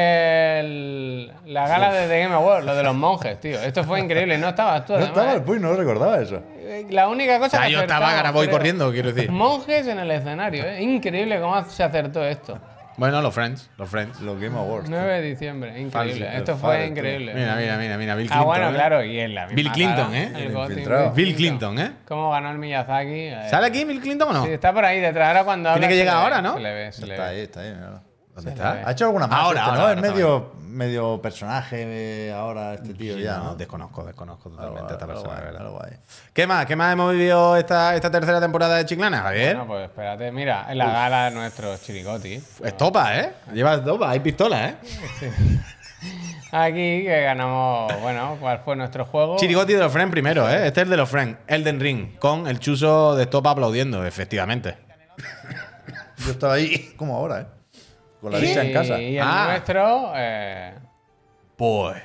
Speaker 1: El- la gala de The Game Awards, lo de los monjes, tío. Esto fue increíble. No estabas tú,
Speaker 3: No
Speaker 1: además.
Speaker 2: eh.
Speaker 3: estaba el Puy, no recordaba eso.
Speaker 1: Eh, La única cosa
Speaker 2: O sea,
Speaker 1: que
Speaker 2: yo estaba
Speaker 1: acertamos,
Speaker 2: Garaboy
Speaker 1: creo.
Speaker 2: corriendo, quiero decir.
Speaker 1: Monjes en el escenario, ¿eh? Increíble cómo se acertó esto.
Speaker 2: Bueno, los Friends, los Friends.
Speaker 3: Los Game Awards. tío.
Speaker 1: 9 de diciembre, increíble.
Speaker 3: Falso,
Speaker 1: esto
Speaker 3: falso,
Speaker 1: fue
Speaker 3: tío.
Speaker 1: increíble.
Speaker 2: Mira, mira, mira, mira. Bill
Speaker 1: ah,
Speaker 2: Clinton,
Speaker 1: bueno,
Speaker 2: ¿eh?
Speaker 1: claro, y en la misma
Speaker 2: Bill Clinton,
Speaker 1: gala,
Speaker 2: ¿eh?
Speaker 1: el
Speaker 3: El
Speaker 1: Gotti,
Speaker 3: infiltrado.
Speaker 2: Bill Clinton, ¿eh?
Speaker 1: ¿Cómo ganó el Miyazaki? eh,
Speaker 2: ¿Sale aquí Bill Clinton o no?
Speaker 1: Sí, está por ahí detrás. Ahora cuando
Speaker 2: Tiene
Speaker 1: habla
Speaker 2: que
Speaker 1: se
Speaker 2: llegar
Speaker 1: le-
Speaker 2: ahora, ¿no?
Speaker 1: Se le ve, se le
Speaker 3: Está
Speaker 1: ve.
Speaker 3: ahí, está ahí, míralo.
Speaker 2: ¿Dónde está?
Speaker 3: Ha hecho alguna más.
Speaker 2: Ahora,
Speaker 3: este,
Speaker 2: ahora,
Speaker 3: ¿no?
Speaker 2: ahora
Speaker 3: es medio, medio personaje de ahora este tío
Speaker 2: Sí,
Speaker 3: ya,
Speaker 2: no,
Speaker 3: ¿no?
Speaker 2: desconozco, desconozco
Speaker 3: Algo-
Speaker 2: totalmente a esta
Speaker 3: algo
Speaker 2: persona,
Speaker 3: guay,
Speaker 2: la verdad.
Speaker 3: algo guay.
Speaker 2: ¿Qué más? ¿Qué más hemos vivido esta, esta tercera temporada de Chiclana, Javier?
Speaker 1: No, pues espérate, mira, en la gala de nuestros chiricotis.
Speaker 2: Estopa, ¿eh? Lleva estopa, hay pistolas, ¿eh?
Speaker 1: Aquí que ganamos, bueno, ¿cuál fue nuestro juego?
Speaker 2: Chirigoti de los Friends primero, ¿eh? Este es el de los Friends, Elden Ring, con el chuso de estopa aplaudiendo, efectivamente.
Speaker 3: Yo estaba ahí como ahora, ¿eh? Con la
Speaker 1: Y-
Speaker 3: dicha en casa.
Speaker 1: Y el
Speaker 2: Ah.
Speaker 1: nuestro, eh,
Speaker 2: Pues,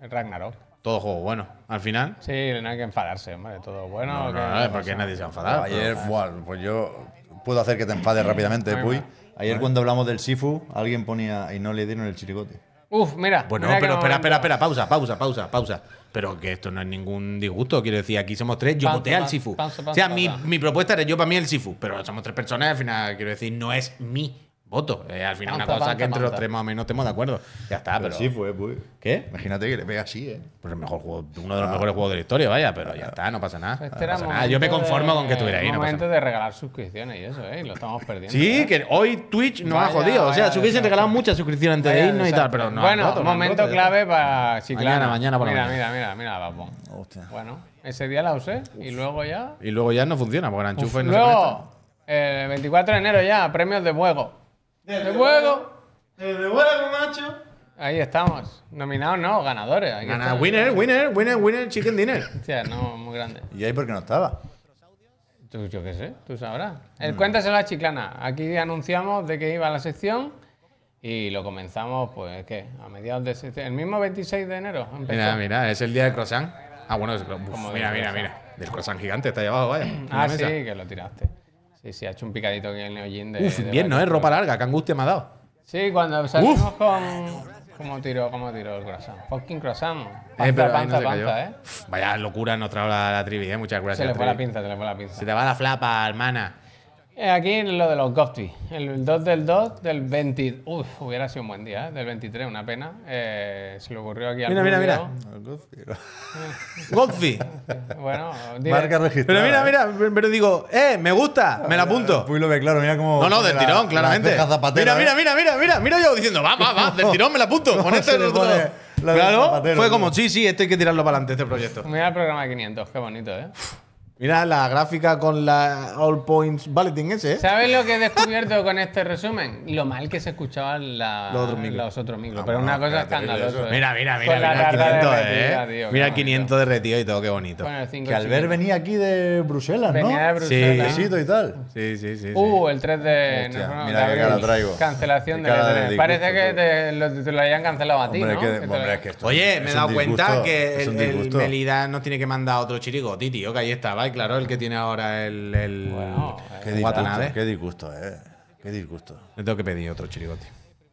Speaker 1: el Ragnarok.
Speaker 2: todo juego bueno. Al final,
Speaker 1: Sí, no hay que enfadarse, hombre, todo bueno.
Speaker 2: no,
Speaker 1: ¿qué-
Speaker 2: no,
Speaker 1: qué
Speaker 2: es porque
Speaker 1: pasa?
Speaker 2: nadie se ha enfadado.
Speaker 3: Ah, Ayer, buah, pues yo puedo hacer que te enfades rápidamente,
Speaker 1: Venga.
Speaker 3: Puy. Ayer cuando hablamos del Sifu, alguien ponía y no le dieron el chiricote.
Speaker 1: Uf, mira.
Speaker 2: Bueno,
Speaker 1: mira qué
Speaker 2: pero espera,
Speaker 1: momento.
Speaker 2: espera, espera, pausa, pausa, pausa, pausa. Pero que esto no es ningún disgusto, quiero decir, aquí somos tres, yo
Speaker 1: Pausa,
Speaker 2: voté al
Speaker 1: pausa,
Speaker 2: Sifu.
Speaker 1: pausa, pausa,
Speaker 2: o sea, mi,
Speaker 1: pausa.
Speaker 2: mi propuesta era yo para mí el Sifu, pero somos tres personas, al final, quiero decir, no es mi voto. Eh, al final, una
Speaker 1: Pausa,
Speaker 2: cosa que
Speaker 1: pausa,
Speaker 2: entre los
Speaker 1: pausa.
Speaker 2: tres más o menos estemos de acuerdo. Ya está, Ah, pero.
Speaker 3: fue, eh, Puy.
Speaker 2: ¿Qué?
Speaker 3: Imagínate que le pega así, ¿eh?
Speaker 2: Pues el mejor juego, uno de los mejores juegos de la historia, vaya, pero ya está, no pasa nada.
Speaker 1: Este
Speaker 2: no
Speaker 1: era
Speaker 2: pasa nada. Yo me
Speaker 1: momento
Speaker 2: conformo
Speaker 1: de-
Speaker 2: con que estuviera ahí, no pasa
Speaker 1: momento
Speaker 2: nada.
Speaker 1: de regalar suscripciones y eso, ¿eh? Y lo estamos perdiendo.
Speaker 2: Sí,
Speaker 1: ¿eh?
Speaker 2: que hoy Twitch nos ha
Speaker 1: Vaya,
Speaker 2: jodido. O sea,
Speaker 1: vaya
Speaker 2: se hubiesen
Speaker 1: desastre.
Speaker 2: regalado muchas suscripciones antes de
Speaker 1: Vaya
Speaker 2: irnos y tal,
Speaker 1: desastre.
Speaker 2: pero no.
Speaker 1: Bueno,
Speaker 2: han roto, no han
Speaker 1: momento
Speaker 2: roto, ya
Speaker 1: clave para Chiclana.
Speaker 2: Mañana, mañana por la
Speaker 1: mira,
Speaker 2: mañana.
Speaker 1: mira, mira, mira, papo.
Speaker 3: Hostia.
Speaker 1: Bueno, ese día la usé y luego ya.
Speaker 2: está. Y luego ya no funciona, porque el enchufe no se conecta.
Speaker 1: Luego, el 24 de enero ya, premios de juego. ¡De juego!
Speaker 2: Desde luego, macho.
Speaker 1: Ahí estamos. Nominados no, ganadores. Aquí
Speaker 2: Gana,
Speaker 1: estamos.
Speaker 2: winner, winner, winner, winner, chicken dinner.
Speaker 1: Hostia, no, muy grande.
Speaker 3: ¿Y ahí por qué no estaba?
Speaker 1: Tú, yo qué sé, tú sabrás.
Speaker 2: Mm.
Speaker 1: El cuéntaselo a Chiclana. Aquí anunciamos de que iba la sección y lo comenzamos, pues, ¿qué? A mediados de septiembre. El mismo 26 de enero empezó.
Speaker 2: Mira, mira, es el día del croissant. Ah, bueno, es- uf,
Speaker 1: Como
Speaker 2: mira,
Speaker 1: del
Speaker 2: mira,
Speaker 1: croissant.
Speaker 2: mira. Del croissant gigante está ahí abajo, vaya. en la
Speaker 1: ah, sí,
Speaker 2: mesa.
Speaker 1: que lo tiraste. Sí, sí, ha hecho un picadito aquí el neoyin de.
Speaker 2: Uf,
Speaker 1: Eh, de
Speaker 2: bien, ¿no?
Speaker 1: vaca.
Speaker 2: Es ropa larga, qué angustia me ha dado.
Speaker 1: Sí, cuando salimos con. ¿Cómo tiró, cómo tiró el croissant? Fucking croissant. Panza,
Speaker 2: Eh, pero ahí no
Speaker 1: panza,
Speaker 2: se cayó.
Speaker 1: panza, ¿eh?
Speaker 2: Uf, Vaya locura nos trajo la, la trivi, ¿eh? Muchas gracias.
Speaker 1: Se le fue la
Speaker 2: trivi.
Speaker 1: pinza, se le fue la pinza.
Speaker 2: Se te va la flapa, hermana.
Speaker 1: Eh, Aquí lo de los Gofty. El 2 del 2 del 20. Uf, hubiera sido un buen día, ¿eh? Del 23, una pena. Eh, se le ocurrió aquí al
Speaker 2: Mira, mira,
Speaker 1: rubio.
Speaker 2: Godfrey.
Speaker 1: Bueno, direct-
Speaker 3: Marca registrada.
Speaker 2: Pero mira,
Speaker 3: ¿eh?
Speaker 2: mira, pero digo, eh, me gusta, me la apunto.
Speaker 3: Puy lo ve claro, mira cómo.
Speaker 2: No, no,
Speaker 3: pone
Speaker 2: del
Speaker 3: la-
Speaker 2: tirón,
Speaker 3: la
Speaker 2: claramente.
Speaker 3: ceja zapatera,
Speaker 2: mira,
Speaker 3: ¿eh?
Speaker 2: mira, mira, mira, mira, mira yo diciendo, va, va, va, del tirón me la apunto. Con
Speaker 3: ¿Cómo
Speaker 2: este
Speaker 3: se le
Speaker 2: otro-
Speaker 3: pone? La del
Speaker 2: claro,
Speaker 3: zapatero,
Speaker 2: fue
Speaker 3: tío.
Speaker 2: como, sí, sí, esto hay que tirarlo para adelante, este proyecto.
Speaker 1: Mira el programa de 500, qué bonito, ¿eh?
Speaker 2: Mira la gráfica con la All Points Bulletin ese, ¿eh?
Speaker 1: ¿Sabes lo que he descubierto con este resumen? Lo mal que se escuchaban la-
Speaker 2: Los otros micros.
Speaker 1: los otros micros.
Speaker 3: Ah,
Speaker 1: pero
Speaker 3: bueno,
Speaker 1: una cosa
Speaker 3: espérate,
Speaker 1: escandalosa.
Speaker 3: eso.
Speaker 1: ¿eh?
Speaker 2: Mira, mira, mira,
Speaker 1: Con la
Speaker 2: mira el
Speaker 1: tarta
Speaker 2: 500,
Speaker 1: derretida,
Speaker 2: ¿eh?
Speaker 1: tío,
Speaker 2: mira
Speaker 1: qué
Speaker 2: el 500 derretido y todo, qué bonito.
Speaker 1: Con el cinco
Speaker 3: Que Albert
Speaker 1: chiquito.
Speaker 3: venía aquí de Bruselas, ¿no?
Speaker 1: Venía de Bruselas.
Speaker 2: Sí.
Speaker 3: Besito y tal.
Speaker 2: Sí, sí, sí. sí.
Speaker 1: Uh, el 3 de.
Speaker 3: Hostia,
Speaker 1: no, no,
Speaker 3: mira
Speaker 1: de
Speaker 3: qué
Speaker 1: abril.
Speaker 3: cara traigo.
Speaker 1: Cancelación
Speaker 3: Qué
Speaker 1: de
Speaker 3: cara de
Speaker 1: letra.
Speaker 3: disgusto,
Speaker 1: Parece que
Speaker 3: tío.
Speaker 1: te lo, te lo habían cancelado a ti,
Speaker 3: Hombre,
Speaker 1: ¿no?
Speaker 3: que,
Speaker 1: te lo-
Speaker 3: hombre, es que esto
Speaker 2: Oye,
Speaker 3: es
Speaker 2: me he
Speaker 3: un
Speaker 2: dado cuenta
Speaker 3: disgusto,
Speaker 2: que
Speaker 3: es
Speaker 2: el,
Speaker 3: un
Speaker 2: el
Speaker 3: disgusto.
Speaker 2: Melida nos tiene que mandar otro chirigoti, tío, que ahí estaba, y claro, el que tiene ahora el, el
Speaker 1: Bueno,
Speaker 3: Qué disgusto,
Speaker 2: Watanabe.
Speaker 3: qué disgusto, eh. Qué disgusto.
Speaker 2: Le tengo que pedir otro chirigoti.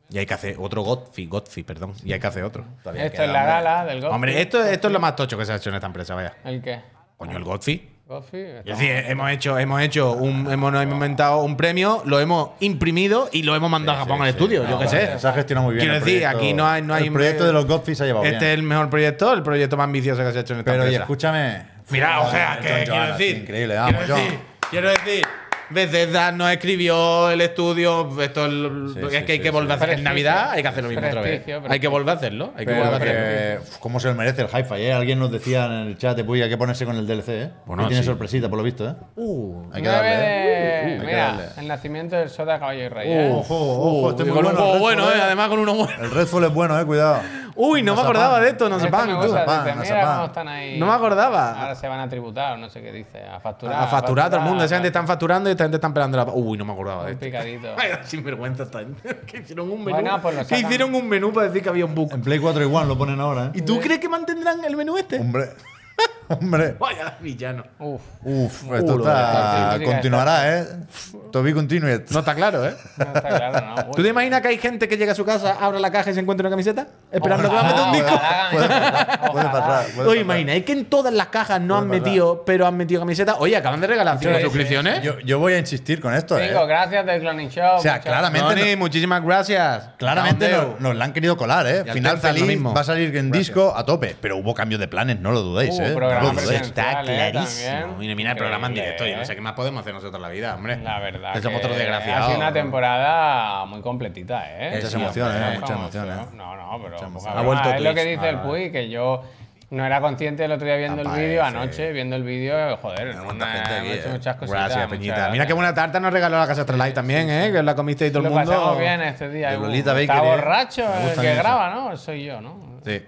Speaker 2: Y hay que hacer otro Godfi, Godfi, perdón. Y hay que hacer otro.
Speaker 3: Todavía
Speaker 1: Esto
Speaker 3: queda,
Speaker 1: es la
Speaker 3: hombre.
Speaker 1: gala del Godfi.
Speaker 2: Hombre, esto, esto es lo más tocho que se ha hecho en esta empresa, vaya.
Speaker 1: ¿El qué?
Speaker 2: Coño, el Godfi.
Speaker 1: Godfi.
Speaker 2: Es decir, hemos hecho, hemos hecho un, hemos nos hemos inventado un premio, lo hemos imprimido y lo hemos mandado a Japón al estudio, yo qué sé.
Speaker 3: Se ha gestionado muy bien.
Speaker 2: Quiero
Speaker 3: el
Speaker 2: decir,
Speaker 3: proyecto.
Speaker 2: aquí no hay, no hay
Speaker 3: El proyecto de los Godfrey se ha llevado
Speaker 2: Este
Speaker 3: bien.
Speaker 2: es el mejor proyecto, el proyecto más ambicioso que se ha hecho en esta
Speaker 3: Pero oye,
Speaker 2: empresa.
Speaker 3: escúchame.
Speaker 2: Mira, o sea,
Speaker 3: John
Speaker 2: que
Speaker 3: Johannes,
Speaker 2: quiero decir.
Speaker 3: Increíble,
Speaker 2: quiero
Speaker 3: vamos,
Speaker 2: decir,
Speaker 3: John.
Speaker 2: quiero decir, Bethesda nos escribió el estudio, esto es, lo-
Speaker 3: Sí,
Speaker 2: es
Speaker 3: sí,
Speaker 2: que hay
Speaker 3: sí,
Speaker 2: que volver a hacer en
Speaker 1: Prestigio.
Speaker 2: Navidad, hay que hacer lo mismo otra vez.
Speaker 1: Prestigio,
Speaker 2: Hay que
Speaker 1: prestigio.
Speaker 2: volver a hacerlo, hay que
Speaker 3: Pero
Speaker 2: volver a
Speaker 3: que,
Speaker 2: hacerlo.
Speaker 3: uf, ¿Cómo se lo merece el hi-fi? eh? Alguien nos decía en el chat de Puy, hay que ponerse con el DLC, ¿eh?
Speaker 2: Bueno,
Speaker 3: Que tiene
Speaker 2: sí.
Speaker 3: sorpresita, por lo visto, ¿eh?
Speaker 2: Uh,
Speaker 3: Hay que
Speaker 1: Nueve
Speaker 3: darle.
Speaker 1: de-
Speaker 3: ¿eh? Uh, hay que
Speaker 1: mira,
Speaker 3: darle.
Speaker 1: el nacimiento del Soda Caballo y Rey. ¿eh?
Speaker 3: Ojo, ojo, este es
Speaker 2: con
Speaker 3: muy
Speaker 2: un
Speaker 3: bueno.
Speaker 2: juego
Speaker 3: el
Speaker 2: bueno,
Speaker 3: Redfall,
Speaker 2: eh, además con uno bueno.
Speaker 3: El Redfall es bueno, eh, cuidado.
Speaker 2: Uy, no me acordaba de esto, no
Speaker 1: Esto
Speaker 2: se
Speaker 1: me
Speaker 2: pagan, tú.
Speaker 1: gusta,
Speaker 3: Nazapan,
Speaker 1: dice, mira
Speaker 3: Nazapan.
Speaker 1: cómo están ahí.
Speaker 2: No me acordaba.
Speaker 1: Ahora se van a tributar, o no sé qué dice. A facturar.
Speaker 2: A facturar todo el mundo, esa gente
Speaker 1: está
Speaker 2: están facturando y esta gente está esperando la. Uy, no me acordaba de esto.
Speaker 1: picadito.
Speaker 2: Ay, sinvergüenza esta gente. Que hicieron un menú.
Speaker 1: Bueno, pues lo
Speaker 2: que
Speaker 1: sacan.
Speaker 2: hicieron un menú para decir que había un bug.
Speaker 3: En Play 4 igual lo ponen ahora,
Speaker 2: ¿Y
Speaker 3: ¿eh?
Speaker 2: tú crees que mantendrán el menú este?
Speaker 3: Hombre. Hombre.
Speaker 2: Vaya villano.
Speaker 1: Uf.
Speaker 3: Uf,
Speaker 2: lo
Speaker 3: esto
Speaker 1: está.
Speaker 3: está. Continuará, ¿eh? To be continued.
Speaker 2: No está claro, ¿eh?
Speaker 1: No está claro, ¿no?
Speaker 2: ¿Tú te imaginas que hay gente que llega a su casa, abre la caja y se encuentra una camiseta? Esperando que va a meter un
Speaker 1: Ojalá, ojalá,
Speaker 2: disco.
Speaker 3: Puede
Speaker 1: ojalá.
Speaker 3: pasar, puede pasar. puede
Speaker 2: ¿Os
Speaker 3: pasar.
Speaker 2: imagináis que en todas las cajas no han
Speaker 3: Puede pasar.
Speaker 2: metido, pero han metido camisetas? Oye, acaban de regalar cinco
Speaker 1: Sí, sí,
Speaker 2: suscripciones.
Speaker 3: Yo, yo voy a insistir con esto, ¿eh?
Speaker 1: Chicos, gracias del Cloning Show.
Speaker 3: O sea,
Speaker 1: muchas-
Speaker 3: claramente.
Speaker 2: Tony, muchísimas gracias.
Speaker 3: Claramente
Speaker 2: Caondeo.
Speaker 3: nos, nos la han querido colar, ¿eh?
Speaker 2: Y al
Speaker 3: Final
Speaker 2: Terza lo
Speaker 3: feliz,
Speaker 2: mismo.
Speaker 3: va a salir en disco a tope. Pero hubo cambio de planes, no lo dudéis,
Speaker 1: Uh,
Speaker 3: ¿eh? No
Speaker 1: programa
Speaker 3: lo
Speaker 1: presencial.
Speaker 3: dudéis.
Speaker 2: Está
Speaker 1: eh,
Speaker 2: clarísimo.
Speaker 1: también.
Speaker 2: Mira, mira el programa en
Speaker 1: Increíble,
Speaker 2: directo. Yo no
Speaker 1: eh.
Speaker 2: sé qué más podemos hacer nosotros en la vida, hombre.
Speaker 1: La verdad.
Speaker 2: Que somos
Speaker 1: que
Speaker 2: otros
Speaker 1: Ha
Speaker 2: desgraciados.
Speaker 1: sido una temporada muy completita, ¿eh?
Speaker 3: Muchas
Speaker 1: Sí,
Speaker 3: emociones,
Speaker 1: hombre,
Speaker 3: ¿eh? Muchas
Speaker 1: vamos,
Speaker 3: emociones,
Speaker 1: ¿no?
Speaker 3: ¿eh?
Speaker 1: No, no, pero. poca
Speaker 3: emociones.
Speaker 2: Ha
Speaker 1: broma.
Speaker 2: vuelto
Speaker 1: Es lo que
Speaker 2: Twitch.
Speaker 1: dice el Puy, que yo. No era consciente el otro día viendo el
Speaker 2: Tampa,
Speaker 1: vídeo,
Speaker 2: eh,
Speaker 1: anoche viendo el vídeo, joder,
Speaker 2: Cuánta
Speaker 1: una-
Speaker 2: gente aquí,
Speaker 1: hemos hecho
Speaker 2: eh.
Speaker 1: muchas cositas.
Speaker 2: Gracias,
Speaker 1: muchas
Speaker 2: Peñita.
Speaker 1: gracias.
Speaker 2: Mira qué buena tarta nos regaló la Casa Astralife también, ¿eh? Que la comiste y todo
Speaker 1: Lo
Speaker 2: el mundo.
Speaker 1: pasamos bien este día.
Speaker 3: de
Speaker 1: Uh,
Speaker 3: Lolita
Speaker 1: Está
Speaker 3: Bakery, eh.
Speaker 1: borracho
Speaker 3: Me
Speaker 1: el
Speaker 3: gustan
Speaker 1: que
Speaker 3: esas.
Speaker 1: graba, ¿no? Soy yo, ¿no?
Speaker 2: Sí.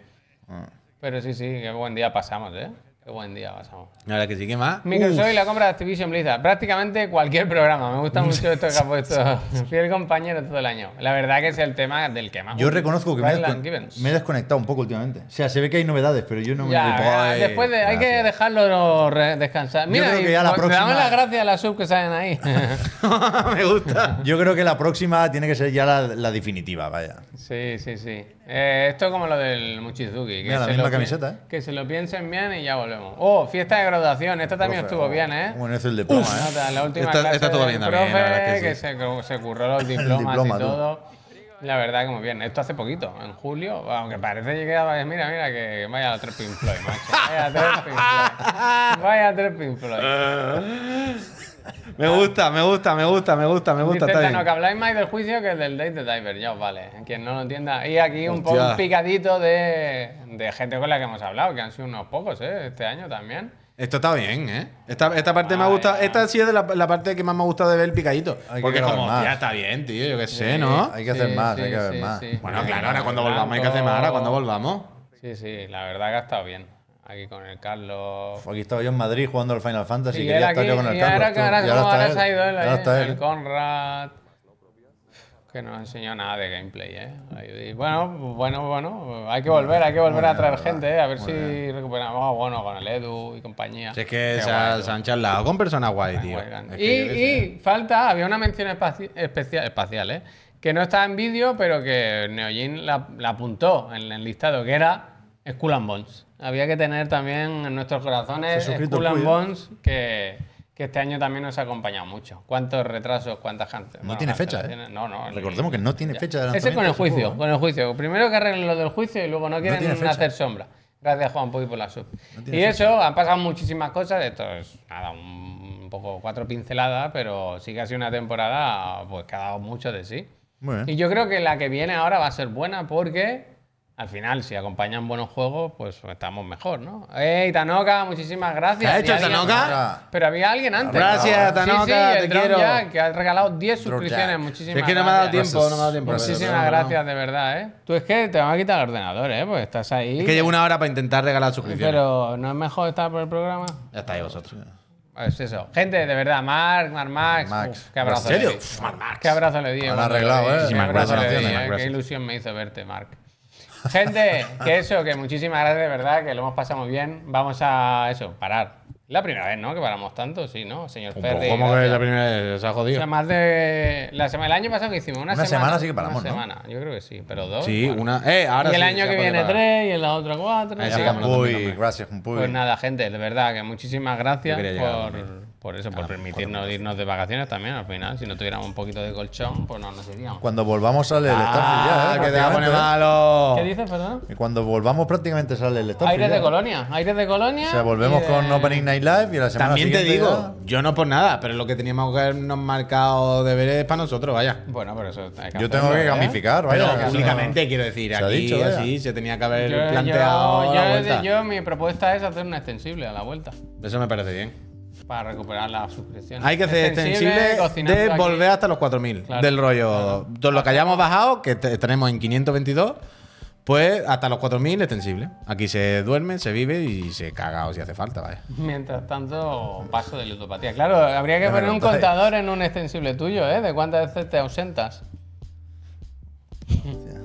Speaker 1: Pero sí, sí, qué buen día pasamos, ¿eh? Qué buen día pasamos.
Speaker 2: La verdad que sí, ¿qué más?
Speaker 1: Microsoft y la compra de Activision Blizzard. Prácticamente cualquier programa. Me
Speaker 3: Mm.
Speaker 1: gusta mucho esto que ha puesto fiel compañero todo el año. La verdad que es el tema del que más.
Speaker 3: Yo reconozco que me, he
Speaker 1: Ryland
Speaker 3: descon-
Speaker 1: Givens.
Speaker 3: me he desconectado un poco últimamente. O sea, se ve que hay novedades, pero yo no me.
Speaker 1: Ya,
Speaker 3: Yo
Speaker 1: ya, después de- hay que dejarlo re- descansar.
Speaker 3: Yo
Speaker 1: Mira,
Speaker 3: creo
Speaker 1: y
Speaker 3: que ya la
Speaker 1: pues, le
Speaker 3: próxima-
Speaker 1: damos las gracias a las sub que salen ahí.
Speaker 2: Me gusta.
Speaker 3: Yo creo que la próxima tiene que ser ya la, la definitiva, vaya.
Speaker 1: sí, sí, sí. Eh, esto como lo del Muchizuki.
Speaker 3: Mira, la
Speaker 1: se
Speaker 3: misma
Speaker 1: lo pi-
Speaker 3: camiseta, ¿eh?
Speaker 1: Que se lo piensen bien y ya volvemos. Oh, fiesta de graduación. Esta también
Speaker 3: oh,
Speaker 1: estuvo bien, ¿eh?
Speaker 3: Bueno, es el diploma, ¿eh?
Speaker 1: Nota, la última
Speaker 2: Está-
Speaker 1: clase
Speaker 2: está todo
Speaker 1: del
Speaker 2: bien
Speaker 1: profe,
Speaker 2: también, la verdad que
Speaker 1: que,
Speaker 2: sí.
Speaker 1: se, cu- se curró los diplomas
Speaker 3: diploma,
Speaker 1: y
Speaker 3: tú.
Speaker 1: todo. La verdad que muy bien. Esto hace poquito, en julio, aunque parece que ya- mira, mira, que vaya los tres Pink Floyd, macho. Vaya tres Pink Floyd. Vaya tres Pink Floyd.
Speaker 2: Ah. Me gusta, me gusta, me gusta, me gusta, me gusta.
Speaker 1: Dice
Speaker 2: Está
Speaker 1: Tano que
Speaker 2: bien.
Speaker 1: habláis más del juicio que del Date the Diver, ya os vale. Quien no lo entienda. Y aquí un, po-
Speaker 2: Hostia.
Speaker 1: un picadito de, de gente con la que hemos hablado, que han sido unos pocos, ¿eh? Este año también.
Speaker 2: Esto está bien, ¿eh? Esta, esta parte me ha gustado.
Speaker 1: Vaya.
Speaker 2: Esta sí es de la, la parte que más me ha gustado de ver el picadito.
Speaker 3: que
Speaker 2: Porque es
Speaker 3: grabar
Speaker 2: como,
Speaker 3: más.
Speaker 2: ya está bien, tío, yo qué sé, ¿no?
Speaker 3: Hay que hacer más, hay que haber más.
Speaker 2: Bueno, claro, ahora cuando volvamos hay que hacer más. Ahora cuando volvamos.
Speaker 1: Sí, sí, la verdad que ha estado bien. Aquí con el Carlos.
Speaker 3: Aquí estaba yo en Madrid jugando al Final Fantasy.
Speaker 1: Y
Speaker 3: quería
Speaker 1: él
Speaker 3: estar
Speaker 1: aquí,
Speaker 3: yo con el
Speaker 1: y
Speaker 3: Carlos.
Speaker 1: ahora, que
Speaker 3: tú.
Speaker 1: ahora,
Speaker 3: Y
Speaker 1: no, ahora
Speaker 3: está
Speaker 1: se ha
Speaker 3: él.
Speaker 1: ido él, eh,
Speaker 3: Ahora
Speaker 1: ahí,
Speaker 3: está
Speaker 1: el
Speaker 3: él.
Speaker 1: Conrad. Que nos enseñó nada de gameplay, ¿eh? Ahí- y Bueno, bueno, bueno. Hay que volver, hay que volver a traer gente, ¿eh? A ver si recuperamos, bueno, con el Edu y compañía.
Speaker 2: Si es que
Speaker 1: Qué
Speaker 2: se,
Speaker 1: guay,
Speaker 2: ha-
Speaker 1: tú.
Speaker 2: se han charlado con personas guay, tío.
Speaker 1: Muy grande.
Speaker 2: Es
Speaker 1: Y,
Speaker 2: que yo qué sé.
Speaker 1: y falta, había una mención espaci- especial, espacial, ¿eh? que no está en vídeo, pero que Neojin la, la apuntó en el listado, que era Skull and Bones. Había que tener también en nuestros corazones
Speaker 3: Se ha suscrito
Speaker 1: Skull and
Speaker 3: Puy, ¿eh?
Speaker 1: Bones, que, que este año también nos ha acompañado mucho. ¿Cuántos retrasos, cuántas gente? bueno,
Speaker 3: tiene fecha,
Speaker 1: cancelaciones.
Speaker 3: ¿eh?
Speaker 1: No, no.
Speaker 3: Recordemos que no tiene
Speaker 1: Ya.
Speaker 3: fecha de lanzamiento.
Speaker 1: Ese con el
Speaker 3: ese
Speaker 1: juicio,
Speaker 3: juego, ¿eh?
Speaker 1: con el juicio. Primero que arreglen lo del juicio y luego no
Speaker 3: tiene
Speaker 1: quieren
Speaker 3: fecha.
Speaker 1: hacer sombra. Gracias, Juan Puy, por la sub.
Speaker 3: tiene
Speaker 1: y eso, han pasado muchísimas cosas. Esto es nada, un, un poco cuatro pinceladas, pero sí que ha sido una temporada pues, que ha dado mucho de sí.
Speaker 2: Eh.
Speaker 3: Muy bien.
Speaker 1: Y yo creo que la que viene ahora va a ser buena porque Al final, si acompañan buenos juegos, pues estamos mejor, ¿no? ¡Ey, Tanoka! Muchísimas gracias.
Speaker 2: ¿Qué ha hecho
Speaker 1: Había alguien-
Speaker 2: Tanoka?
Speaker 1: Pero había alguien antes.
Speaker 2: Gracias,
Speaker 1: Sí, sí,
Speaker 2: Tanoka,
Speaker 1: el
Speaker 2: te
Speaker 1: Drone
Speaker 2: quiero.
Speaker 1: Jack, que ha regalado 10
Speaker 3: Drone
Speaker 1: suscripciones.
Speaker 3: Jack.
Speaker 1: Muchísimas
Speaker 2: Es que no me ha dado
Speaker 1: gracias.
Speaker 2: tiempo, no me ha dado tiempo.
Speaker 1: Muchísimas gracias, de verdad, ¿eh? Tú es que te van a quitar el ordenador, ¿eh? Pues estás ahí. eh,
Speaker 2: Es que llevo una hora para intentar regalar suscripciones.
Speaker 1: Pero ¿no es mejor estar por el programa?
Speaker 2: Ya estáis vosotros.
Speaker 1: Pues eso. Gente, de verdad, Marc, Marc Max.
Speaker 3: Max.
Speaker 1: uf, qué abrazo.
Speaker 3: ¿En serio?
Speaker 1: le di.
Speaker 3: Uf, Marc Max.
Speaker 1: Qué abrazo le di.
Speaker 3: Lo han
Speaker 1: cuando le
Speaker 3: arreglado,
Speaker 1: di,
Speaker 3: ¿eh?
Speaker 1: Qué
Speaker 3: Muchísimas
Speaker 1: abrazo le
Speaker 3: gracias,
Speaker 1: di,
Speaker 3: Marc,
Speaker 1: eh, Qué
Speaker 2: gracias.
Speaker 1: ilusión me hizo verte, Marc. Gente, que eso, que muchísimas gracias de verdad, que lo hemos pasado muy bien. Vamos a eso, parar. La primera vez, ¿no? Que paramos tanto, sí, ¿no, señor Ferri?
Speaker 2: ¿Cómo que
Speaker 1: gracias.
Speaker 2: la primera vez? Se ha
Speaker 1: O sea,
Speaker 2: jodido.
Speaker 1: más de. La semana, el año pasado que hicimos, una,
Speaker 3: Una
Speaker 1: semana.
Speaker 3: semana sí que paramos,
Speaker 1: Una
Speaker 3: ¿no?
Speaker 1: semana, yo creo que sí, pero dos.
Speaker 2: Sí,
Speaker 1: bueno.
Speaker 2: una. Eh, ahora
Speaker 1: Y el
Speaker 2: sí,
Speaker 1: año
Speaker 2: se
Speaker 1: que
Speaker 2: ha
Speaker 1: viene
Speaker 2: podido pagar.
Speaker 1: tres y en la otra cuatro.
Speaker 2: Ahí
Speaker 1: y
Speaker 2: sí,
Speaker 1: ahora-
Speaker 2: cámara. Camilo,
Speaker 3: Uy,
Speaker 2: Camilo.
Speaker 3: gracias, un puy.
Speaker 1: pues nada, gente, de verdad, que muchísimas gracias
Speaker 2: Yo quería llegar a Ah,
Speaker 1: por, por eso, por permitirnos irnos de vacaciones también al final. Si no tuviéramos un poquito de colchón, pues no nos iríamos.
Speaker 3: Cuando volvamos sale el Starfield ya,
Speaker 2: Ah,
Speaker 3: ¿eh?
Speaker 2: que te va a poner
Speaker 3: prácticamente, ¿eh?
Speaker 2: malo.
Speaker 1: ¿Qué dices, perdón?
Speaker 3: Y cuando volvamos prácticamente sale el Starfield.
Speaker 1: Aires de
Speaker 3: ya.
Speaker 1: colonia, aires de colonia.
Speaker 3: O sea, volvemos
Speaker 1: y de-
Speaker 3: con Opening Night Live y la semana
Speaker 2: También te
Speaker 3: siguiente
Speaker 2: digo, yo no por nada, pero lo que teníamos que habernos marcado deberes para nosotros, vaya.
Speaker 1: Bueno, pero eso. hay
Speaker 3: ya- Yo tengo
Speaker 1: hacerlo,
Speaker 3: que
Speaker 1: ¿eh?
Speaker 3: gamificar,
Speaker 2: Pero
Speaker 3: vaya. que eso-
Speaker 2: públicamente quiero decir,
Speaker 3: se ha
Speaker 2: aquí
Speaker 3: dicho, vaya.
Speaker 2: así se tenía que
Speaker 1: Yo,
Speaker 2: haber
Speaker 1: yo-
Speaker 2: planteado la
Speaker 1: yo-
Speaker 2: vuelta.
Speaker 1: yo- mi propuesta es hacer una extensible a la vuelta
Speaker 2: Eso me parece bien.
Speaker 1: para recuperar la suscripción.
Speaker 2: Hay que hacer extensible eh,
Speaker 1: cocinando
Speaker 2: de
Speaker 1: aquí.
Speaker 2: volver hasta los 4000
Speaker 1: Claro,
Speaker 2: del rollo. Todo lo que hayamos bajado, que te- tenemos en 522, pues hasta los 4000 extensible. Aquí se duerme, se vive y se caga o si hace falta, vaya.
Speaker 1: Mientras tanto, paso de ludopatía. Claro, habría que
Speaker 3: Ya me
Speaker 1: poner un
Speaker 3: contáis.
Speaker 1: contador en un extensible tuyo, ¿eh? De cuántas veces te ausentas.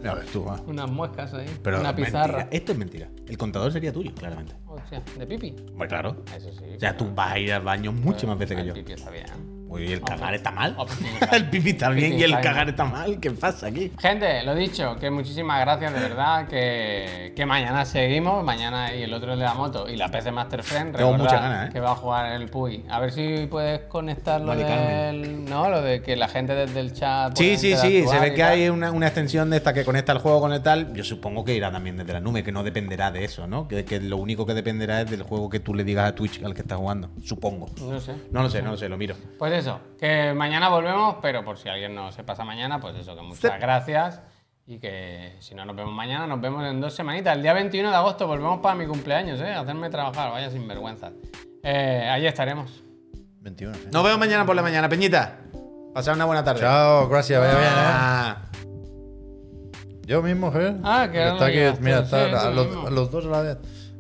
Speaker 2: A ver, tú, va.
Speaker 1: Unas muescas ahí.
Speaker 2: Pero
Speaker 1: una
Speaker 2: mentira,
Speaker 1: pizarra.
Speaker 2: Esto es mentira. El contador sería tuyo, claramente.
Speaker 1: Hostia, de pipi.
Speaker 2: Pues claro.
Speaker 1: Eso sí.
Speaker 2: O sea, tú vas a ir al baño muchas más veces que
Speaker 1: El
Speaker 2: yo.
Speaker 1: pipi está bien.
Speaker 2: Uy, el cagar está mal.
Speaker 1: Ah, pues, está bien.
Speaker 2: El pipi está
Speaker 1: Pipi
Speaker 2: bien y
Speaker 1: está
Speaker 2: el
Speaker 1: bien.
Speaker 2: cagar está mal. ¿Qué pasa aquí?
Speaker 1: Gente, lo dicho, que muchísimas gracias de verdad, que, que mañana seguimos, mañana y el otro es de la moto y la PC Master Friend,
Speaker 2: Tengo
Speaker 1: recordad
Speaker 2: muchas ganas, ¿eh?
Speaker 1: que va a jugar el Puy. A ver si puedes conectar lo
Speaker 2: Mari Carmen.
Speaker 1: del, no, lo de que la gente desde el chat
Speaker 2: Sí,
Speaker 1: pueda
Speaker 2: sí, sí. Se
Speaker 1: interactuar
Speaker 2: ve
Speaker 1: y
Speaker 2: que
Speaker 1: tal.
Speaker 2: hay una, una extensión de esta que conecta el juego con el tal. Yo supongo que irá también desde la nube, que no dependerá de eso, ¿no? Que, que lo único que dependerá es del juego que tú le digas a Twitch al que estás jugando. Supongo.
Speaker 1: no sé.
Speaker 2: No lo sé, no lo sé, lo miro.
Speaker 1: Pues eso, que mañana volvemos, pero por si alguien no se pasa mañana, pues eso, que muchas gracias. Y que si no nos vemos mañana, nos vemos en dos semanitas. El día 21 de agosto volvemos para mi cumpleaños, ¿eh? Hacerme trabajar, vaya sinvergüenza. Eh, ahí estaremos.
Speaker 3: 21, sí.
Speaker 2: Nos vemos mañana por la mañana, Peñita. Pasad una buena tarde.
Speaker 3: Chao, gracias, vaya bien, ¿eh?
Speaker 2: Ah.
Speaker 3: Yo mismo, Javier.
Speaker 1: Ah, que ahora
Speaker 3: está
Speaker 1: lo
Speaker 3: aquí,
Speaker 1: llevas tú,
Speaker 3: mira,
Speaker 1: sí,
Speaker 3: está
Speaker 1: tú
Speaker 3: a los,
Speaker 1: mismo.
Speaker 3: a los dos a la vez.